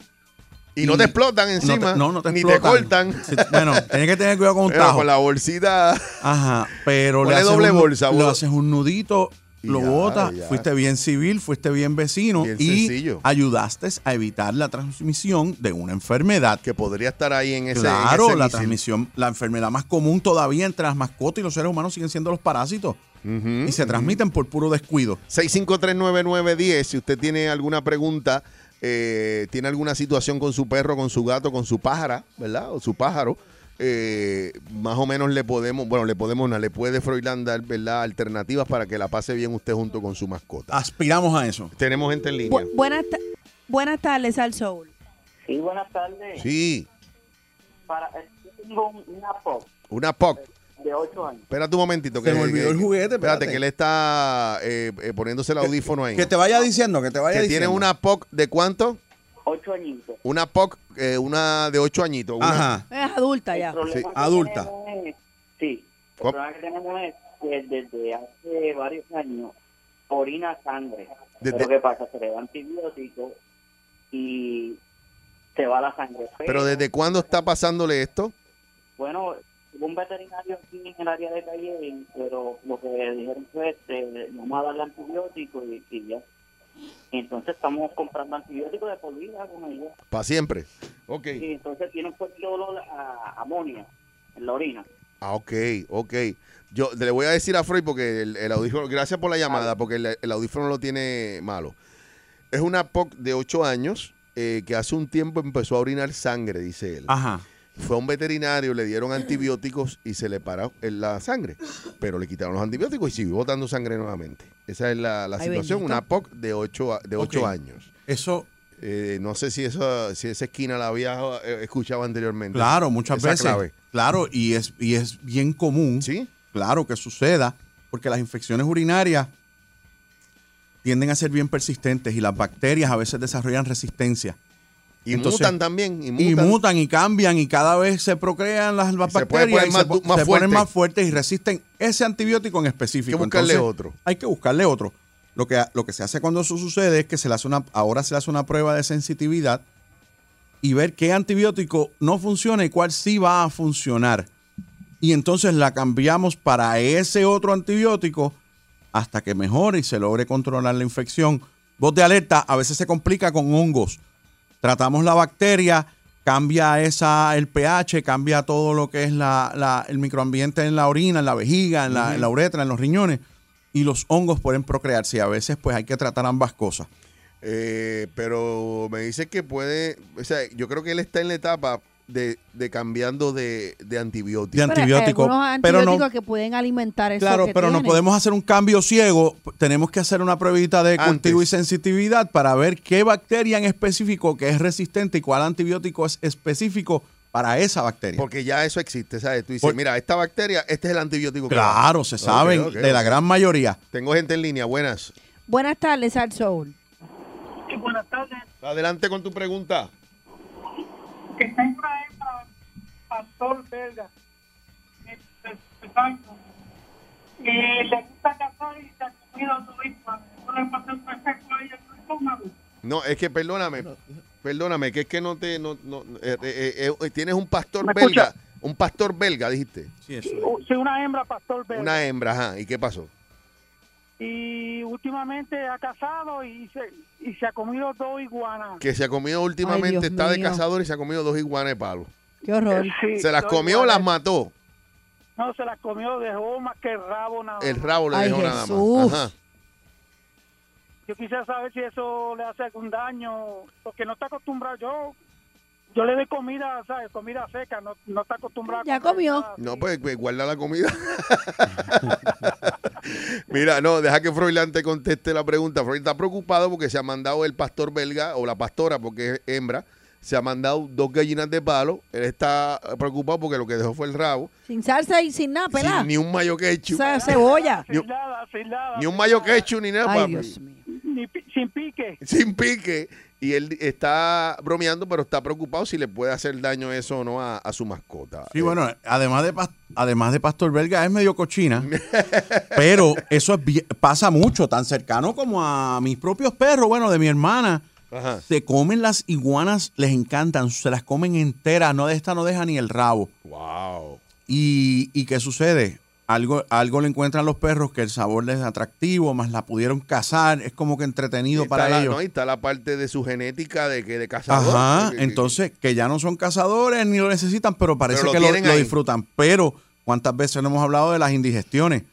Speaker 4: Y no te explotan encima,
Speaker 20: no, no te
Speaker 4: ni te
Speaker 20: explotan.
Speaker 4: cortan.
Speaker 20: Sí,
Speaker 4: [LAUGHS]
Speaker 20: bueno, tienes que tener cuidado con un
Speaker 4: Pero
Speaker 20: tajo.
Speaker 4: con la bolsita.
Speaker 20: Ajá, pero le
Speaker 4: Ponle
Speaker 20: haces,
Speaker 4: doble
Speaker 20: un,
Speaker 4: bolsa,
Speaker 20: le
Speaker 4: bo-
Speaker 20: haces un nudito, lo
Speaker 4: ya,
Speaker 20: botas,
Speaker 4: ya.
Speaker 20: fuiste bien civil, fuiste bien vecino
Speaker 4: Bien
Speaker 20: y
Speaker 4: sencillo.
Speaker 20: ayudaste a evitar la transmisión de una enfermedad.
Speaker 4: Que podría estar ahí en ese en
Speaker 20: Claro,
Speaker 4: ese
Speaker 20: la
Speaker 4: misil.
Speaker 20: transmisión, la enfermedad más común todavía entre las mascotas y los seres humanos siguen siendo los parásitos. y se transmiten por puro descuido.
Speaker 4: 6539910, si usted tiene alguna pregunta, eh, tiene alguna situación con su perro, con su gato, con su pájara, ¿verdad? O su pájaro, eh, más o menos le podemos, bueno, le podemos, no, le puede Froilán dar, ¿verdad? Alternativas para que la pase bien usted junto con su mascota.
Speaker 20: Aspiramos a eso.
Speaker 4: Tenemos gente en línea.
Speaker 5: Bu- buenas, ta- buenas tardes al Soul.
Speaker 23: Sí, buenas tardes.
Speaker 4: Sí,
Speaker 23: Para, yo tengo un- una pop
Speaker 4: una POC.
Speaker 23: de 8 años.
Speaker 4: Espérate un momentito.
Speaker 20: Se me olvidó el juguete,
Speaker 4: Espérate,
Speaker 20: espérate.
Speaker 4: que le está eh, eh, poniéndose el audífono ahí.
Speaker 20: Que te vaya diciendo, que te vaya
Speaker 4: que
Speaker 20: diciendo.
Speaker 4: tiene una POC de cuánto?
Speaker 23: 8 añitos.
Speaker 4: Una POC, eh, una de ocho añitos. una-
Speaker 20: Ajá.
Speaker 5: Es adulta ya.
Speaker 23: problema
Speaker 4: Sí.
Speaker 23: que
Speaker 4: Adulta.
Speaker 23: tenemos es- sí. El
Speaker 4: ¿Cómo?
Speaker 23: problema que tenemos es que desde hace varios años orina sangre.
Speaker 4: Desde-
Speaker 23: Pero ¿qué pasa? Se le da antibiótico y se va la sangre.
Speaker 4: Pero ¿desde cuándo está pasándole esto?
Speaker 23: Bueno, hubo un veterinario aquí en el área de calle, pero lo que dijeron fue, este, vamos a darle antibiótico y, y ya. Entonces estamos comprando antibióticos de por vida con ella.
Speaker 4: Para siempre. Ok.
Speaker 23: Y entonces tiene un fuerte olor a amonia en la orina.
Speaker 4: Ah, ok, ok. Yo le voy a decir a Freud porque el, el audífono, gracias por la llamada, porque el, el audífono lo tiene malo. Es una POC de 8 años eh, que hace un tiempo empezó a orinar sangre, dice él.
Speaker 20: Ajá.
Speaker 4: Fue a un veterinario, le dieron antibióticos y se le paró en la sangre. Pero le quitaron los antibióticos y siguió botando sangre nuevamente. Esa es la, la
Speaker 20: Ay,
Speaker 4: situación,
Speaker 20: bendito.
Speaker 4: una POC de 8 de
Speaker 20: Ok.
Speaker 4: ocho años.
Speaker 20: Eso,
Speaker 4: Eh, no sé si esa, si esa esquina la había eh, escuchado anteriormente.
Speaker 20: claro, muchas
Speaker 4: Esa
Speaker 20: veces.
Speaker 4: clave.
Speaker 20: Claro, y es, y es bien común.
Speaker 4: Sí.
Speaker 20: Claro que suceda, porque las infecciones urinarias tienden a ser bien persistentes y las bacterias a veces desarrollan resistencia.
Speaker 4: Y mutan también, y
Speaker 20: Y
Speaker 4: mutan.
Speaker 20: mutan y, cambian y cada vez se procrean las, las
Speaker 4: se puede
Speaker 20: bacterias
Speaker 4: poner
Speaker 20: y
Speaker 4: más
Speaker 20: se, po-
Speaker 4: du- más
Speaker 20: se ponen
Speaker 4: fuerte.
Speaker 20: más fuertes y resisten ese antibiótico en específico.
Speaker 4: Hay que buscarle
Speaker 20: Entonces,
Speaker 4: otro.
Speaker 20: Hay que buscarle otro. Lo que, lo que se hace cuando eso sucede es que se le hace una, ahora se le hace una prueba de sensitividad y ver qué antibiótico no funciona y cuál sí va a funcionar. Y entonces la cambiamos para ese otro antibiótico hasta que mejore y se logre controlar la infección. Voz de alerta, a veces se complica con hongos. Tratamos la bacteria, cambia esa, el pH, cambia todo lo que es la- la- el microambiente en la orina, en la vejiga, en la, en la uretra, en los riñones. Y los hongos pueden procrearse y a veces pues hay que tratar ambas cosas.
Speaker 4: Eh, pero me dice que puede, o sea, yo creo que él está en la etapa de, de cambiando de, de antibiótico.
Speaker 20: De antibiótico. antibiótico,
Speaker 5: Pero hay algunos
Speaker 20: pero no-
Speaker 5: antibióticos que pueden alimentar eso
Speaker 20: Claro,
Speaker 5: que
Speaker 20: pero no
Speaker 5: tiene.
Speaker 20: podemos hacer un cambio ciego. Tenemos que hacer una pruebita de
Speaker 4: Antes.
Speaker 20: cultivo y sensitividad para ver qué bacteria en específico que es resistente y cuál antibiótico es específico para esa bacteria.
Speaker 4: Porque ya eso existe, ¿sabes? Tú dices,
Speaker 20: Por-
Speaker 4: mira, esta bacteria, este es el antibiótico. que va.
Speaker 20: claro, se
Speaker 4: Ok,
Speaker 20: saben
Speaker 4: ok,
Speaker 20: de la
Speaker 4: ok.
Speaker 20: gran mayoría.
Speaker 4: Tengo gente en línea, buenas.
Speaker 5: Buenas tardes al Soul.
Speaker 9: buenas tardes.
Speaker 4: Adelante con tu pregunta.
Speaker 9: Que tengo una hembra pastor belga de de- de tango, que le gusta cazar y se ha comido a su hija. No le pasó un perfecto a ella en su estómago.
Speaker 4: No, es que perdóname. Perdóname, que es que no te. No, no, eh, eh, eh, tienes un
Speaker 9: ¿Me
Speaker 4: pastor
Speaker 9: escucha?
Speaker 4: belga. Un pastor belga, dijiste. Sí,
Speaker 9: Soy una hembra pastor belga.
Speaker 4: Una hembra, ajá. ¿Y qué pasó?
Speaker 9: Y últimamente ha casado y se, y se ha comido dos iguanas.
Speaker 4: Que se ha comido últimamente,
Speaker 9: Dios
Speaker 4: está de
Speaker 9: mío.
Speaker 4: cazador y se ha comido dos iguanas de palo.
Speaker 5: Qué horror.
Speaker 9: Eh, Sí,
Speaker 4: ¿Se las
Speaker 9: dos
Speaker 4: comió o las
Speaker 9: iguanas.
Speaker 4: mató?
Speaker 9: No, se las comió, dejó más que el rabo nada
Speaker 4: El
Speaker 9: más.
Speaker 4: rabo le dejó nada más. Ajá.
Speaker 9: Yo quisiera saber si eso le hace algún daño, porque no está acostumbrado yo. Yo le doy comida, ¿sabes? Comida seca, no, no está acostumbrado. a
Speaker 5: Ya
Speaker 9: comer
Speaker 5: comió.
Speaker 9: nada.
Speaker 4: No, pues, pues, guarda la comida. [LAUGHS] Mira, no, deja que Froilán te conteste la pregunta. Froilán está preocupado porque se ha mandado el pastor belga o la pastora, porque es hembra, se ha mandado dos gallinas de palo. Él está preocupado porque lo que dejó fue el rabo.
Speaker 5: Sin salsa y sin nada, pelada.
Speaker 4: Sin ni un mayo
Speaker 5: O
Speaker 4: ketchup.
Speaker 5: sea, cebolla.
Speaker 4: Ni, un- ni un mayo ketchup ni nada.
Speaker 5: Ay,
Speaker 4: papi.
Speaker 5: Dios
Speaker 9: sin pique.
Speaker 4: Sin pique. Y él está bromeando, pero está preocupado si le puede hacer daño eso o no a, a su mascota.
Speaker 20: Sí, bueno, además de, pas- además de Pastor Belga, es
Speaker 4: [LAUGHS]
Speaker 20: medio cochina. pero eso es bien- pasa mucho, tan cercano como a mis propios perros, bueno, de mi hermana. Se comen las iguanas, les encantan, se las comen enteras, no de esta no deja ni el rabo.
Speaker 4: Wow.
Speaker 20: ¿Y, y qué sucede? Algo, algo le encuentran los perros que el sabor les es atractivo, más la pudieron cazar, es como que entretenido
Speaker 4: Y
Speaker 20: para
Speaker 4: está la-
Speaker 20: ellos.
Speaker 4: no, y está la parte de su genética de que de cazador.
Speaker 20: Ajá,
Speaker 4: Que- que-
Speaker 20: entonces que ya no son cazadores ni lo necesitan, pero parece
Speaker 4: Pero lo
Speaker 20: que lo,
Speaker 4: tienen
Speaker 20: lo
Speaker 4: ahí.
Speaker 20: disfrutan. Pero, ¿cuántas veces no hemos hablado de las indigestiones?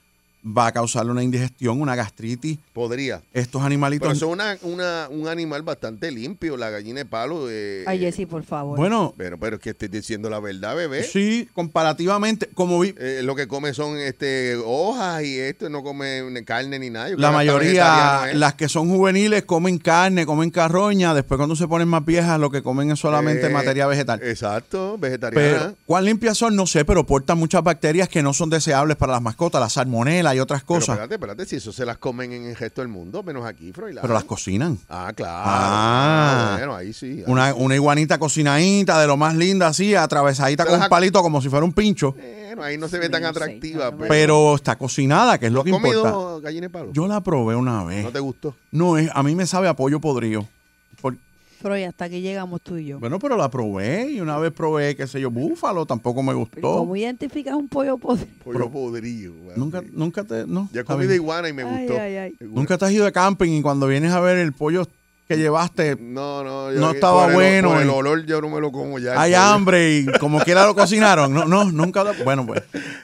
Speaker 20: Va a causarle una indigestión, una gastritis.
Speaker 4: Podría.
Speaker 20: Estos
Speaker 4: Pero
Speaker 20: animalitos.
Speaker 4: son una, una- un animal bastante limpio, la gallina de palo. eh,
Speaker 5: Ay, Jessy, por favor.
Speaker 20: Bueno.
Speaker 4: Pero, pero es que estoy diciendo la verdad, bebé.
Speaker 20: Sí, comparativamente, como vi.
Speaker 4: Eh, lo que come son este hojas y esto, no come carne ni nada. Yo
Speaker 20: La
Speaker 4: creo que hasta
Speaker 20: mayoría,
Speaker 4: vegetariano es.
Speaker 20: las que son juveniles, comen carne, comen carroña. Después, cuando se ponen más viejas, lo que comen es solamente
Speaker 4: Eh,
Speaker 20: materia vegetal.
Speaker 4: Exacto, vegetariana.
Speaker 20: Pero, ¿Cuán limpias son? No sé, pero portan muchas bacterias que no son deseables para las mascotas, la salmonela y otras
Speaker 4: Pero
Speaker 20: cosas.
Speaker 4: espérate, espérate, si eso se las comen en el resto del mundo, menos aquí, Froilán.
Speaker 20: pero las cocinan.
Speaker 4: Ah, claro.
Speaker 20: Ah.
Speaker 4: Ah, bueno, ahí sí. ahí
Speaker 20: Una,
Speaker 4: sí.
Speaker 20: una iguanita cocinadita, de lo más linda así, atravesadita
Speaker 4: Pero
Speaker 20: con
Speaker 4: las ac-
Speaker 20: un palito como si fuera un pincho.
Speaker 4: Bueno, ahí no se ve tan atractiva. pero-
Speaker 20: Pero está cocinada, que es lo que importa.
Speaker 4: comido gallina de palo?
Speaker 20: Yo la probé una vez.
Speaker 4: ¿No te gustó?
Speaker 20: No, es, a mí me sabe a pollo podrido. Por-
Speaker 5: Pero ya hasta aquí llegamos tú y yo.
Speaker 20: bueno, pero la probé y una vez probé, qué sé yo, búfalo, tampoco me
Speaker 5: Pero
Speaker 20: gustó.
Speaker 5: ¿Cómo identificas un pollo podrido?
Speaker 4: Pollo podrido. güey.
Speaker 20: Nunca, nunca te. No,
Speaker 4: Yo he
Speaker 20: está
Speaker 4: comido
Speaker 20: bien.
Speaker 4: iguana y me
Speaker 5: Ay,
Speaker 4: gustó.
Speaker 5: ay, ay.
Speaker 4: Iguana.
Speaker 20: Nunca te has ido de camping y cuando vienes a ver el pollo que llevaste,
Speaker 4: No, no. yo-
Speaker 20: No estaba
Speaker 4: por el-
Speaker 20: bueno,
Speaker 4: por el
Speaker 20: eh.
Speaker 4: olor yo no me lo como ya. el
Speaker 20: hay
Speaker 4: pollo. [LAUGHS]
Speaker 20: hambre y como quiera lo cocinaron. No, no, nunca lo. Bueno, pues.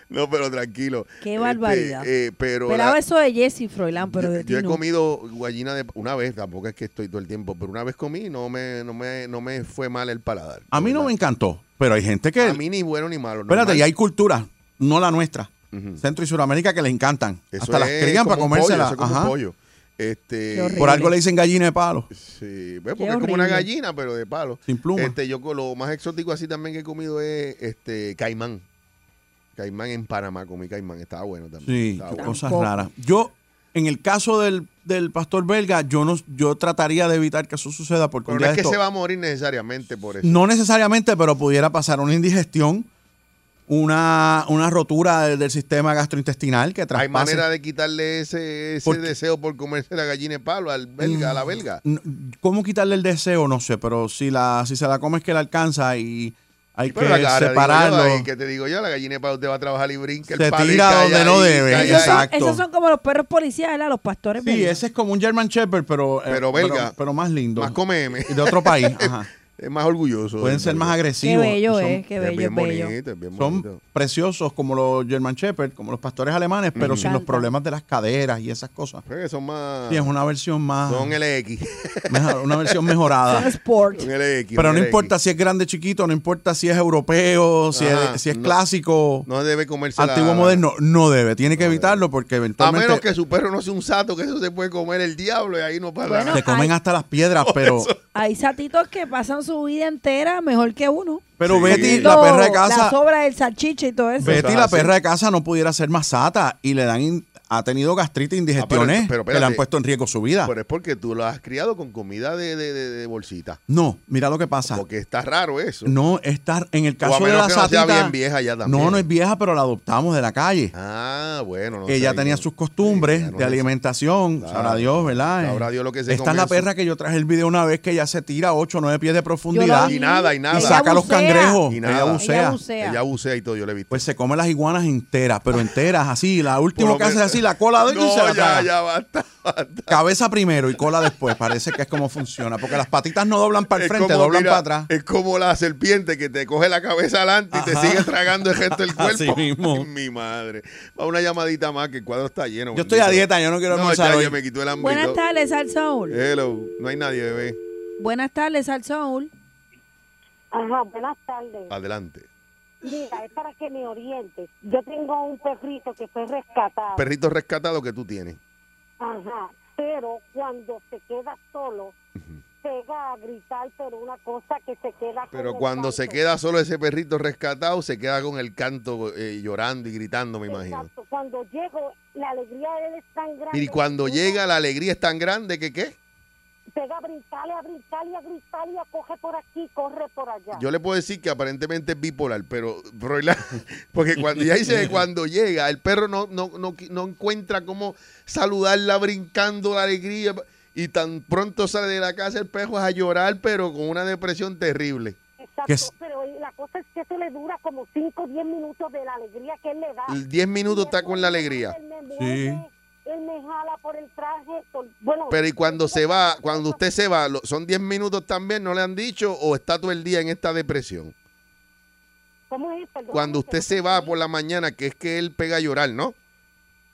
Speaker 4: No, pero tranquilo.
Speaker 5: Qué
Speaker 4: Este,
Speaker 5: barbaridad.
Speaker 4: eh, pero
Speaker 5: Esperaba
Speaker 4: la-
Speaker 5: eso de Jessy Froilán, pero de
Speaker 4: yo,
Speaker 5: ti
Speaker 4: yo he
Speaker 5: no.
Speaker 4: comido gallina de una vez, tampoco es que estoy todo el tiempo, pero una vez comí y no me, no me, no me fue mal el paladar.
Speaker 20: A mí no me encantó, pero hay gente que.
Speaker 4: A mí ni bueno ni malo.
Speaker 20: Espérate,
Speaker 4: normal.
Speaker 20: y hay culturas, no la nuestra, Centro y Suramérica, que les encantan.
Speaker 4: Eso
Speaker 20: Hasta las
Speaker 4: es
Speaker 20: crían para
Speaker 4: como un pollo,
Speaker 20: comérselas.
Speaker 4: eso es como un
Speaker 20: Ajá.
Speaker 4: pollo. Este,
Speaker 5: Qué horrible.
Speaker 20: Por algo le dicen gallina de palo,
Speaker 4: Sí,
Speaker 5: Qué
Speaker 4: ve, porque es como una
Speaker 5: horrible.
Speaker 4: gallina, pero de palo.
Speaker 20: sin pluma.
Speaker 4: Este, yo con lo más exótico así también que he comido es este caimán. Caimán en Panamá, comí caimán, estaba bueno también.
Speaker 20: sí,
Speaker 4: estaba bueno.
Speaker 20: cosas
Speaker 5: Tampoco.
Speaker 20: raras. Yo, en el caso del, del pastor belga, yo no, yo trataría de evitar que eso suceda porque
Speaker 4: Pero
Speaker 20: un
Speaker 4: no
Speaker 20: día
Speaker 4: es que
Speaker 20: esto-
Speaker 4: se va a morir necesariamente por eso.
Speaker 20: no necesariamente, pero pudiera pasar una indigestión, una, una rotura de- del sistema gastrointestinal que traspase.
Speaker 4: Hay manera de quitarle ese, ese
Speaker 20: Porque- Mm,
Speaker 4: deseo por comerse la gallina de palo al belga, a la belga.
Speaker 20: N- ¿Cómo quitarle el deseo? No sé, pero si la si se la comes que la alcanza y hay que
Speaker 4: Pero la cara, digo yo,
Speaker 20: separarlo.
Speaker 4: ay, ¿qué te digo yo? La gallina de palo te va a trabajar y brinca
Speaker 20: Se
Speaker 4: el palo y
Speaker 20: tira
Speaker 4: cae
Speaker 20: donde
Speaker 4: ahí,
Speaker 20: no debe,
Speaker 4: cae ahí.
Speaker 5: Esos son,
Speaker 20: Exacto.
Speaker 5: esos son como los perros policías, ¿verdad? Los pastores.
Speaker 20: Sí,
Speaker 5: belgas.
Speaker 20: ese es como un German Shepherd, pero, eh,
Speaker 4: Pero belga.
Speaker 20: pero, pero más lindo.
Speaker 4: Más comeme,
Speaker 20: Y de otro país.
Speaker 4: [LAUGHS]
Speaker 20: Ajá.
Speaker 4: es más orgulloso.
Speaker 20: Pueden
Speaker 4: es
Speaker 20: ser más
Speaker 4: orgulloso.
Speaker 5: Qué
Speaker 20: agresivos.
Speaker 5: bello
Speaker 20: son,
Speaker 5: es, qué
Speaker 4: Es
Speaker 5: bello,
Speaker 4: bien
Speaker 5: es bello.
Speaker 4: bonito, es bien
Speaker 20: son
Speaker 4: bonito.
Speaker 20: preciosos como los German Shepherd, como los pastores alemanes, pero
Speaker 4: Ujú.
Speaker 20: sin los
Speaker 5: Encanta.
Speaker 20: problemas de las caderas y esas cosas.
Speaker 4: Creo que son más...
Speaker 20: Sí, es una versión más.
Speaker 4: Ah. Son LX.
Speaker 20: mejor- una versión
Speaker 5: Son
Speaker 4: [LAUGHS]
Speaker 20: mejorada.
Speaker 5: sport.
Speaker 4: Son LX.
Speaker 20: Pero
Speaker 4: son
Speaker 20: no
Speaker 4: LX.
Speaker 20: importa si es grande, chiquito, no importa si es europeo, si
Speaker 4: Ajá,
Speaker 20: es, si es
Speaker 4: no.
Speaker 20: clásico,
Speaker 4: No debe comerse la-
Speaker 20: antiguo, moderno, no debe. Tiene que evitarlo porque
Speaker 4: A
Speaker 20: eventualmente
Speaker 4: menos que su perro no sea un sato, que eso se puede comer el diablo y ahí no para
Speaker 5: Bueno,
Speaker 4: nada.
Speaker 20: te comen
Speaker 5: Ay.
Speaker 20: hasta las piedras. Pero,
Speaker 5: Hay satitos que pasan su vida entera mejor que uno.
Speaker 20: pero
Speaker 4: Sí.
Speaker 20: Betty,
Speaker 4: Y
Speaker 20: la
Speaker 5: Todo,
Speaker 20: perra de
Speaker 5: La
Speaker 20: casa,
Speaker 5: sobra del salchicha y todo eso.
Speaker 4: Ve-
Speaker 20: Betty,
Speaker 4: Eso es
Speaker 20: la
Speaker 4: así.
Speaker 20: perra de casa no pudiera ser más sata y le dan in- ha tenido gastritis, indigestiones
Speaker 4: Ah, pero- pero
Speaker 20: que le han
Speaker 4: espérate.
Speaker 20: puesto en riesgo su vida.
Speaker 4: Pero es porque tú lo has criado con comida de, de, de- de bolsita.
Speaker 20: no, mira lo que pasa.
Speaker 4: Porque está raro eso.
Speaker 20: No estar en el
Speaker 4: o a
Speaker 20: caso de
Speaker 4: menos
Speaker 20: la
Speaker 4: que no sea
Speaker 20: satita.
Speaker 4: bien vieja ya también.
Speaker 20: No, no es vieja, pero la adoptamos de la calle.
Speaker 4: Ah, Ah, bueno. No
Speaker 20: ella
Speaker 4: sé,
Speaker 20: tenía
Speaker 4: yo-
Speaker 20: sus costumbres
Speaker 4: ella no
Speaker 20: de
Speaker 4: es-
Speaker 20: alimentación,
Speaker 4: Claro.
Speaker 20: sabrá Dios, ¿verdad?
Speaker 4: Sabrá Dios lo que se
Speaker 20: Esta
Speaker 4: come
Speaker 20: es la
Speaker 4: eso.
Speaker 20: perra que yo traje el video una vez que ella se tira 8 o 9 pies de profundidad.
Speaker 4: Y nada, y nada.
Speaker 20: saca los cangrejos.
Speaker 4: Y
Speaker 20: Ella
Speaker 4: nada.
Speaker 20: bucea.
Speaker 4: Ella bucea y todo, yo le he visto.
Speaker 20: Pues se come las iguanas enteras, pero enteras, así.
Speaker 4: [LAUGHS]
Speaker 20: La última
Speaker 4: Por
Speaker 20: que
Speaker 4: lo
Speaker 20: hace es
Speaker 4: menos-
Speaker 20: así, la cola de ella y
Speaker 4: No,
Speaker 20: se la
Speaker 4: ya,
Speaker 20: traga.
Speaker 4: ya, basta.
Speaker 20: Cabeza primero y cola después. Parece que es como funciona. Porque las patitas no doblan para el frente, doblan
Speaker 4: mira,
Speaker 20: para atrás.
Speaker 4: Es como la serpiente que te coge la cabeza adelante y
Speaker 20: Ajá.
Speaker 4: te sigue tragando el resto del cuerpo.
Speaker 20: [LAUGHS] Así mismo.
Speaker 4: [LAUGHS] Ay, mi madre. Va una llamadita más que el cuadro está lleno.
Speaker 20: Yo estoy a dieta, yo no quiero almorzar
Speaker 4: ya,
Speaker 20: hoy.
Speaker 4: ya me quitó el hambre. y
Speaker 5: Buenas
Speaker 4: todo.
Speaker 5: tardes, Al Soul.
Speaker 4: Hello. No hay nadie, bebé.
Speaker 5: Buenas tardes, Al Soul.
Speaker 15: Ajá, buenas tardes.
Speaker 4: Adelante.
Speaker 15: Mira, es para que me orientes. Yo tengo un perrito que fue rescatado.
Speaker 4: Perrito rescatado que tú tienes.
Speaker 15: Ajá, pero cuando se queda solo, pega a gritar, pero una cosa que se queda con
Speaker 4: Pero
Speaker 15: el
Speaker 4: cuando se
Speaker 15: canto.
Speaker 4: queda solo ese perrito rescatado, se queda con el canto eh, llorando y gritando, me imagino.
Speaker 15: Exacto, cuando llego, la alegría de él es tan grande.
Speaker 4: Y cuando llega, la alegría es tan grande que qué.
Speaker 15: Pega a brincarle, a brincarle, a gritarle, a coge por aquí, corre por allá.
Speaker 4: Yo le puedo decir que aparentemente es bipolar, pero Roilán, [LAUGHS] porque cuando ya dice que cuando llega, el perro no, no, no, no encuentra cómo saludarla brincando la alegría y tan pronto sale de la casa el perro es a llorar, pero con una depresión terrible.
Speaker 15: Exacto,
Speaker 4: que es-
Speaker 15: pero eh, la cosa es que eso le dura como 5 o 10 minutos de la alegría que él le da.
Speaker 4: El 10 minutos está con la alegría.
Speaker 15: Sí. Él me jala por el traje, por- bueno,
Speaker 4: Pero y cuando se va, cuando usted se va, lo- son 10 minutos también, ¿no le han dicho? ¿O está todo el día en esta depresión?
Speaker 15: ¿cómo es? Perdóname,
Speaker 4: Cuando
Speaker 15: que
Speaker 4: usted se va por la mañana, que es que él pega a llorar, ¿no?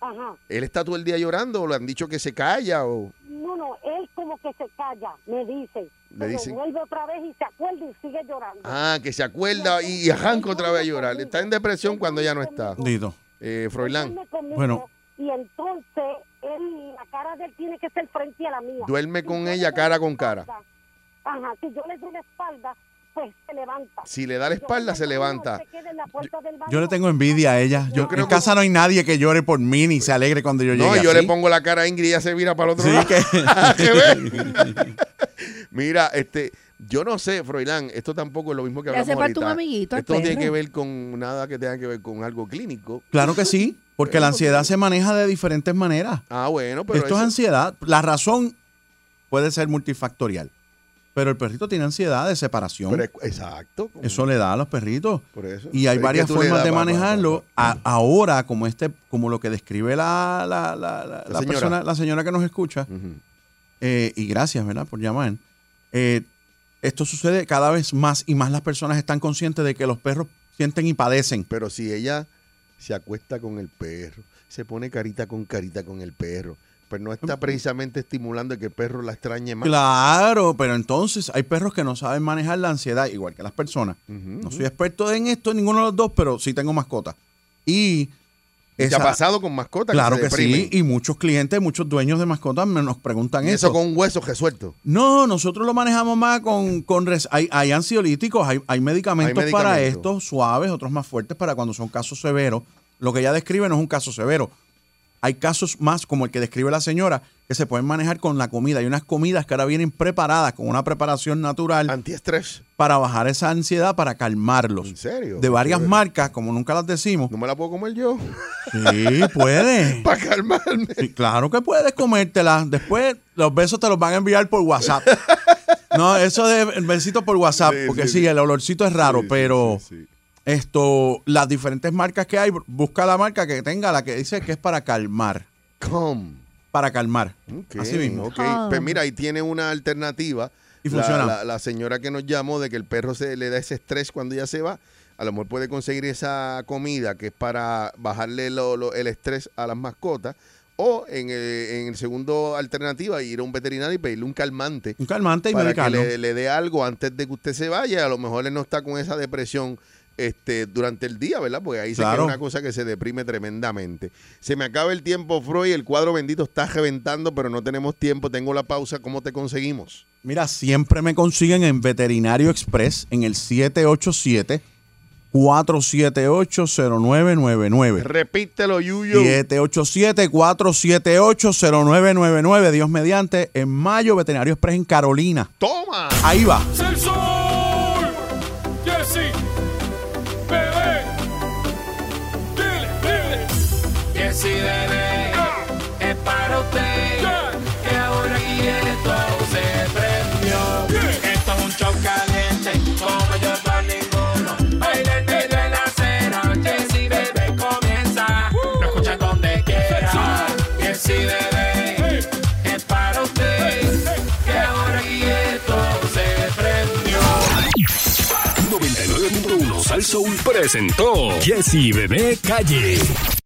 Speaker 15: no- Ajá.
Speaker 4: ¿Él está todo el día llorando o le han dicho que se calla o...?
Speaker 15: No, no, él como que se calla, me dice. pero
Speaker 4: dicen.
Speaker 15: Vuelve otra vez y se acuerda y sigue llorando.
Speaker 4: Ah, que se acuerda y, y arranca otra vez a llorar. Está en depresión cuando ya no está.
Speaker 20: Dito.
Speaker 4: Eh, Froilán,
Speaker 15: Duerme conmigo,
Speaker 4: Bueno.
Speaker 15: Y entonces él, la cara de él tiene que ser frente a la mía.
Speaker 4: duerme con ella cara con cara.
Speaker 15: Ajá, si yo le doy la espalda, pues se levanta.
Speaker 4: Si le da la espalda, se levanta.
Speaker 15: Queda en la puerta del baño.
Speaker 20: Yo le tengo envidia a ella. Yo, en casa no hay nadie que llore por mí ni se alegre cuando yo llegue.
Speaker 4: No, yo le
Speaker 20: así.
Speaker 4: pongo la cara a Ingrid y ella se vira para el otro
Speaker 20: Sí,
Speaker 4: lado. [LAUGHS] Ah,
Speaker 20: que-
Speaker 4: ¿Qué
Speaker 20: [LAUGHS]
Speaker 4: ve? Mira, este, yo no sé, Froilán, esto tampoco es lo mismo que
Speaker 5: Le
Speaker 4: hablamos
Speaker 5: hace falta un
Speaker 4: ahorita.
Speaker 5: amiguito al
Speaker 4: Esto no tiene
Speaker 5: perro.
Speaker 4: que ver con nada que tenga que ver con algo clínico.
Speaker 20: Claro que sí, porque la ansiedad se maneja de diferentes maneras.
Speaker 4: Ah, bueno, pero
Speaker 20: Esto
Speaker 4: eso-
Speaker 20: es ansiedad. La razón puede ser multifactorial, pero el perrito tiene ansiedad de separación.
Speaker 4: Pero es- exacto.
Speaker 20: Eso le da a los perritos.
Speaker 4: Por eso.
Speaker 20: Y hay
Speaker 4: Es que
Speaker 20: varias
Speaker 4: tú le
Speaker 20: formas
Speaker 4: das
Speaker 20: de
Speaker 4: pa- pa-
Speaker 20: manejarlo. A- ahora, como este, como lo que describe la, la, la- la- la
Speaker 4: señora.
Speaker 20: persona, la señora que nos escucha, eh, y gracias, ¿verdad? Por llamar. Eh, esto sucede cada vez más y más las personas están conscientes de que los perros sienten y padecen.
Speaker 4: Pero si ella se acuesta con el perro, se pone carita con carita con el perro, pero no está precisamente estimulando que el perro la extrañe más.
Speaker 20: Claro, pero entonces hay perros que no saben manejar la ansiedad, igual que las personas. No soy experto en esto, en ninguno de los dos, pero sí tengo mascota. Y.
Speaker 4: ¿Y te ha pasado con mascotas que
Speaker 20: Claro
Speaker 4: se
Speaker 20: que, sí,
Speaker 4: deprimen?
Speaker 20: y muchos clientes, muchos dueños de mascotas me- nos preguntan
Speaker 4: Y
Speaker 20: eso.
Speaker 4: eso con huesos resueltos.
Speaker 20: No, nosotros lo manejamos más con, con res- hay, hay ansiolíticos, hay, hay medicamentos
Speaker 4: Hay
Speaker 20: para
Speaker 4: medicamentos.
Speaker 20: estos suaves, otros más fuertes para cuando son casos severos. Lo que ella describe no es un caso severo. Hay casos más como el que describe la señora que se pueden manejar con la comida. Hay unas comidas que ahora vienen preparadas con una preparación natural.
Speaker 4: Antiestrés.
Speaker 20: Para bajar esa ansiedad, para calmarlos. ¿En
Speaker 4: serio?
Speaker 20: De varias
Speaker 4: Qué bueno.
Speaker 20: marcas, como nunca las decimos.
Speaker 4: No me la puedo comer yo. [LAUGHS]
Speaker 20: Sí, puedes.
Speaker 4: Para calmarme.
Speaker 20: claro que puedes comértela. Después los besos te los van a enviar por WhatsApp. No, eso de besito por WhatsApp, porque sí, el olorcito es raro, pero esto, las diferentes marcas que hay, busca la marca que tenga, la que dice que es para calmar.
Speaker 4: Calm.
Speaker 20: Para calmar.
Speaker 4: Ok,
Speaker 20: Así mismo.
Speaker 4: ok. Pues mira, ahí tiene una alternativa.
Speaker 20: Y
Speaker 4: La-
Speaker 20: funciona.
Speaker 4: La, la señora que nos llamó de que el perro se le da ese estrés cuando ya se va, a lo mejor puede conseguir esa comida que es para bajarle lo- lo- el estrés a las mascotas. O en el, en el segundo alternativa, ir a un veterinario y pedirle un calmante.
Speaker 20: Un calmante y
Speaker 4: para que
Speaker 20: medicarlo.
Speaker 4: le, le dé algo antes de que usted se vaya. A lo mejor él no está con esa depresión este, durante el día, ¿verdad? Porque ahí se queda
Speaker 20: Claro.
Speaker 4: una cosa que se deprime tremendamente. Se me acaba el tiempo, Freud. El cuadro bendito está reventando, pero no tenemos tiempo. Tengo la pausa. ¿Cómo te conseguimos?
Speaker 20: Mira, siempre me consiguen en Veterinario Express en el 787 478 0999.
Speaker 4: Repítelo, Yuyo.
Speaker 20: 787-478-0999. Dios mediante. En mayo, Veterinario Express en Carolina.
Speaker 4: ¡Toma!
Speaker 20: Ahí va.
Speaker 1: ¡Sensor! Jessy, bebé, dile, dile.
Speaker 3: Jessy bebé es para usted. Que ahora aquí esto se prendió. Esto es un show caliente, como yo para ninguno. Baila en medio de la acera, Jessy bebé comienza. Lo escucha donde quiera. Jessy bebé es para usted. Que ahora aquí esto se prendió.
Speaker 1: 99.1 Sal Soul presentó Jesse Bebé Calle.